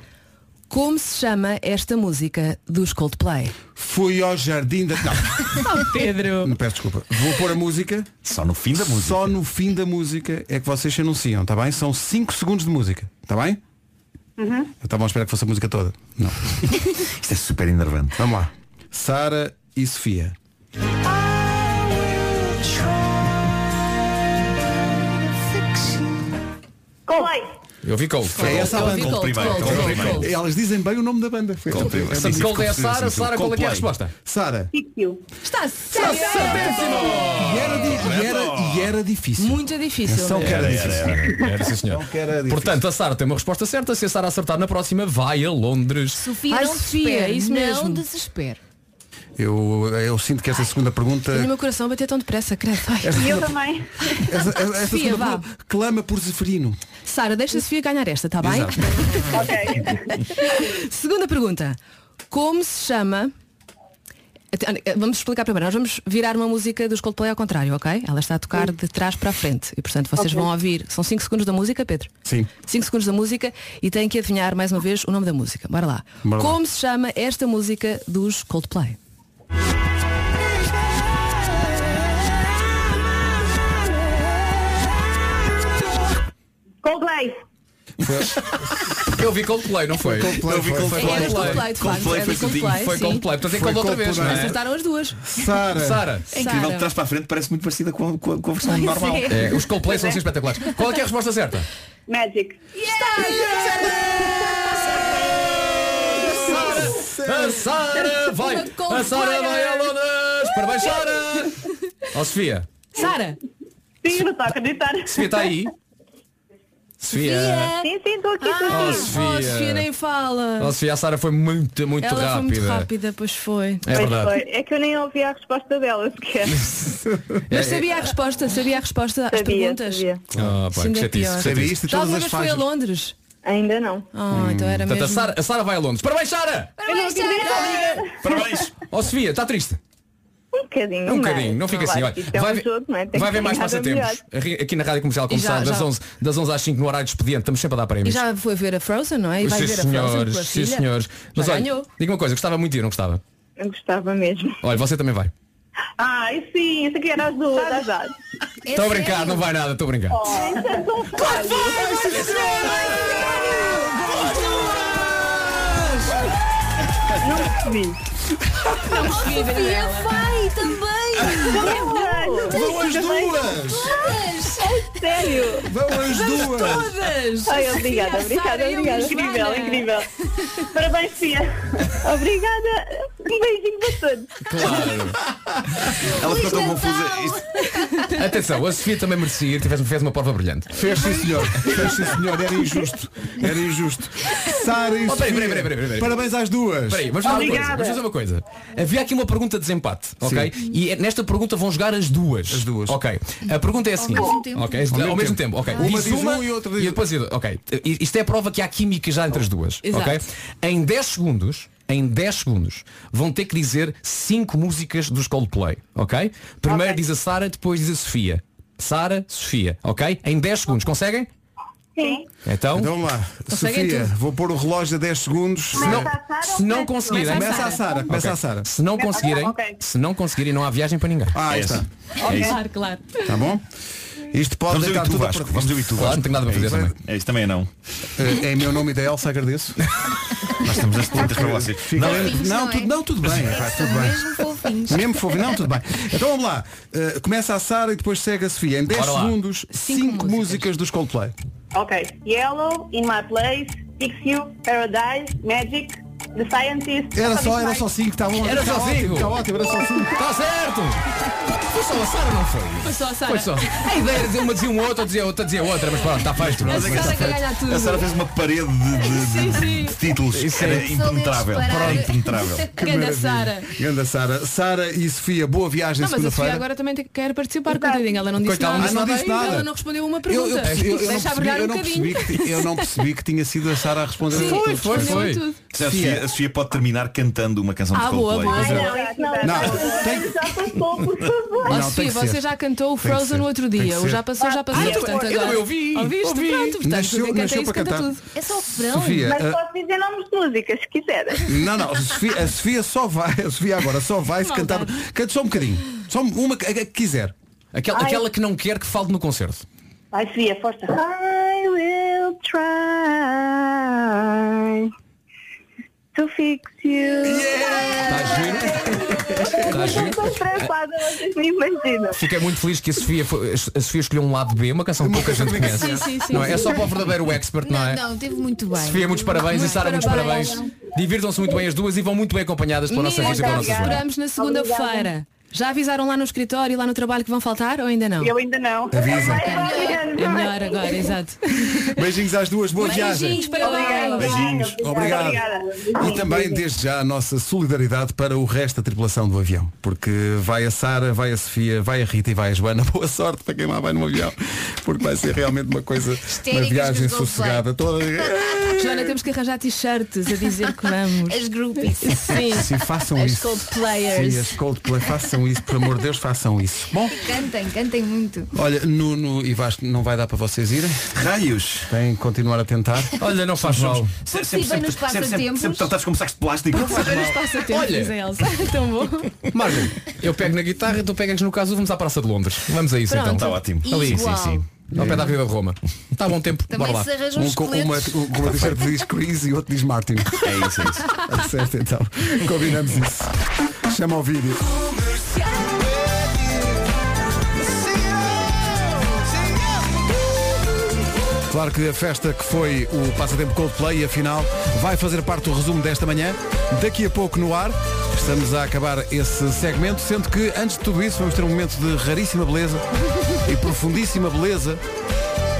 Speaker 22: Como se chama esta música dos Coldplay?
Speaker 4: Fui ao jardim da. Não.
Speaker 22: Oh, Pedro.
Speaker 4: Me peço desculpa. Vou pôr a música.
Speaker 13: Só no fim da música.
Speaker 4: Só no fim da música é que vocês se anunciam, está bem? São 5 segundos de música, está bem?
Speaker 5: Uhum.
Speaker 4: Eu estava a esperar que fosse a música toda. Não.
Speaker 13: Isto é super enervante.
Speaker 4: Vamos lá. Sara e Sofia.
Speaker 5: Coldplay.
Speaker 7: Eu vi Cold.
Speaker 4: É essa a banda. Elas dizem bem o nome da banda. Foi-
Speaker 7: Cold.
Speaker 4: Eu
Speaker 7: Essa
Speaker 4: disse
Speaker 7: Cold é a
Speaker 4: confusão,
Speaker 7: Sara.
Speaker 4: sim,
Speaker 7: Sara, qual é que é
Speaker 4: Coldplay.
Speaker 7: a resposta?
Speaker 4: Sara.
Speaker 5: Síquio.
Speaker 12: Está
Speaker 4: E era, di- e era- e era difícil.
Speaker 12: Muito difícil.
Speaker 7: Então
Speaker 4: Atenção que era
Speaker 7: Era,
Speaker 4: difícil.
Speaker 7: era, era, Então era, sim, senhor. Portanto, a Sara tem uma resposta certa. Se a Sara acertar na próxima, vai a Londres.
Speaker 3: Sofia,
Speaker 22: Ai,
Speaker 3: não
Speaker 22: Sofia,
Speaker 3: desespere,
Speaker 22: é isso
Speaker 3: não
Speaker 22: mesmo.
Speaker 3: desespere.
Speaker 4: Eu, eu sinto que essa segunda pergunta.
Speaker 22: E o meu coração bateu tão depressa, credo. Ai.
Speaker 4: Essa segunda-
Speaker 5: também.
Speaker 4: Essa, essa- essa
Speaker 22: Sofia,
Speaker 4: segunda
Speaker 22: vá.
Speaker 4: pergunta clama por Zeferino.
Speaker 22: Sara, deixa a Sofia ganhar esta, tá bem?
Speaker 4: Exato.
Speaker 22: Segunda pergunta. Como se chama... Vamos explicar primeiro. Nós vamos virar uma música dos Coldplay ao contrário, ok? Ela está a tocar de trás para a frente. E, portanto, vocês
Speaker 5: Ok.
Speaker 22: vão ouvir... São 5 segundos da música, Pedro?
Speaker 4: Sim.
Speaker 22: 5 segundos da música e têm que adivinhar mais uma vez o nome da música. Bora lá.
Speaker 4: Bora lá.
Speaker 22: Como se chama esta música dos Coldplay?
Speaker 5: Coldplay.
Speaker 7: Eu vi Coldplay, não foi?
Speaker 4: Coldplay,
Speaker 13: Eu vi
Speaker 4: foi-
Speaker 13: Coldplay.
Speaker 22: É dos Coldplay, de facto.
Speaker 13: Coldplay
Speaker 22: É
Speaker 13: foi
Speaker 22: dos Coldplay,
Speaker 13: tudinho.
Speaker 7: Foi
Speaker 22: sim.
Speaker 7: Coldplay. Portanto, é
Speaker 4: Foi Então
Speaker 7: Cold outra vez, não
Speaker 4: Coldplay.
Speaker 7: é?
Speaker 22: Acertaram as duas.
Speaker 4: Sara.
Speaker 7: Sara.
Speaker 22: É
Speaker 13: Incrível, de
Speaker 22: Sara.
Speaker 13: trás para a frente parece muito parecida com a, com a- com a versão
Speaker 22: Pois
Speaker 13: normal.
Speaker 22: é.
Speaker 7: É, os Coldplay são assim espetaculares. Qual é que é a resposta certa?
Speaker 5: Magic.
Speaker 7: A Sara vai!
Speaker 22: Uma Coldplay.
Speaker 7: A Sara vai a Londres! Parabéns, Sara! Ó Oh, Sofia!
Speaker 22: Sara!
Speaker 5: Sim, não estou a acreditar.
Speaker 7: Sofia está aí? Sofia!
Speaker 5: Sim, sim, estou aqui,
Speaker 7: Oh,
Speaker 5: estou aqui.
Speaker 7: Sofia!
Speaker 22: Oh, Ah, Sofia nem fala.
Speaker 7: Oh, Sofia, a Sara foi muito, muito
Speaker 22: Ah. Ela
Speaker 7: rápida.
Speaker 22: foi muito rápida, pois foi.
Speaker 7: É
Speaker 5: Pois
Speaker 7: verdade.
Speaker 5: foi. É que eu nem ouvi a resposta dela sequer.
Speaker 7: É,
Speaker 22: Mas sabia a resposta, sabia a resposta às
Speaker 5: Sabia,
Speaker 22: perguntas.
Speaker 5: sabia.
Speaker 7: é- Ah, pá,
Speaker 22: Sim,
Speaker 7: que
Speaker 22: é
Speaker 7: chatice,
Speaker 22: pior.
Speaker 7: que
Speaker 4: Sabia
Speaker 7: chatice.
Speaker 4: isto de todas
Speaker 22: Alguma
Speaker 4: as
Speaker 22: vez foi a
Speaker 4: faixas.
Speaker 22: Londres?
Speaker 5: Ainda não.
Speaker 22: Oh, então era
Speaker 7: Hum. Portanto, a
Speaker 22: mesmo.
Speaker 7: Sara, a Sara vai a Londres. Parabéns, Sara!
Speaker 5: Eu não acredito.
Speaker 7: Parabéns! Ó Sofia, está triste?
Speaker 5: Um bocadinho.
Speaker 7: Um
Speaker 5: mas
Speaker 7: bocadinho, não fica assim.
Speaker 13: vai,
Speaker 7: Olha,
Speaker 5: isto é um
Speaker 7: ver-
Speaker 5: jogo, não é? Tem
Speaker 7: vai
Speaker 5: que
Speaker 7: ver mais
Speaker 5: ganhar a
Speaker 7: passatempos. Aqui na Rádio Comercial, como
Speaker 22: E já-
Speaker 7: sabe, das
Speaker 22: já.
Speaker 7: 11, das 11 às 5 no horário de expediente, estamos sempre a dar
Speaker 22: E
Speaker 7: prémios.
Speaker 22: já foi ver a Frozen, não é? E vai
Speaker 7: É sim,
Speaker 22: ver a Frozen
Speaker 7: senhores,
Speaker 22: com a
Speaker 7: sim,
Speaker 22: filha.
Speaker 7: senhores. Mas
Speaker 22: Já
Speaker 7: olha,
Speaker 22: ganhou.
Speaker 7: diga uma coisa, gostava muito de ir, não gostava?
Speaker 5: Eu gostava mesmo.
Speaker 7: Olha, você também vai.
Speaker 5: Ai, sim, isso aqui era as duas, as duas.
Speaker 22: É
Speaker 7: Estou a brincar, não vai nada, estou a brincar.
Speaker 12: Sofia vai também.
Speaker 4: Vão as duas!
Speaker 5: Sério?
Speaker 4: Vão as duas!
Speaker 22: Todas!
Speaker 5: Ai, obrigada, obrigada, obrigada. Incrível, incrível. Parabéns, Fia. Obrigada. Um beijinho para todos.
Speaker 13: Ela ficou tão confusa. Isto-
Speaker 7: Atenção, a Sofia também merecia ir, tivesse fez uma prova brilhante.
Speaker 4: Fez sim senhor, fez sim senhor, era injusto, era injusto. Sara e
Speaker 7: Oh,
Speaker 4: Sofia,
Speaker 7: peraí, peraí, peraí, peraí, peraí.
Speaker 4: parabéns às duas.
Speaker 7: Espera aí, vamos fazer, uma coisa,
Speaker 5: Obrigada.
Speaker 7: vamos fazer uma coisa. Havia aqui uma pergunta de desempate, ok? E nesta pergunta vão jogar as duas.
Speaker 4: As duas.
Speaker 7: Ok. A pergunta é a seguinte.
Speaker 12: mesmo tempo.
Speaker 7: Ok, Ao, mesmo, tempo. ok.
Speaker 4: Uma
Speaker 7: Diz
Speaker 4: diz um e outra diz-
Speaker 7: E depois, ok. Isto é a prova que há química já entre as duas.
Speaker 22: Exato.
Speaker 7: Ok? Em 10 segundos. Em 10 segundos vão ter que dizer cinco músicas dos Coldplay, ok? Primeiro
Speaker 5: Ok.
Speaker 7: diz a Sara, depois diz a Sofia. Sara, Sofia, ok? Em 10 segundos, conseguem?
Speaker 5: Sim.
Speaker 7: Então,
Speaker 4: Então vamos lá,
Speaker 22: Conseguem
Speaker 4: Sofia,
Speaker 22: tudo.
Speaker 4: vou pôr o relógio a 10 segundos.
Speaker 7: se não,
Speaker 5: Começa a Sara ou
Speaker 7: se
Speaker 5: começa-
Speaker 7: não conseguirem,
Speaker 4: Começa a Sara, começa
Speaker 7: Ok.
Speaker 4: a Sara.
Speaker 7: Se não conseguirem,
Speaker 5: ok.
Speaker 7: se não conseguirem, não há viagem para ninguém.
Speaker 4: Ah, aí
Speaker 13: É
Speaker 4: está,
Speaker 13: isso.
Speaker 22: Claro, claro.
Speaker 4: tá bom? Isto pode
Speaker 13: Vamos eu
Speaker 4: deitar
Speaker 13: e tu,
Speaker 4: tudo a
Speaker 13: Vasco.
Speaker 4: partir-
Speaker 13: Vamos eu e tu,
Speaker 7: Claro, não
Speaker 13: Vasco.
Speaker 7: tenho nada para fazer também.
Speaker 13: É, isto também é não.
Speaker 4: Eh, É em meu nome e da Elsa, agradeço.
Speaker 13: Nós estamos nas perguntas para vocês.
Speaker 4: Fica-
Speaker 13: Não,
Speaker 4: não,
Speaker 12: não é?
Speaker 4: tudo, não, tudo bem, pá, tudo
Speaker 12: São
Speaker 4: bem.
Speaker 12: mesmo fofinhos.
Speaker 4: Mesmo fofo, não, tudo bem. Então vamos lá. Eh, começa a Sara e depois segue a Sofia. Em 10
Speaker 7: Bora lá.
Speaker 4: segundos,
Speaker 22: Cinco
Speaker 4: 5
Speaker 22: músicas.
Speaker 4: músicas dos Coldplay.
Speaker 5: Ok. Yellow, In My Place, Fix You, Paradise, Magic, The Scientist.
Speaker 4: Era só, era só 5, tá bom?
Speaker 7: Era só
Speaker 4: Tá ótimo,
Speaker 7: cinco.
Speaker 4: Tá ótimo, era só 5.
Speaker 7: Está certo! Foi só a Sara, não foi?
Speaker 22: Foi só a Sara.
Speaker 7: Foi só. A ideia era dizer uma dizia uma, outra dizia outra, dizia outra, mas pronto, está feito.
Speaker 22: A Sara quer ganhar tudo.
Speaker 13: A Sara fez uma parede de, de- de-
Speaker 22: Sim,
Speaker 13: de títulos.
Speaker 7: Isso
Speaker 13: Era
Speaker 7: é-
Speaker 13: impenetrável.
Speaker 12: Só lhes parar.
Speaker 13: Era impenetrável.
Speaker 22: Ganda Sara.
Speaker 4: Ganda Sara. Sara e Sofia, boa viagem
Speaker 22: Não, mas a Sofia
Speaker 4: segunda-feira.
Speaker 22: agora também te- quer participar, coitadinha. Ela não disse
Speaker 7: Coitada,
Speaker 4: Ah,
Speaker 22: nada.
Speaker 4: não
Speaker 7: Não
Speaker 4: disse nada.
Speaker 22: Ela não respondeu é uma
Speaker 4: Eu, eu,
Speaker 22: pergunta.
Speaker 4: percebi- eu, eu não percebi,
Speaker 22: Deixa abrigar
Speaker 4: eu,
Speaker 22: um
Speaker 4: não percebi que,
Speaker 22: bocadinho.
Speaker 4: ti- eu não percebi que tinha sido a Sara a responder. a todos.
Speaker 7: foi, foi.
Speaker 22: Tudo.
Speaker 13: A Sofia, a Sofia pode terminar cantando uma canção de
Speaker 22: Ah, boa,
Speaker 13: Coldplay.
Speaker 22: boa.
Speaker 5: Não, é não,
Speaker 4: Não,
Speaker 5: não.
Speaker 4: tem-
Speaker 5: Já passou, por favor.
Speaker 22: Ó
Speaker 4: Não, tem
Speaker 22: Sofia,
Speaker 4: que ser.
Speaker 22: você já cantou o
Speaker 4: Tem que
Speaker 22: Frozen
Speaker 4: ser.
Speaker 22: no outro
Speaker 4: Tem que
Speaker 22: dia. O
Speaker 4: ser.
Speaker 22: já passou, já passou.
Speaker 4: Ah, eu-
Speaker 22: portanto,
Speaker 4: eu
Speaker 22: agora.
Speaker 4: ouvi,
Speaker 22: Ouviste?
Speaker 4: ouvi.
Speaker 22: Pronto, portanto,
Speaker 4: Nasceu-
Speaker 22: quem canta
Speaker 4: nasceu
Speaker 22: isso
Speaker 4: para
Speaker 22: canta
Speaker 4: cantar.
Speaker 22: tudo. É só o verão.
Speaker 4: Sofia,
Speaker 5: Mas
Speaker 4: ah,
Speaker 5: posso dizer nomes de músicas, se quiser.
Speaker 4: Não, não, a Sofia, a Sofia só vai, a Sofia agora só vai se cantar. Cante só um bocadinho. Só uma que- a que quiser.
Speaker 7: Aquela,
Speaker 22: Ah,
Speaker 5: Ai.
Speaker 7: aquela que não quer que falte no concerto.
Speaker 5: Vai, Sofia, força. I will try to fix you.
Speaker 7: Tá giro?
Speaker 5: Eu estou preocupada, vocês nem imaginam.
Speaker 7: Fiquei muito feliz que a Sofia, foi- a Sofia escolheu um lado B, uma canção que pouca gente conhece.
Speaker 3: Sim, sim, sim,
Speaker 7: não é?
Speaker 3: sim.
Speaker 7: é só para o verdadeiro expert, não, é?
Speaker 3: Não, teve muito bem.
Speaker 7: Sofia, muitos parabéns e Sara, muitos parabéns. Divirtam-se muito bem as duas e vão muito bem acompanhadas pela nossa
Speaker 22: Meninas,
Speaker 7: música da
Speaker 22: cá
Speaker 7: nossa semana.
Speaker 22: esperamos na segunda-feira. Já avisaram lá no escritório e lá no trabalho que vão faltar ou ainda não?
Speaker 5: Eu ainda não.
Speaker 4: Avisa.
Speaker 22: É melhor agora, exato.
Speaker 4: Beijinhos às duas, boa viagem.
Speaker 22: Beijinhos, parabéns.
Speaker 4: Beijinhos. Obrigado. E também desde já a nossa solidariedade para o resto da tripulação do avião. Porque vai a Sara, vai a Sofia, vai a Rita e vai a Joana. Boa sorte para quem lá vai no avião. Porque vai ser realmente uma coisa, uma
Speaker 18: Histéricas
Speaker 4: viagem
Speaker 18: dos outros
Speaker 4: sossegada. Toda...
Speaker 22: Joana, temos que arranjar t-shirts a dizer que vamos.
Speaker 18: As groupies.
Speaker 22: Sim.
Speaker 4: Sim, façam
Speaker 22: As
Speaker 4: isso.
Speaker 22: Coldplayers.
Speaker 4: Sim, as Coldplay, façam isso, por amor de Deus, façam isso. Bom,
Speaker 3: Cantem, cantem muito.
Speaker 4: olha, Nuno e Vasco, não vai dar para vocês irem?
Speaker 13: Raios!
Speaker 4: Têm que continuar a tentar.
Speaker 7: Olha, não faz mal.
Speaker 3: Porque se bem nos passatempos.
Speaker 13: Sempre tratados como sacos de plástico.
Speaker 22: Porque se bem nos passatempos,
Speaker 7: Olha.
Speaker 22: dizem Elsa. Tão bom.
Speaker 7: Margem, eu pego na guitarra, tu pegas no caso, vamos à Praça de Londres. Vamos a isso
Speaker 22: Pronto.
Speaker 7: então.
Speaker 22: Tá ótimo.
Speaker 7: Ali,
Speaker 22: Igual.
Speaker 7: sim, sim. Ao pé da Avenida de Roma. Está bom tempo.
Speaker 22: Também
Speaker 7: Bora lá.
Speaker 22: se arranja
Speaker 4: Um, com uma, um, com uma t-shirt diz Chris e outro diz Martin.
Speaker 13: É isso, é isso.
Speaker 4: Tá certo então. Combinamos isso. Chama ao vídeo. Claro que a festa que foi o Passatempo Coldplay, afinal, vai fazer parte do resumo desta manhã. Daqui a pouco no ar, estamos a acabar esse segmento, sendo que antes de tudo isso vamos ter um momento de raríssima beleza e profundíssima beleza,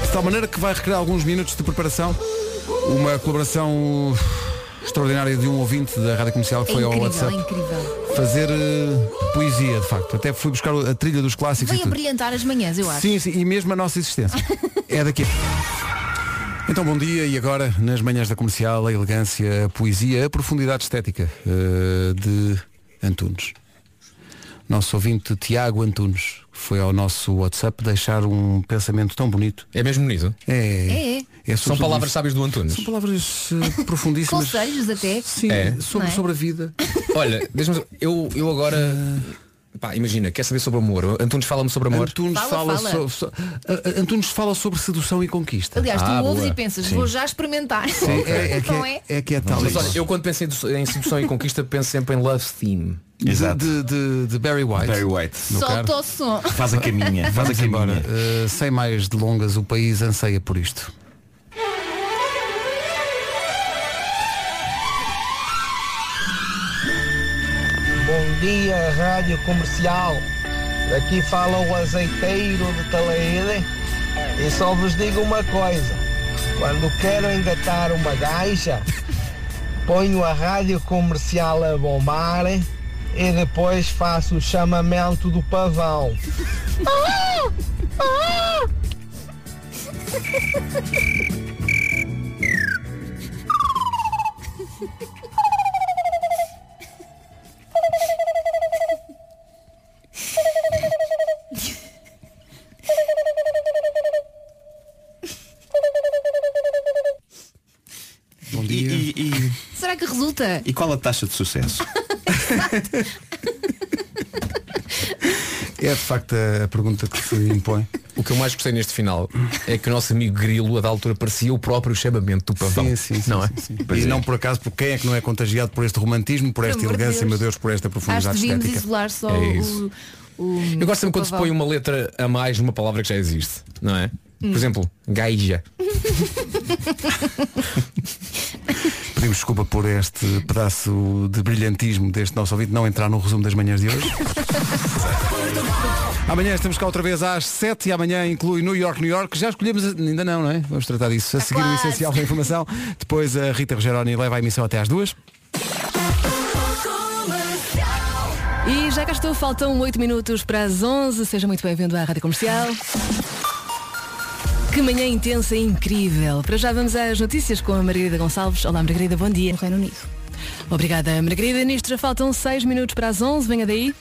Speaker 4: de tal maneira que vai requerer alguns minutos de preparação. Uma colaboração extraordinária de um ouvinte da Rádio Comercial que
Speaker 3: É
Speaker 4: foi ao
Speaker 3: incrível, é
Speaker 4: WhatsApp
Speaker 3: incrível.
Speaker 4: fazer eh, poesia, de facto. Até fui buscar a trilha dos clássicos e
Speaker 3: Veio a
Speaker 4: tudo.
Speaker 3: brilhantar as manhãs, eu acho.
Speaker 4: Sim, sim, e mesmo a nossa existência. é daqui. Então bom dia e agora nas manhãs da comercial a elegância, a poesia, a profundidade estética eh, de Antunes. Nosso ouvinte Tiago Antunes foi ao nosso WhatsApp deixar um pensamento tão bonito.
Speaker 7: É mesmo bonito?
Speaker 4: É.
Speaker 7: São
Speaker 4: sobretudo
Speaker 7: palavras
Speaker 4: isso.
Speaker 7: sábias do Antunes.
Speaker 4: São palavras eh, profundíssimas.
Speaker 3: Conselhos até.
Speaker 4: Sim,
Speaker 7: É.
Speaker 4: sobre,
Speaker 3: Não é?
Speaker 4: sobre a vida.
Speaker 7: Olha, deixa-me- eu, eu agora. Pá, imagina, quer saber sobre amor? Antunes fala-me sobre amor.
Speaker 4: Antunes fala,
Speaker 3: Fala, fala.
Speaker 4: so- so- a- a- Antunes fala sobre sedução e conquista.
Speaker 3: Aliás,
Speaker 7: Ah,
Speaker 3: tu ouves
Speaker 7: boa.
Speaker 3: e pensas,
Speaker 7: Sim.
Speaker 3: vou já experimentar.
Speaker 4: Sim, é, é que
Speaker 3: Não
Speaker 4: é,
Speaker 3: é?
Speaker 4: é que é tal.
Speaker 7: Mas
Speaker 4: isso.
Speaker 7: olha, eu quando penso em, em sedução e conquista penso sempre em love theme.
Speaker 4: De, de- de- de Barry White.
Speaker 13: Barry White.
Speaker 4: No carro.
Speaker 3: Solta o som.
Speaker 13: Faz a caminha, faz a
Speaker 4: Vamos embora.
Speaker 13: caminha.
Speaker 4: Uh, sem mais delongas, o país anseia por isto.
Speaker 8: Bom dia, Rádio Comercial. Aqui fala o azeiteiro de Talaíde e só vos digo uma coisa. Quando quero engatar uma gaja, ponho a Rádio Comercial a bombar e depois faço o chamamento do pavão.
Speaker 4: Bom
Speaker 13: dia. E, e- e-
Speaker 3: Será que resulta?
Speaker 13: e qual a taxa de sucesso?
Speaker 4: É de facto a pergunta que se impõe.
Speaker 7: O que eu mais gostei neste final é que o nosso amigo Grilo, a da altura, parecia o próprio chamamento do pavão.
Speaker 4: Sim, sim, sim,
Speaker 7: não
Speaker 4: sim,
Speaker 7: é?
Speaker 4: sim. E não por acaso, porque quem é que não é contagiado por este romantismo, por esta
Speaker 3: amor de
Speaker 4: elegância,
Speaker 3: Deus.
Speaker 4: meu Deus, por esta
Speaker 3: Acho que
Speaker 4: profundidade
Speaker 3: devíamos
Speaker 4: estética.
Speaker 3: isolar só
Speaker 7: É
Speaker 3: o,
Speaker 7: isso.
Speaker 3: o.
Speaker 7: Eu gosto sempre quando se
Speaker 3: pavão.
Speaker 7: põe uma letra a mais numa palavra que já existe, não é? Por exemplo, gaija.
Speaker 4: Pedimos desculpa por este pedaço de brilhantismo deste nosso ouvinte não entrar no resumo das manhãs de hoje. Amanhã estamos cá outra vez às 7 e amanhã inclui New York, New York. Já escolhemos, ainda não, não é? Vamos tratar disso. A seguir o essencial da informação. Depois a Rita Rogeroni leva a emissão até às duas.
Speaker 22: E já cá estou, faltam 8 minutos para as 11. Seja muito bem-vindo à Rádio Comercial. Que manhã intensa e incrível. Para já vamos às notícias com a Margarida Gonçalves. Olá, Margarida, bom dia. Reino Unido. Obrigada, Margarida. Nisto já faltam 6 minutos para as 11. Venha daí.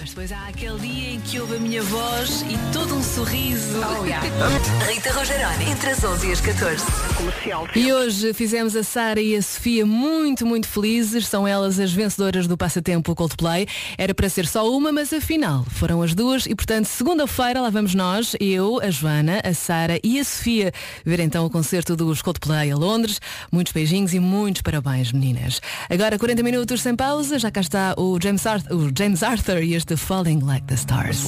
Speaker 6: Mas depois há aquele dia em que ouve a minha voz e todo um sorriso.
Speaker 22: Oh, yeah.
Speaker 6: Rita Rogeroni, entre as 11 e as 14. Comercial.
Speaker 22: E hoje fizemos a Sara e a Sofia muito, muito felizes. São elas as vencedoras do passatempo Coldplay. Era para ser só uma, mas afinal foram as duas. E portanto, segunda-feira lá vamos nós, eu, a Joana, a Sara e a Sofia, ver então o concerto dos Coldplay a Londres. Muitos beijinhos e muitos parabéns, meninas. Agora 40 minutos sem pausa. Já cá está o James Arthur, o James Arthur e este Falling Like the Stars.